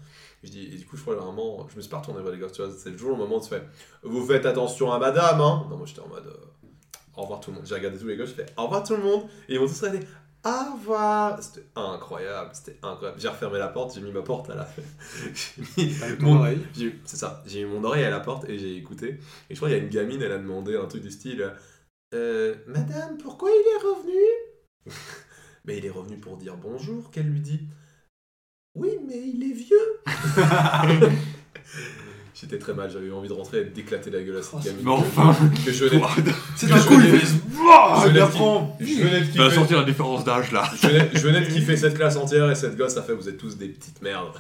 Speaker 2: Je dis, et du coup, je crois vraiment, je me suis pas retourné vers les gars, tu vois. C'est toujours le moment où tu fais, vous faites attention à madame, hein. Non, moi, j'étais en mode, euh, au revoir tout le monde. J'ai regardé tous les gars, je fais, au revoir tout le monde. Et ils m'ont tous regardé, au revoir. C'était incroyable, c'était incroyable. J'ai refermé la porte, j'ai mis ma porte là, là. J'ai mis-
Speaker 3: Avec ton
Speaker 2: Mon-
Speaker 3: oreille.
Speaker 2: j'ai eu- C'est ça, j'ai eu mon oreille à la porte et j'ai écouté. Et je crois qu'il y a une gamine, elle a demandé un truc du style euh, Madame, pourquoi il est revenu Mais il est revenu pour dire bonjour, qu'elle lui dit Oui, mais il est vieux Je J'étais très mal, j'avais eu envie de rentrer et d'éclater la gueule à cette
Speaker 3: Oh,
Speaker 2: gamine.
Speaker 4: Mais enfin
Speaker 2: Que je venais,
Speaker 3: C'est
Speaker 2: d'un
Speaker 3: d'un
Speaker 2: coup,
Speaker 3: coup,
Speaker 2: il
Speaker 3: il
Speaker 2: fait-
Speaker 3: fait.
Speaker 2: je
Speaker 3: Ah, Il
Speaker 2: l'ai
Speaker 3: apprend.
Speaker 2: je venais de
Speaker 4: Tu vas
Speaker 2: kiffer,
Speaker 4: sortir la différence d'âge là
Speaker 2: je venais- je venais de kiffer cette classe entière et cette gosse a fait vous êtes tous des petites merdes.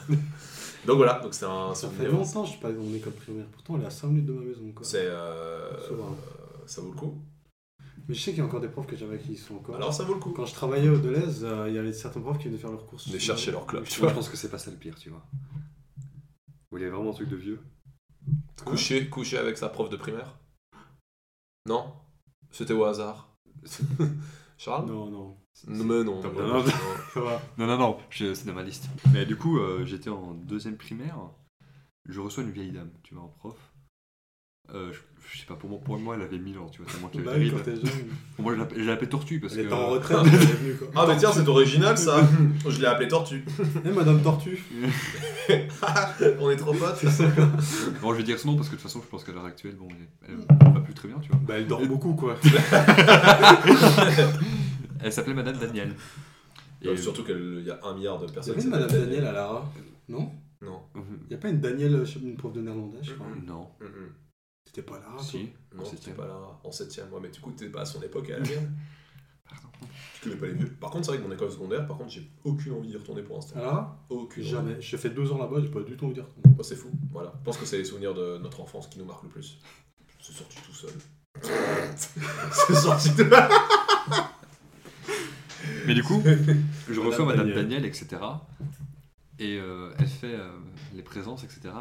Speaker 2: Donc voilà, donc c'est un
Speaker 3: Ah, Ça fait
Speaker 2: souvenir.
Speaker 3: longtemps que je suis pas allé dans mon école primaire. Pourtant, elle est à 5 minutes de ma maison. Quoi. hein.
Speaker 2: C'est euh,
Speaker 3: Souvent.
Speaker 2: euh, ça vaut le coup.
Speaker 3: Mais je sais qu'il y a encore des profs que j'avais qui y sont encore.
Speaker 2: Alors ça vaut le coup.
Speaker 3: Quand je travaillais au Deleuze, euh, il y avait certains profs qui venaient faire leurs courses.
Speaker 2: Venaient chercher leur clope,
Speaker 3: club.
Speaker 2: tu
Speaker 4: Moi, je pense que c'est pas ça le pire, tu vois. Vous voulez vraiment un truc de vieux
Speaker 2: Coucher, coucher avec sa prof de primaire. Non, c'était au hasard. Charles.
Speaker 3: Non, non.
Speaker 2: Non, mais non.
Speaker 4: T'as
Speaker 2: non,
Speaker 4: pas-
Speaker 2: non, non.
Speaker 3: Ça va.
Speaker 4: Non, non, non, je- c'est dans ma liste. Mais du coup, euh, j'étais en deuxième primaire. Je reçois une vieille dame, tu vois, en prof. Euh, je, je sais pas, pour moi, pour moi, elle avait 1000 ans, tu vois, tellement qu'il y
Speaker 3: Bah
Speaker 4: avait des
Speaker 3: oui, quand
Speaker 4: rides.
Speaker 3: t'es jeune.
Speaker 4: Pour moi, je l'appelle- je l'appelais Tortue parce
Speaker 3: Elle
Speaker 4: que. euh,
Speaker 3: était en retraite, elle est venue quoi.
Speaker 2: Ah mais tiens, c'est original ça. Je l'ai appelé tortue.
Speaker 3: Eh, Madame Tortue.
Speaker 2: On est trop potes.
Speaker 4: Bon, je vais dire son nom parce que de toute façon, je pense qu'à l'heure actuelle, bon, elle elle va plus très bien, tu vois.
Speaker 3: Bah, elle dort beaucoup quoi.
Speaker 4: Elle s'appelait Madame Daniel.
Speaker 3: Euh,
Speaker 2: Et surtout qu'il y a un milliard de
Speaker 3: Il y
Speaker 2: personnes.
Speaker 3: avait
Speaker 2: qui
Speaker 3: une Madame
Speaker 2: s'appellent
Speaker 3: Daniel à Lara. Non
Speaker 2: Non.
Speaker 4: Mhm.
Speaker 3: Il y a pas une Daniel, euh, je sais pas, une prof de néerlandais, je crois.
Speaker 4: Non,
Speaker 2: Mhm.
Speaker 3: C'était pas Lara. toi.
Speaker 4: si.
Speaker 2: Non,
Speaker 4: En
Speaker 2: c'était
Speaker 4: septième.
Speaker 2: pas là. En 7ème, moi, mais du coup, t'es pas à son époque à la mienne. Je connais pas les vieux. Par contre, c'est vrai que mon école secondaire, par contre, j'ai aucune envie d'y retourner pour l'instant.
Speaker 3: À Lara
Speaker 2: Aucune. envie.
Speaker 3: Ah, Jamais. J'ai fait deux ans là-bas, j'ai pas du tout envie d'y retourner.
Speaker 2: Bah, c'est fou. Voilà. Je pense que c'est les souvenirs de notre enfance qui nous marquent le plus. C'est sorti tout seul. c'est sorti tout seul.
Speaker 4: Mais du coup, je reçois
Speaker 3: Madame
Speaker 4: Madame
Speaker 3: Daniel.
Speaker 4: Daniel, etc. Et euh, elle fait euh, les présences, etc.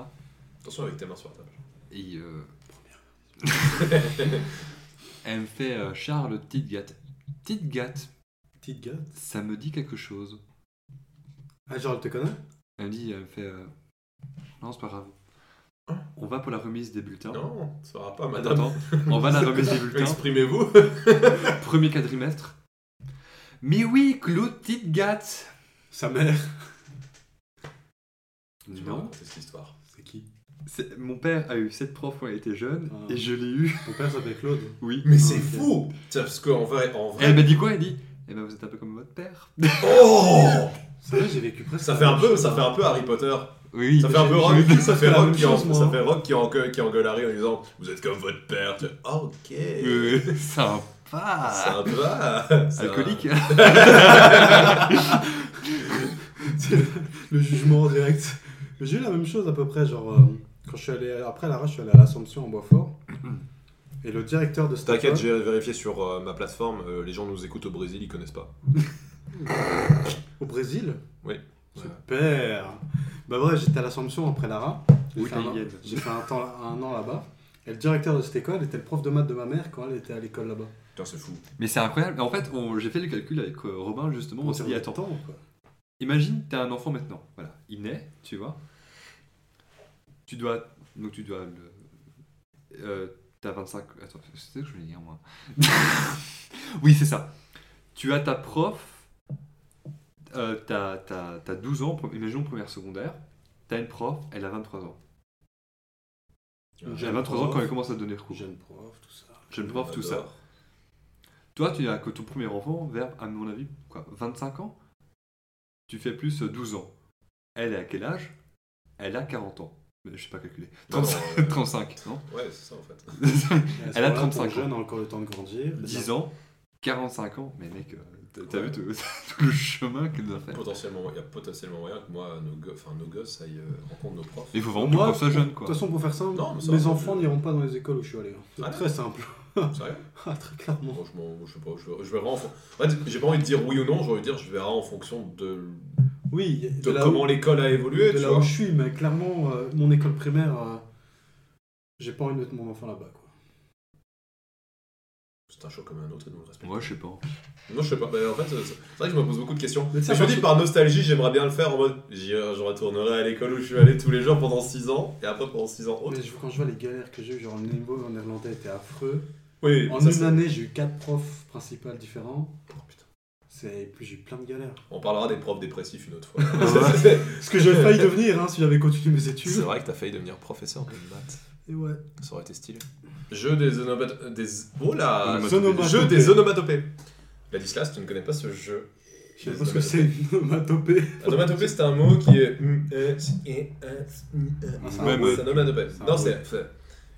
Speaker 2: Attention avec tes mains sur la table.
Speaker 4: Et euh, elle me fait euh, Charles Titgat. Titgat,
Speaker 3: Petite gars.
Speaker 4: ça me dit quelque chose.
Speaker 3: Ah, genre, elle te connaît
Speaker 4: Elle me dit, elle me fait. euh, non, c'est pas grave. On va pour la remise des bulletins.
Speaker 2: Non, ça va pas,
Speaker 4: Attends,
Speaker 2: madame.
Speaker 4: attends. On va à la remise des bulletins.
Speaker 2: Exprimez-vous.
Speaker 4: Premier quadrimestre. Mais oui, Claude Titgat.
Speaker 3: Sa mère.
Speaker 2: Tu m'as
Speaker 4: Non.
Speaker 2: raconté cette histoire.
Speaker 3: C'est qui
Speaker 4: c'est- Mon père a eu cette prof quand il était jeune
Speaker 3: Ah.
Speaker 4: et je l'ai eu.
Speaker 3: Ton père s'appelle Claude.
Speaker 4: Oui.
Speaker 2: Mais c'est
Speaker 3: Ok.
Speaker 2: fou Tiens, Parce qu'en vrai, en
Speaker 4: Et elle
Speaker 2: vrai.
Speaker 4: m'a dit Eh quoi Elle dit Eh ben vous êtes un peu comme votre père. Oui,
Speaker 2: Oh
Speaker 3: C'est vrai, j'ai vécu presque.
Speaker 2: Ça
Speaker 3: la
Speaker 2: fait un
Speaker 3: même
Speaker 2: peu,
Speaker 3: chose,
Speaker 2: ça
Speaker 3: hein.
Speaker 2: fait un peu Harry Potter.
Speaker 4: oui.
Speaker 2: Ça fait un peu rock, ça
Speaker 3: j'ai- j'ai
Speaker 2: fait
Speaker 3: fait la
Speaker 2: rock
Speaker 3: même
Speaker 2: qui, en,
Speaker 3: chose, moi.
Speaker 2: ça fait rock qui, en, qui engueule Harry en disant Vous êtes comme votre père. Tu fais, Ah, ok.
Speaker 4: Euh, sympa.
Speaker 2: C'est un peu. ah. c'est un-
Speaker 4: Alcoolique.
Speaker 3: C'est le- le jugement en direct. Mais J'ai eu la même chose à peu près, genre euh, quand je suis allé après la je suis allé à l'Assomption en Boisfort. Et le directeur de cette
Speaker 2: T'inquiète,
Speaker 3: école-
Speaker 2: j'ai vérifié sur euh, ma plateforme. euh, les gens nous écoutent au Brésil, ils connaissent pas.
Speaker 3: au Brésil.
Speaker 2: Oui.
Speaker 3: Super. Bah bref, j'étais à l'Assomption après Lara. J'ai
Speaker 4: Oui,
Speaker 3: fait, un an-
Speaker 4: Alien.
Speaker 3: j'ai fait un temps un an là-bas. Et le directeur de cette école était le prof de maths de ma mère quand elle était à l'école là-bas.
Speaker 4: Oh,
Speaker 2: Putain, c'est fou.
Speaker 4: Mais c'est incroyable. En fait, on- j'ai fait le calcul avec euh, Robin justement. On s'est dit attends,
Speaker 3: temps, quoi.
Speaker 4: imagine t'as un enfant maintenant. Voilà, il naît, tu vois. Tu dois donc tu dois le- euh, t'as 25. Attends, c'est ça que je voulais dire moi. oui, c'est ça. Tu as ta prof. euh, t'as, t'as- t'as 12 ans, pre- imaginons première secondaire. T'as une prof, elle a 23 ans.
Speaker 2: Une
Speaker 4: Elle a 23 ans quand elle commence à donner le cours.
Speaker 3: Jeune prof, tout ça.
Speaker 4: Jeune prof, tout ça. Toi, tu as que ton premier enfant vers, à mon avis, quoi, 25 ans Tu fais plus euh, 12 ans. Elle est à quel âge Elle a 40 ans. Mais je sais pas calculer.
Speaker 2: Non, non,
Speaker 4: 35,
Speaker 2: euh,
Speaker 4: 35 non
Speaker 2: Ouais, c'est ça en fait.
Speaker 3: Et à ce
Speaker 4: Elle a
Speaker 3: moment-là,
Speaker 4: 35
Speaker 3: ton jeune a encore le temps de grandir.
Speaker 4: 10 ans, 45 ans. Mais mec, euh, t'as- t'as vu tout, tout le chemin qu'elle doit faire
Speaker 2: Potentiellement, il y a potentiellement moyen que moi, nos, go- enfin, nos gosses aillent euh, rencontrent nos profs.
Speaker 4: Il faut vraiment
Speaker 3: Moi,
Speaker 4: que ça jeune,
Speaker 3: De
Speaker 4: quoi.
Speaker 3: toute façon, pour faire simple,
Speaker 2: Non, mais ça
Speaker 3: mes
Speaker 2: va,
Speaker 3: enfants
Speaker 2: je-
Speaker 3: n'iront pas dans les écoles où je suis allé. hein. C'est
Speaker 2: Ah ouais
Speaker 3: très simple.
Speaker 2: Sérieux
Speaker 3: Ah, très clairement.
Speaker 2: Moi, je, m'en- je sais pas, je, je verrai en fon- En fait, j'ai pas envie de dire oui ou non, j'ai envie de dire je verrai en fonction de,
Speaker 3: Oui, de,
Speaker 2: de
Speaker 3: là,
Speaker 2: comment
Speaker 3: où,
Speaker 2: l'école a évolué,
Speaker 3: de
Speaker 2: tu
Speaker 3: là
Speaker 2: vois.
Speaker 3: où je suis, mais clairement, euh, mon école primaire, euh, j'ai pas envie de mettre mon enfant là-bas. quoi.
Speaker 2: C'est un choix comme un autre et nous le respectons.
Speaker 4: Moi, je sais pas.
Speaker 2: Non, je sais pas, mais en fait, c'est c'est vrai que je me pose beaucoup de questions.
Speaker 3: Mais tu sais,
Speaker 2: Et je me
Speaker 3: moi,
Speaker 2: dis
Speaker 3: je-
Speaker 2: par nostalgie, j'aimerais bien le faire en mode j'y- je retournerai à l'école où je suis allé tous les jours pendant 6 ans, et après pendant 6 ans autre.
Speaker 3: Mais je- quand je vois les galères que j'ai eues, genre le niveau en néerlandais était affreux.
Speaker 2: Oui,
Speaker 3: En
Speaker 2: ça,
Speaker 3: une
Speaker 2: c'est-
Speaker 3: année, j'ai eu quatre profs principales différents.
Speaker 2: Oh, putain.
Speaker 3: C'est... et puis j'ai eu plein de galères.
Speaker 2: On parlera des profs dépressifs une autre fois.
Speaker 3: Ce que j'aurais failli devenir hein, si j'avais continué mes
Speaker 2: C'est
Speaker 3: études.
Speaker 2: vrai que t'as failli devenir professeur de maths.
Speaker 3: Et ouais.
Speaker 2: Ça aurait été stylé. Jeu des
Speaker 4: Ah,
Speaker 2: onomatopées. Des... Oh là
Speaker 4: Onomatopées.
Speaker 2: Jeu des onomatopées. Ladislas, tu ne connais pas ce jeu.
Speaker 3: Je sais pas ce que c'est une onomatopée.
Speaker 2: Onomatopée, c'est un mot qui est. mm, euh, et, euh, mm, euh.
Speaker 3: Ah, c'est
Speaker 4: un
Speaker 2: Ouais,
Speaker 4: Ouais,
Speaker 2: mais
Speaker 4: mais-
Speaker 2: c'est un onomatopée.
Speaker 3: c'est un
Speaker 2: Non,
Speaker 3: mot.
Speaker 2: c'est. c'est-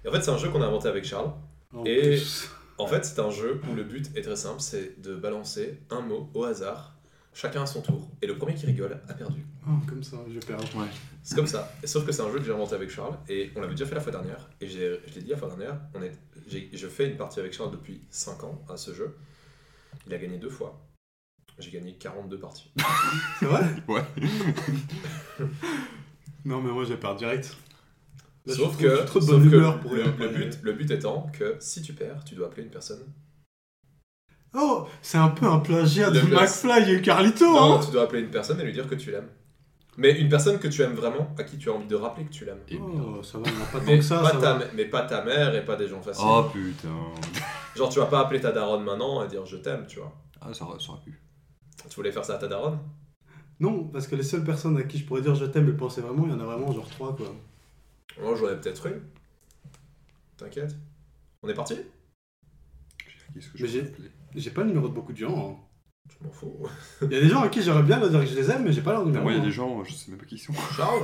Speaker 2: et En fait, c'est un jeu qu'on a inventé avec Charles.
Speaker 3: En
Speaker 2: Et-
Speaker 3: plus.
Speaker 2: En fait, c'est un jeu où le but est très simple c'est de balancer un mot au hasard, chacun à son tour. Et le premier qui rigole a perdu.
Speaker 3: Ah, comme ça, je perds.
Speaker 2: C'est comme ça. Sauf que c'est un jeu que j'ai inventé avec Charles et on l'avait déjà fait la fois dernière. Et j'ai- je l'ai dit la fois dernière, on est, j'ai- je fais une partie avec Charles depuis 5 ans à ce jeu. Il a gagné deux fois. J'ai gagné 42 parties.
Speaker 3: Bah, C'est vrai
Speaker 4: Ouais.
Speaker 3: Non, mais moi, je perds direct. Là, je
Speaker 2: sauf
Speaker 3: suis trop-
Speaker 2: que,
Speaker 3: je suis trop de
Speaker 2: sauf
Speaker 3: bonne
Speaker 2: que
Speaker 3: humeur pour
Speaker 2: le,
Speaker 3: aller
Speaker 2: le
Speaker 3: à Paris.
Speaker 2: but, le but étant que si tu perds, tu dois appeler une personne.
Speaker 3: Oh, c'est un peu un plagiat
Speaker 2: Le
Speaker 3: de
Speaker 2: place.
Speaker 3: McFly et Carlito,
Speaker 2: Non,
Speaker 3: hein
Speaker 2: tu dois appeler une personne et lui dire que tu l'aimes. Mais une personne que tu aimes vraiment, à qui tu as envie de rappeler que tu l'aimes.
Speaker 4: Et merde.
Speaker 3: Oh, ça va, on a pas tant
Speaker 2: Mais,
Speaker 3: que ça,
Speaker 2: pas
Speaker 3: ça
Speaker 2: ta,
Speaker 3: va.
Speaker 2: mè- mais pas ta mère et pas des gens faciles.
Speaker 4: Oh putain.
Speaker 2: Genre, tu vas pas appeler ta daronne maintenant et dire je t'aime, tu vois.
Speaker 4: Ah, ça aurait ça aurait pu.
Speaker 2: Tu voulais faire ça à ta daronne
Speaker 3: Non, parce que les seules personnes à qui je pourrais dire je t'aime et le penser vraiment, il y en a vraiment genre trois, quoi.
Speaker 2: Moi, j'en ai peut-être une. T'inquiète. On est parti
Speaker 4: Qu'est-ce que
Speaker 3: Mais j'ai-
Speaker 4: je peux appeler
Speaker 3: J'ai pas le numéro de beaucoup de gens. hein.
Speaker 2: Je m'en fous.
Speaker 3: Il y a des gens à qui j'aimerais bien leur dire que je les aime, mais j'ai pas leur numéro.
Speaker 4: Moi, il y a
Speaker 3: hein.
Speaker 4: des gens, je sais même pas qui ils sont.
Speaker 2: Charles,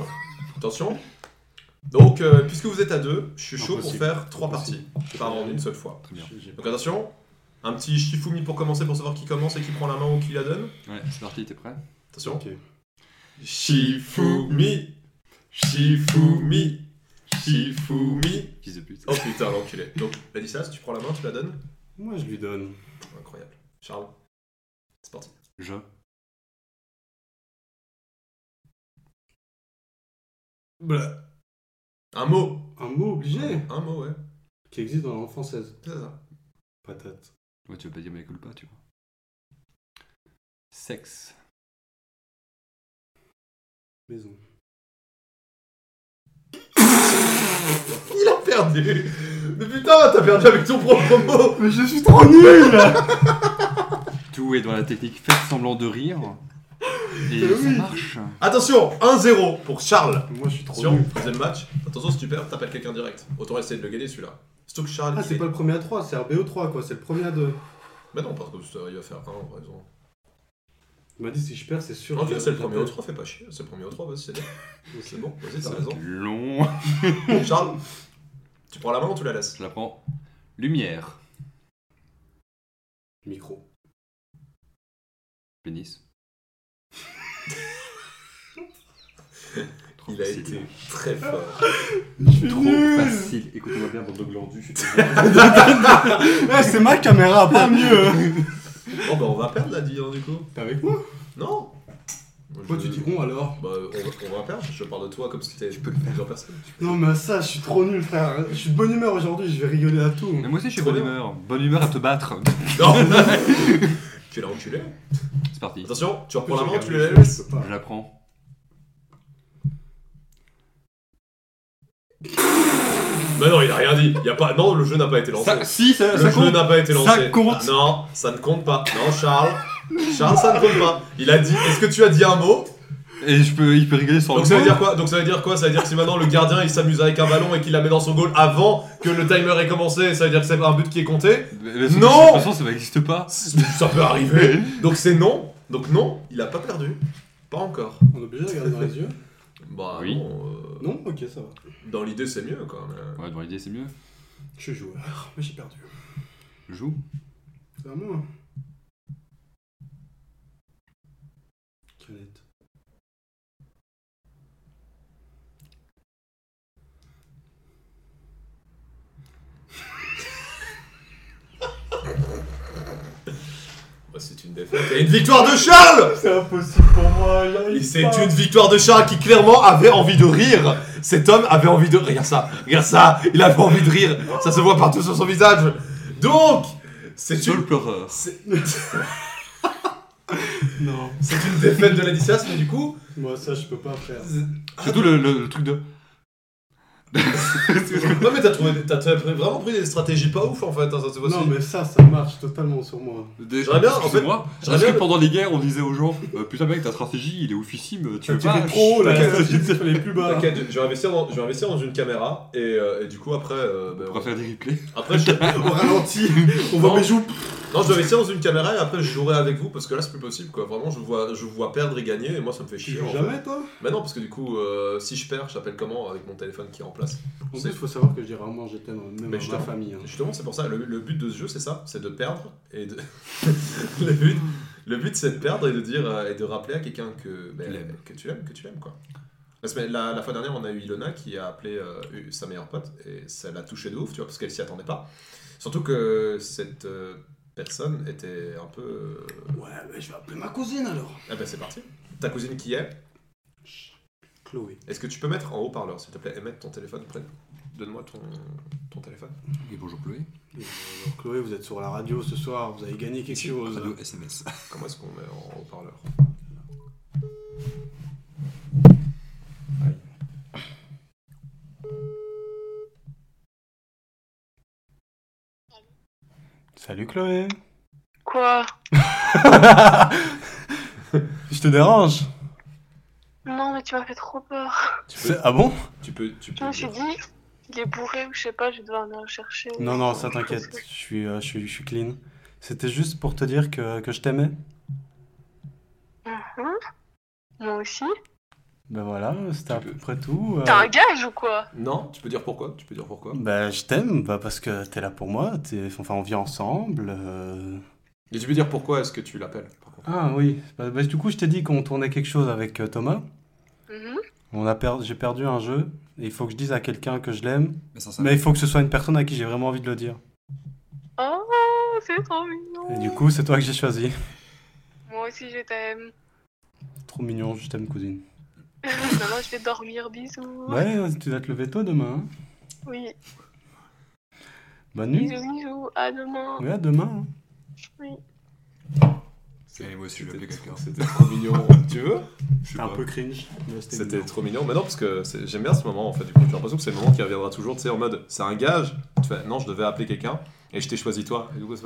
Speaker 2: attention. Donc, euh, puisque vous êtes à deux, je suis chaud
Speaker 3: Impossible.
Speaker 2: pour faire trois
Speaker 3: Impossible.
Speaker 2: parties. Pas en une seule fois.
Speaker 4: Très bien.
Speaker 3: J'ai- j'ai-
Speaker 2: Donc, attention. Un petit shifumi pour commencer, pour savoir qui commence et qui prend la main ou qui la donne.
Speaker 4: Ouais, c'est parti, t'es prêt
Speaker 2: Attention.
Speaker 3: Ok.
Speaker 2: Shifumi, Shifumi, Shifumi.
Speaker 4: Fils de pute.
Speaker 2: Oh putain, l'enculé. Donc, Ladislas, tu prends la main, tu la donnes
Speaker 3: Moi, je lui donne.
Speaker 2: Incroyable. Charles, c'est parti.
Speaker 4: Je.
Speaker 2: Un mot.
Speaker 3: Un mot obligé
Speaker 2: Un mot, ouais.
Speaker 3: qui existe dans la langue française.
Speaker 2: C'est ça.
Speaker 3: Patate.
Speaker 4: Ouais, tu vas pas dire mes culpa, tu vois. Sexe.
Speaker 3: Maison.
Speaker 2: Il a perdu. Mais putain, t'as perdu avec ton propre mot.
Speaker 3: Mais je suis trop nul
Speaker 4: Tout est dans la technique faites semblant de rire. Et
Speaker 3: Mais
Speaker 4: ça
Speaker 3: oui.
Speaker 4: marche.
Speaker 2: Attention, 1-0 pour Charles.
Speaker 3: Moi, je suis trop
Speaker 2: Attention,
Speaker 3: nul.
Speaker 2: faisais le match. Attention, si tu perds, t'appelles quelqu'un direct. Autant essayer de le gagner celui-là. Surtout que Charles.
Speaker 3: Ah,
Speaker 2: il
Speaker 3: c'est
Speaker 2: est-
Speaker 3: pas le premier à 3, c'est RBO3, quoi. C'est le premier à 2.
Speaker 2: Mais non, parce que ça, il va faire 1 en raison.
Speaker 3: Il m'a dit si je perds, c'est sûr.
Speaker 2: Non,
Speaker 3: que
Speaker 2: c'est le premier au
Speaker 3: j'appelle.
Speaker 2: 3, fais pas chier. C'est le premier au 3, vas-y, c'est
Speaker 3: Ok.
Speaker 2: c'est bon. Vas-y,
Speaker 4: Ça
Speaker 2: t'as
Speaker 4: va
Speaker 2: raison.
Speaker 4: être long.
Speaker 2: Charles, tu prends la main ou tu la laisses
Speaker 4: Je la prends. Lumière.
Speaker 3: Micro.
Speaker 4: Pénis. Trop
Speaker 2: Il a
Speaker 4: facile.
Speaker 2: été très fort.
Speaker 3: Je suis
Speaker 4: Trop facile. Écoutez-moi bien, bande de glandus.
Speaker 3: Eh, c'est ma caméra, pas mieux
Speaker 2: Bon, bah, on va perdre la dire du coup.
Speaker 3: T'es avec moi
Speaker 2: Non
Speaker 3: Pourquoi tu dis on alors
Speaker 2: Bah, on va, on va perdre. Je parle de toi comme si t'étais plusieurs personnes.
Speaker 3: Non, mais ça, je suis trop nul, frère. Je suis de bonne humeur aujourd'hui, je vais rigoler à tout.
Speaker 4: Mais moi aussi, je suis
Speaker 2: Trop
Speaker 4: bonne
Speaker 2: bien.
Speaker 4: humeur. Bonne humeur à te battre.
Speaker 2: Non Tu l'as enculé.
Speaker 4: C'est parti.
Speaker 2: Attention, tu reprends
Speaker 3: Je
Speaker 2: la main ou
Speaker 3: regarde
Speaker 2: tu
Speaker 3: les
Speaker 2: la
Speaker 3: jeux,
Speaker 2: laisses
Speaker 3: je peux pas.
Speaker 4: Je la prends.
Speaker 2: Bah non, il a rien dit. Il Y a pas... Non, le jeu n'a pas été lancé.
Speaker 4: Ça- si, ça,
Speaker 2: le
Speaker 4: ça
Speaker 2: jeu
Speaker 4: compte.
Speaker 2: n'a pas été
Speaker 4: Ça
Speaker 2: lancé.
Speaker 4: compte.
Speaker 2: Non, ça ne compte pas. Non, Charles. Charles, ça ne compte pas. Il a dit. Est-ce que tu as dit un mot
Speaker 4: Et je peux, il peut rigoler sans
Speaker 2: Donc
Speaker 4: le
Speaker 2: ça veut
Speaker 4: mot.
Speaker 2: dire quoi Donc ça veut dire quoi Ça veut dire que si maintenant le gardien il s'amuse avec un ballon et qu'il la met dans son goal avant que le timer ait commencé, ça veut dire que c'est un but qui est compté
Speaker 4: Mais- mais ça-
Speaker 2: Non
Speaker 4: De toute façon, ça n'existe pas.
Speaker 2: Ça peut arriver. Donc c'est non. Donc non, il a pas perdu. Pas encore.
Speaker 3: On est obligé de regarder dans les yeux
Speaker 2: Bah
Speaker 4: Oui.
Speaker 2: non, euh,
Speaker 3: Non Ok, ça va.
Speaker 2: Dans l'idée c'est mieux quand même.
Speaker 4: Ouais, dans l'idée, c'est mieux.
Speaker 3: Je suis joueur, mais j'ai perdu.
Speaker 4: Joue.
Speaker 3: C'est à moi. Canette.
Speaker 2: Bah, c'est une défaite. Et une victoire de Charles
Speaker 3: C'est impossible pour moi,
Speaker 2: Et c'est une victoire de Charles qui clairement avait envie de rire. Cet homme avait envie de. Regarde ça, regarde ça, il avait envie de rire. Ça se voit partout sur son visage. Donc, c'est
Speaker 4: Sur
Speaker 2: une.
Speaker 4: le pleureur.
Speaker 2: C'est
Speaker 3: Non.
Speaker 2: c'est une défaite de l'Adicias, mais du coup.
Speaker 3: Moi, ça, je peux pas faire.
Speaker 4: Surtout le, le- le truc de.
Speaker 2: Non, mais t'as trouvé, t'as t'as vraiment pris des stratégies pas ouf en fait, hein, ça se voit
Speaker 3: Non,
Speaker 2: aussi.
Speaker 3: mais ça, ça marche totalement sur moi.
Speaker 4: Des-
Speaker 2: J'aimerais bien, en fait,
Speaker 4: Excusez-moi,
Speaker 2: j'aimerais
Speaker 4: est-ce
Speaker 2: bien-
Speaker 4: que pendant les guerres on disait aux gens euh, Putain mec, ta stratégie il est
Speaker 2: Ah,
Speaker 4: oufissime, tu
Speaker 3: Tu
Speaker 4: veux pas
Speaker 3: tiré trop haut, là,
Speaker 4: T'inquiète,
Speaker 3: la stratégie, tu les plus bas.
Speaker 2: T'inquiète, je vais investir dans, je vais investir dans une caméra et, euh, et du coup après. euh, ben,
Speaker 4: On va faire des replays.
Speaker 2: Après, je...
Speaker 3: Au ralenti, on
Speaker 2: Non.
Speaker 3: voit mes joues.
Speaker 2: Non, je devais essayer dans une caméra et après je jouerai avec vous parce que là c'est plus possible quoi. Vraiment, je vous vois, je vous vois perdre et gagner et moi ça me fait
Speaker 3: Tu
Speaker 2: chier.
Speaker 3: joues
Speaker 2: en fait.
Speaker 3: jamais, toi
Speaker 2: Mais Bah non, parce que du coup, euh, si je perds, j'appelle comment avec mon téléphone qui est en place
Speaker 3: En
Speaker 2: C'est-
Speaker 3: plus, faut savoir que je dis rarement je t'aime, même
Speaker 2: Mais
Speaker 3: à ma
Speaker 2: justement.
Speaker 3: famille. hein.
Speaker 2: Justement, c'est pour ça, le, le but de ce jeu c'est ça c'est de perdre et de. le but, le but c'est de perdre et de dire euh, et de rappeler à quelqu'un que, ben,
Speaker 1: l'aimes.
Speaker 2: que tu l'aimes, que tu l'aimes quoi. La, semaine- la, la fois dernière, on a eu Ilona qui a appelé euh, eu- sa meilleure pote et ça l'a touchée de ouf, tu vois, parce qu'elle s'y attendait pas. Surtout que cette euh, personne était un peu. euh,
Speaker 3: Ouais, mais je vais appeler ma cousine alors.
Speaker 2: Ah bah c'est parti. Ta cousine qui est
Speaker 3: Chloé.
Speaker 2: Est-ce que tu peux mettre en haut-parleur, s'il te plaît, et mettre ton téléphone près Donne-moi ton, ton téléphone.
Speaker 4: Et bonjour Chloé.
Speaker 3: Euh, alors, Chloé, vous êtes sur la radio ce soir, vous avez gagné quelque chose.
Speaker 4: Radio SMS.
Speaker 2: Comment est-ce qu'on met en haut-parleur
Speaker 3: Salut Chloé.
Speaker 6: Quoi
Speaker 3: Je te dérange
Speaker 6: Non, mais tu m'as fait trop peur.
Speaker 2: Tu peux,
Speaker 3: Ah bon
Speaker 2: tu peux, tu
Speaker 6: Je
Speaker 2: peux.
Speaker 6: me suis dit, il est bourré ou je sais pas, je vais devoir aller le chercher.
Speaker 3: Non, non, ça t'inquiète, je suis, euh, je, suis, je suis clean. C'était juste pour te dire que, que je t'aimais.
Speaker 6: Mhm. Moi aussi.
Speaker 3: Ben voilà, c'était à
Speaker 2: Tu
Speaker 3: peu
Speaker 2: peux.
Speaker 3: près tout. euh.
Speaker 6: T'as un gage ou quoi
Speaker 2: Non, tu peux dire pourquoi Tu peux dire pourquoi
Speaker 3: Ben je t'aime, bah, parce que t'es là pour moi, t'es- enfin on vit ensemble. euh.
Speaker 2: Et tu peux dire pourquoi est-ce que tu l'appelles par contre.
Speaker 3: Ah oui, bah, bah, du coup je t'ai dit qu'on tournait quelque chose avec euh, Thomas.
Speaker 6: Mhm.
Speaker 3: On a per- J'ai perdu un jeu, et il faut que je dise à quelqu'un que je l'aime,
Speaker 4: Mais ça,
Speaker 3: mais il faut que ce soit une personne à qui j'ai vraiment envie de le dire.
Speaker 6: Oh, c'est trop mignon.
Speaker 3: Et du coup c'est toi que j'ai choisi.
Speaker 6: Moi aussi, je t'aime.
Speaker 3: Trop mignon, je t'aime cousine.
Speaker 6: Maintenant, je vais dormir. Bisous.
Speaker 3: Ouais, tu dois te lever tôt demain. hein.
Speaker 6: Oui.
Speaker 3: Bonne nuit.
Speaker 6: Bisous, bisous. À demain.
Speaker 3: Ouais, à demain. hein.
Speaker 4: Et moi aussi, je vais appeler quelqu'un.
Speaker 2: C'était trop mignon. tu veux
Speaker 4: Je sais pas.
Speaker 3: cringe. mais
Speaker 2: C'était trop mignon. Mais non, parce que c'est- j'aime bien ce moment en fait. Du coup, j'ai l'impression que c'est le moment qui reviendra toujours. Tu sais, en mode, c'est un gage. Tu fais, non, je devais appeler quelqu'un et je t'ai choisi toi. Et du coup, ça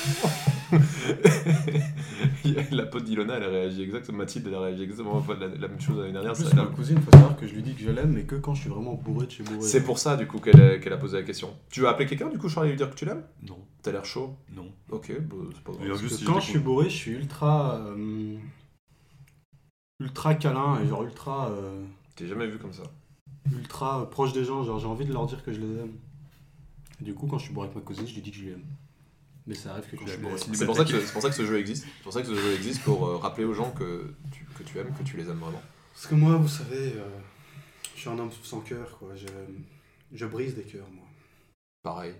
Speaker 2: fait. la pote d'Ilona, elle a réagi exactement. Mathilde, elle a réagi exactement enfin, la, la même chose l'année
Speaker 5: En
Speaker 2: dernière.
Speaker 5: plus,
Speaker 2: ça-
Speaker 5: ma cousine, faut savoir que je lui dis que je l'aime, mais que quand je suis vraiment bourré de chez bourré.
Speaker 2: C'est pour ça, du coup, qu'elle a, qu'elle a posé la question. Tu veux appeler quelqu'un, du coup, Charlie, lui dire que tu l'aimes
Speaker 4: Non,
Speaker 2: T'as l'air chaud.
Speaker 4: non.
Speaker 2: Ok, bah, c'est pas grave.
Speaker 4: D'ailleurs,
Speaker 3: Parce
Speaker 4: juste
Speaker 3: que
Speaker 4: si
Speaker 3: quand
Speaker 4: j'étais
Speaker 3: je suis bourré, je suis ultra. euh, ultra câlin et genre ultra. euh,
Speaker 2: T'es jamais vu comme ça.
Speaker 3: ultra euh, proche des gens. Genre, j'ai envie de leur dire que je les aime. Et du coup, quand je suis bourré avec ma cousine, je lui dis que je l'aime. Mais ça arrive que quand je suis bourré.
Speaker 2: C'est pour, ça que- c'est pour ça que ce jeu existe. C'est pour ça que ce jeu existe pour euh, rappeler aux gens que tu, que tu aimes, que tu les aimes vraiment.
Speaker 3: Parce que moi, vous savez, euh, je suis un homme sans cœur, quoi. Je, je brise des cœurs, moi.
Speaker 2: Pareil.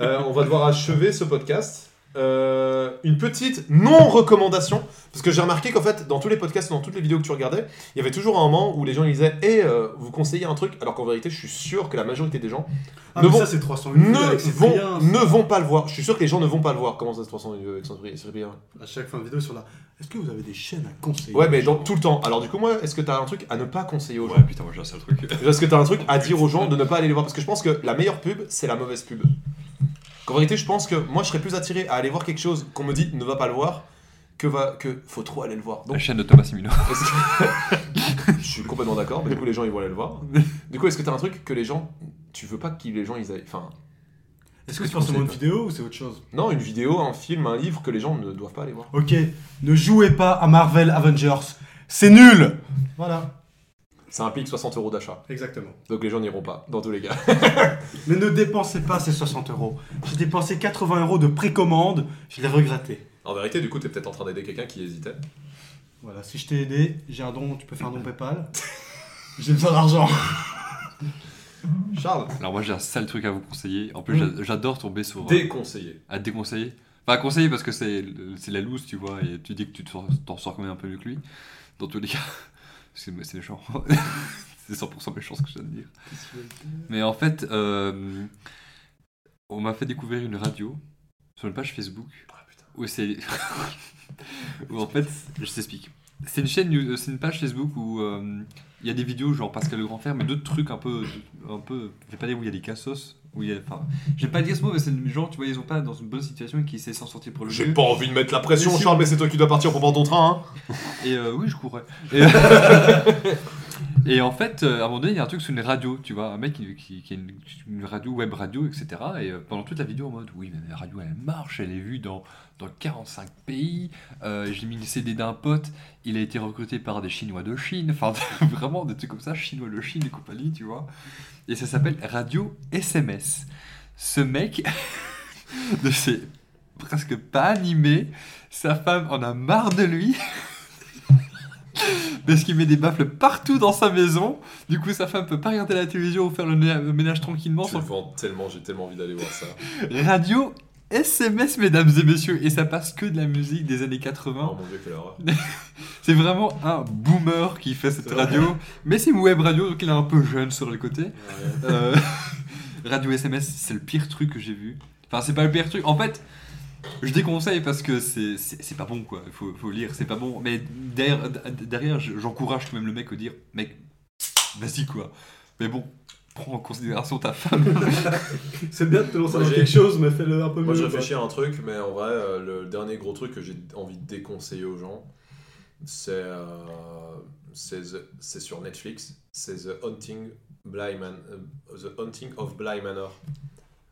Speaker 2: Euh, on va devoir achever ce podcast. Euh, une petite non-recommandation, parce que j'ai remarqué qu'en fait, dans tous les podcasts, dans toutes les vidéos que tu regardais, il y avait toujours un moment où les gens ils disaient Eh, euh, vous conseillez un truc, alors qu'en vérité, je suis sûr que la majorité des gens
Speaker 3: Ah,
Speaker 2: Ne
Speaker 3: mais
Speaker 2: vont-
Speaker 3: ça, c'est 308 vues
Speaker 2: ne
Speaker 3: avec
Speaker 2: vont,
Speaker 3: Cyprien,
Speaker 2: ne
Speaker 3: ça.
Speaker 2: vont pas le voir. Je suis sûr que les gens ne vont pas le voir. Comment ça, euh, 300 vues avec Cyprien- Cyprien
Speaker 3: À chaque fin de vidéo, sur la. Est-ce que vous avez des chaînes à conseiller
Speaker 2: Ouais, mais dans, tout le temps. Alors, du coup, moi, est-ce que t'as un truc à ne pas conseiller aux gens
Speaker 4: Ouais, putain, moi j'ai un seul truc.
Speaker 2: Est-ce que t'as un truc à dire aux gens de ne pas aller les voir Parce que je pense que la meilleure pub, c'est la mauvaise pub. En vérité, je pense que moi, je serais plus attiré à aller voir quelque chose qu'on me dit ne va pas le voir que, va, que faut trop aller le voir.
Speaker 4: La
Speaker 2: Donc,
Speaker 4: chaîne de Thomas Simino.
Speaker 2: est-ce que- je suis complètement d'accord, mais du coup, les gens, ils vont aller le voir. Du coup, est-ce que t'as un truc que les gens. Tu veux pas que les gens, ils aillent. Enfin,
Speaker 3: Est-ce que c'est forcément une
Speaker 4: conseilles,
Speaker 3: vidéo ou c'est autre chose
Speaker 2: non, une vidéo, un film, un livre que les gens ne doivent pas aller voir.
Speaker 3: Ok, ne jouez pas à Marvel Avengers. C'est nul Voilà,
Speaker 2: Ça implique 60 euros d'achat.
Speaker 3: exactement.
Speaker 2: Donc, les gens n'iront pas, dans tous les cas.
Speaker 3: Mais ne dépensez pas ces 60 euros. J'ai dépensé 80 euros de précommande, je l'ai regretté.
Speaker 2: En vérité, du coup, t'es peut-être en train d'aider quelqu'un qui hésitait.
Speaker 3: Voilà, si je t'ai aidé, j'ai un don, tu peux faire un don Paypal. J'ai besoin d'argent.
Speaker 2: Charles,
Speaker 4: Alors, moi j'ai un sale truc à vous conseiller. En plus,
Speaker 2: Mm.
Speaker 4: j'a- j'adore tomber sur. euh,
Speaker 2: déconseillé.
Speaker 4: à déconseiller. Enfin, à conseiller parce que c'est c'est la loose, tu vois, et tu dis que tu t'en t'en sors quand même un peu mieux que lui. Dans tous les cas, c'est c'est méchant. c'est 100% méchant ce que je viens de dire. Mais en fait, euh, on m'a fait découvrir une radio sur une page Facebook où c'est. où en fait, je t'explique. C'est une chaîne, you- c'est une page Facebook où euh, il y a des vidéos genre Pascal Le Grand Frère, mais d'autres trucs un peu, un peu, je vais pas dire où il y a des cassos, où il y a, enfin, je vais pas dire ce mot, mais c'est des gens, tu vois, ils sont pas dans une bonne situation et qui essaient de s'en sortir pour le
Speaker 2: J'ai
Speaker 4: mieux.
Speaker 2: pas envie de mettre la pression,
Speaker 4: Mais si- euh,
Speaker 2: Charles, mais c'est toi qui dois partir pour prendre ton train, hein.
Speaker 4: Et euh, oui, je courais. Et, Et en fait, euh, à un moment donné, il y a un truc sur les radios, tu vois, un mec qui, qui- qui a une, une radio, web radio, etc. Et euh, pendant toute la vidéo, en mode, oui, mais la radio, elle marche, elle est vue dans, dans 45 pays, euh, j'ai mis le CD d'un pote, il a été recruté par des Chinois de Chine, enfin, vraiment, des trucs comme ça, Chinois de Chine et compagnie, tu vois. Et ça s'appelle Radio SMS. Ce mec, de ses presque pas animé, sa femme en a marre de lui. Parce qu'il met des baffles partout dans sa maison. Du coup, sa femme peut pas regarder la télévision ou faire le né- le ménage tranquillement.
Speaker 2: Je
Speaker 4: Sans...
Speaker 2: le vends tellement, j'ai tellement envie d'aller voir ça.
Speaker 4: Radio, SMS, mesdames et messieurs. Et ça passe que de la musique des années 80.
Speaker 2: Oh mon dieu, quelle horreur.
Speaker 4: C'est vraiment un boomer qui fait cette
Speaker 2: C'est vrai.
Speaker 4: radio. Mais c'est une web radio, donc il est un peu jeune sur le côté. Euh, radio SMS, c'est le pire truc que j'ai vu. Enfin, c'est pas le pire truc. En fait, je déconseille parce que c'est- c'est c'est pas bon, quoi. Il faut, faut lire, c'est pas bon. Mais derrière, derrière je- j'encourage quand même le mec à dire Mec, vas-y, quoi. Mais bon, prends en considération ta femme.
Speaker 3: C'est bien de te lancer
Speaker 2: Moi,
Speaker 3: dans
Speaker 2: j'ai-
Speaker 3: quelque chose, mais fais-le un peu
Speaker 2: Moi,
Speaker 3: mieux.
Speaker 2: je
Speaker 3: quoi.
Speaker 2: réfléchis à un truc, mais en vrai, euh, le dernier gros truc que j'ai envie de déconseiller aux gens, c'est euh, c'est The- c'est sur Netflix, c'est The Haunting, Bly Man- euh, The Haunting of Bly Manor.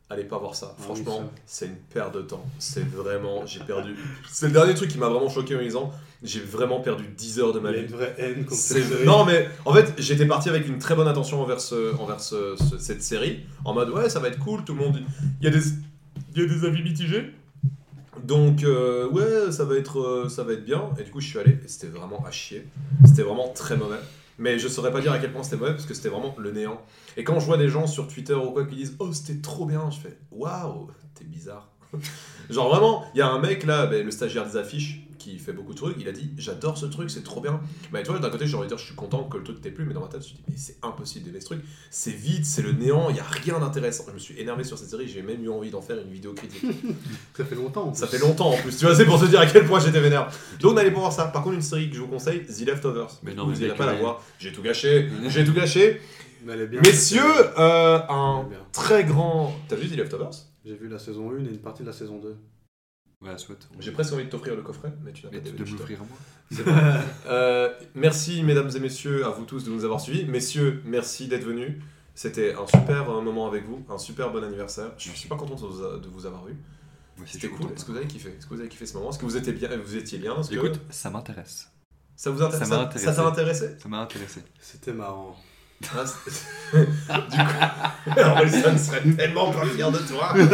Speaker 2: Allez pas voir ça,
Speaker 3: Ah oui,
Speaker 2: franchement,
Speaker 3: ça.
Speaker 2: c'est une perte de temps. C'est vraiment, j'ai perdu. C'est le dernier truc qui m'a vraiment choqué en me disant, j'ai vraiment perdu 10 heures de ma
Speaker 3: Il y a
Speaker 2: vie.
Speaker 3: une vraie haine contre
Speaker 2: C'est-
Speaker 3: cette série.
Speaker 2: Non mais en fait j'étais parti avec une très bonne intention envers, ce- envers ce- ce- cette série en mode ouais ça va être cool tout le monde il y a des il y a des avis mitigés donc euh, ouais ça va être euh, ça va être bien et du coup je suis allé et c'était vraiment à chier c'était vraiment très mauvais mais je saurais pas dire à quel point c'était mauvais parce que c'était vraiment le néant et quand je vois des gens sur Twitter ou quoi qui disent oh c'était trop bien je fais waouh t'es bizarre genre vraiment il y a un mec là ben, le stagiaire des affiches qui fait beaucoup de trucs il a dit j'adore ce truc c'est trop bien bah, tu vois, d'un côté, j'ai envie de dire, je suis content que le truc t'ait plu, mais dans ma tête, je me suis dit, mais c'est impossible d'aimer ce truc. C'est vide, c'est le néant, il y a rien d'intéressant. Je me suis énervé sur cette série, j'ai même eu envie d'en faire une vidéo critique.
Speaker 3: Ça fait longtemps. en
Speaker 2: ça
Speaker 3: plus.
Speaker 2: fait longtemps en plus, tu vois, c'est pour se dire à quel point j'étais vénère. Donc, n'allez pas voir ça. Par contre, une série que je vous conseille, The Leftovers.
Speaker 4: Mais non,
Speaker 2: vous
Speaker 4: mais
Speaker 2: n'allez
Speaker 4: mec,
Speaker 2: pas la
Speaker 4: ouais.
Speaker 2: voir. J'ai tout gâché, j'ai tout gâché.
Speaker 3: Mais elle est bien.
Speaker 2: Messieurs, euh, un
Speaker 3: Elle est bien.
Speaker 2: très grand. T'as vu The Leftovers
Speaker 3: J'ai vu la saison 1 et une partie de la saison 2.
Speaker 4: Voilà, souhaite.
Speaker 2: J'ai presque envie de t'offrir le coffret, mais tu n'as pas
Speaker 4: Mais tu
Speaker 2: été
Speaker 4: dois me l'offrir à moi.
Speaker 2: Euh, merci mesdames et messieurs à vous tous de nous avoir suivis. Messieurs, merci d'être venus. C'était un super euh, moment avec vous, un super bon anniversaire. Je suis
Speaker 4: Merci.
Speaker 2: pas content de vous a- de vous avoir eu.
Speaker 4: Moi aussi, je
Speaker 2: C'était
Speaker 4: suis
Speaker 2: cool.
Speaker 4: content.
Speaker 2: Est-ce que vous avez kiffé Est-ce que vous avez kiffé ce moment Est-ce que vous étiez bien Vous étiez bien Est-ce que
Speaker 4: Écoute, ça m'intéresse.
Speaker 2: ça vous intéresse
Speaker 4: ça
Speaker 2: Ça
Speaker 4: m'a
Speaker 2: ça t'a intéressé
Speaker 4: Ça m'a intéressé.
Speaker 3: C'était marrant.
Speaker 2: Ah, c'est- Du coup, Wilson serait tellement pas fier de toi.
Speaker 4: Ouais,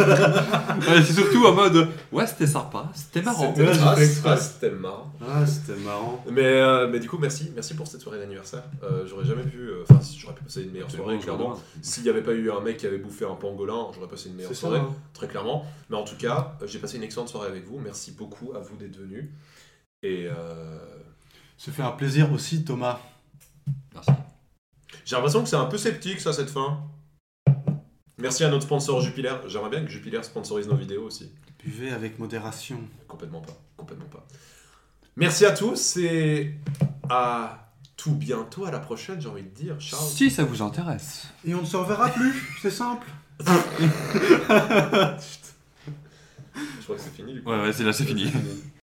Speaker 4: Ah, bah, c'est surtout en mode Ouais, c'était sympa, c'était marrant.
Speaker 2: C'était
Speaker 3: Ouais, j'ai
Speaker 2: ah,
Speaker 3: fait exprès.
Speaker 2: ah, c'était marrant.
Speaker 3: Ah, c'était marrant.
Speaker 2: Mais, euh, mais du coup, merci, merci pour cette soirée d'anniversaire. Euh, j'aurais jamais pu, euh, enfin, si j'aurais pu passer une meilleure soirée, clairement. S'il n'y avait pas eu un mec qui avait bouffé un pangolin, j'aurais passé une meilleure
Speaker 3: C'est ça.
Speaker 2: soirée,
Speaker 3: hein.
Speaker 2: très clairement. Mais en tout cas, euh, j'ai passé une excellente soirée avec vous. Merci beaucoup à vous d'être venus. Et euh,
Speaker 5: Se fait un plaisir aussi, Thomas.
Speaker 4: Merci.
Speaker 2: j'ai l'impression que c'est un peu sceptique, ça, cette fin. Merci à notre sponsor Jupiler. J'aimerais bien que Jupiler sponsorise nos vidéos aussi.
Speaker 5: Buvez avec modération.
Speaker 2: Complètement pas, complètement pas. Merci à tous et à tout bientôt, à la prochaine, j'ai envie de dire, Charles.
Speaker 4: Si ça vous intéresse.
Speaker 5: Et on ne se reverra plus, c'est simple.
Speaker 2: Je crois que c'est fini, du coup.
Speaker 4: Ouais, ouais, c'est là, c'est fini.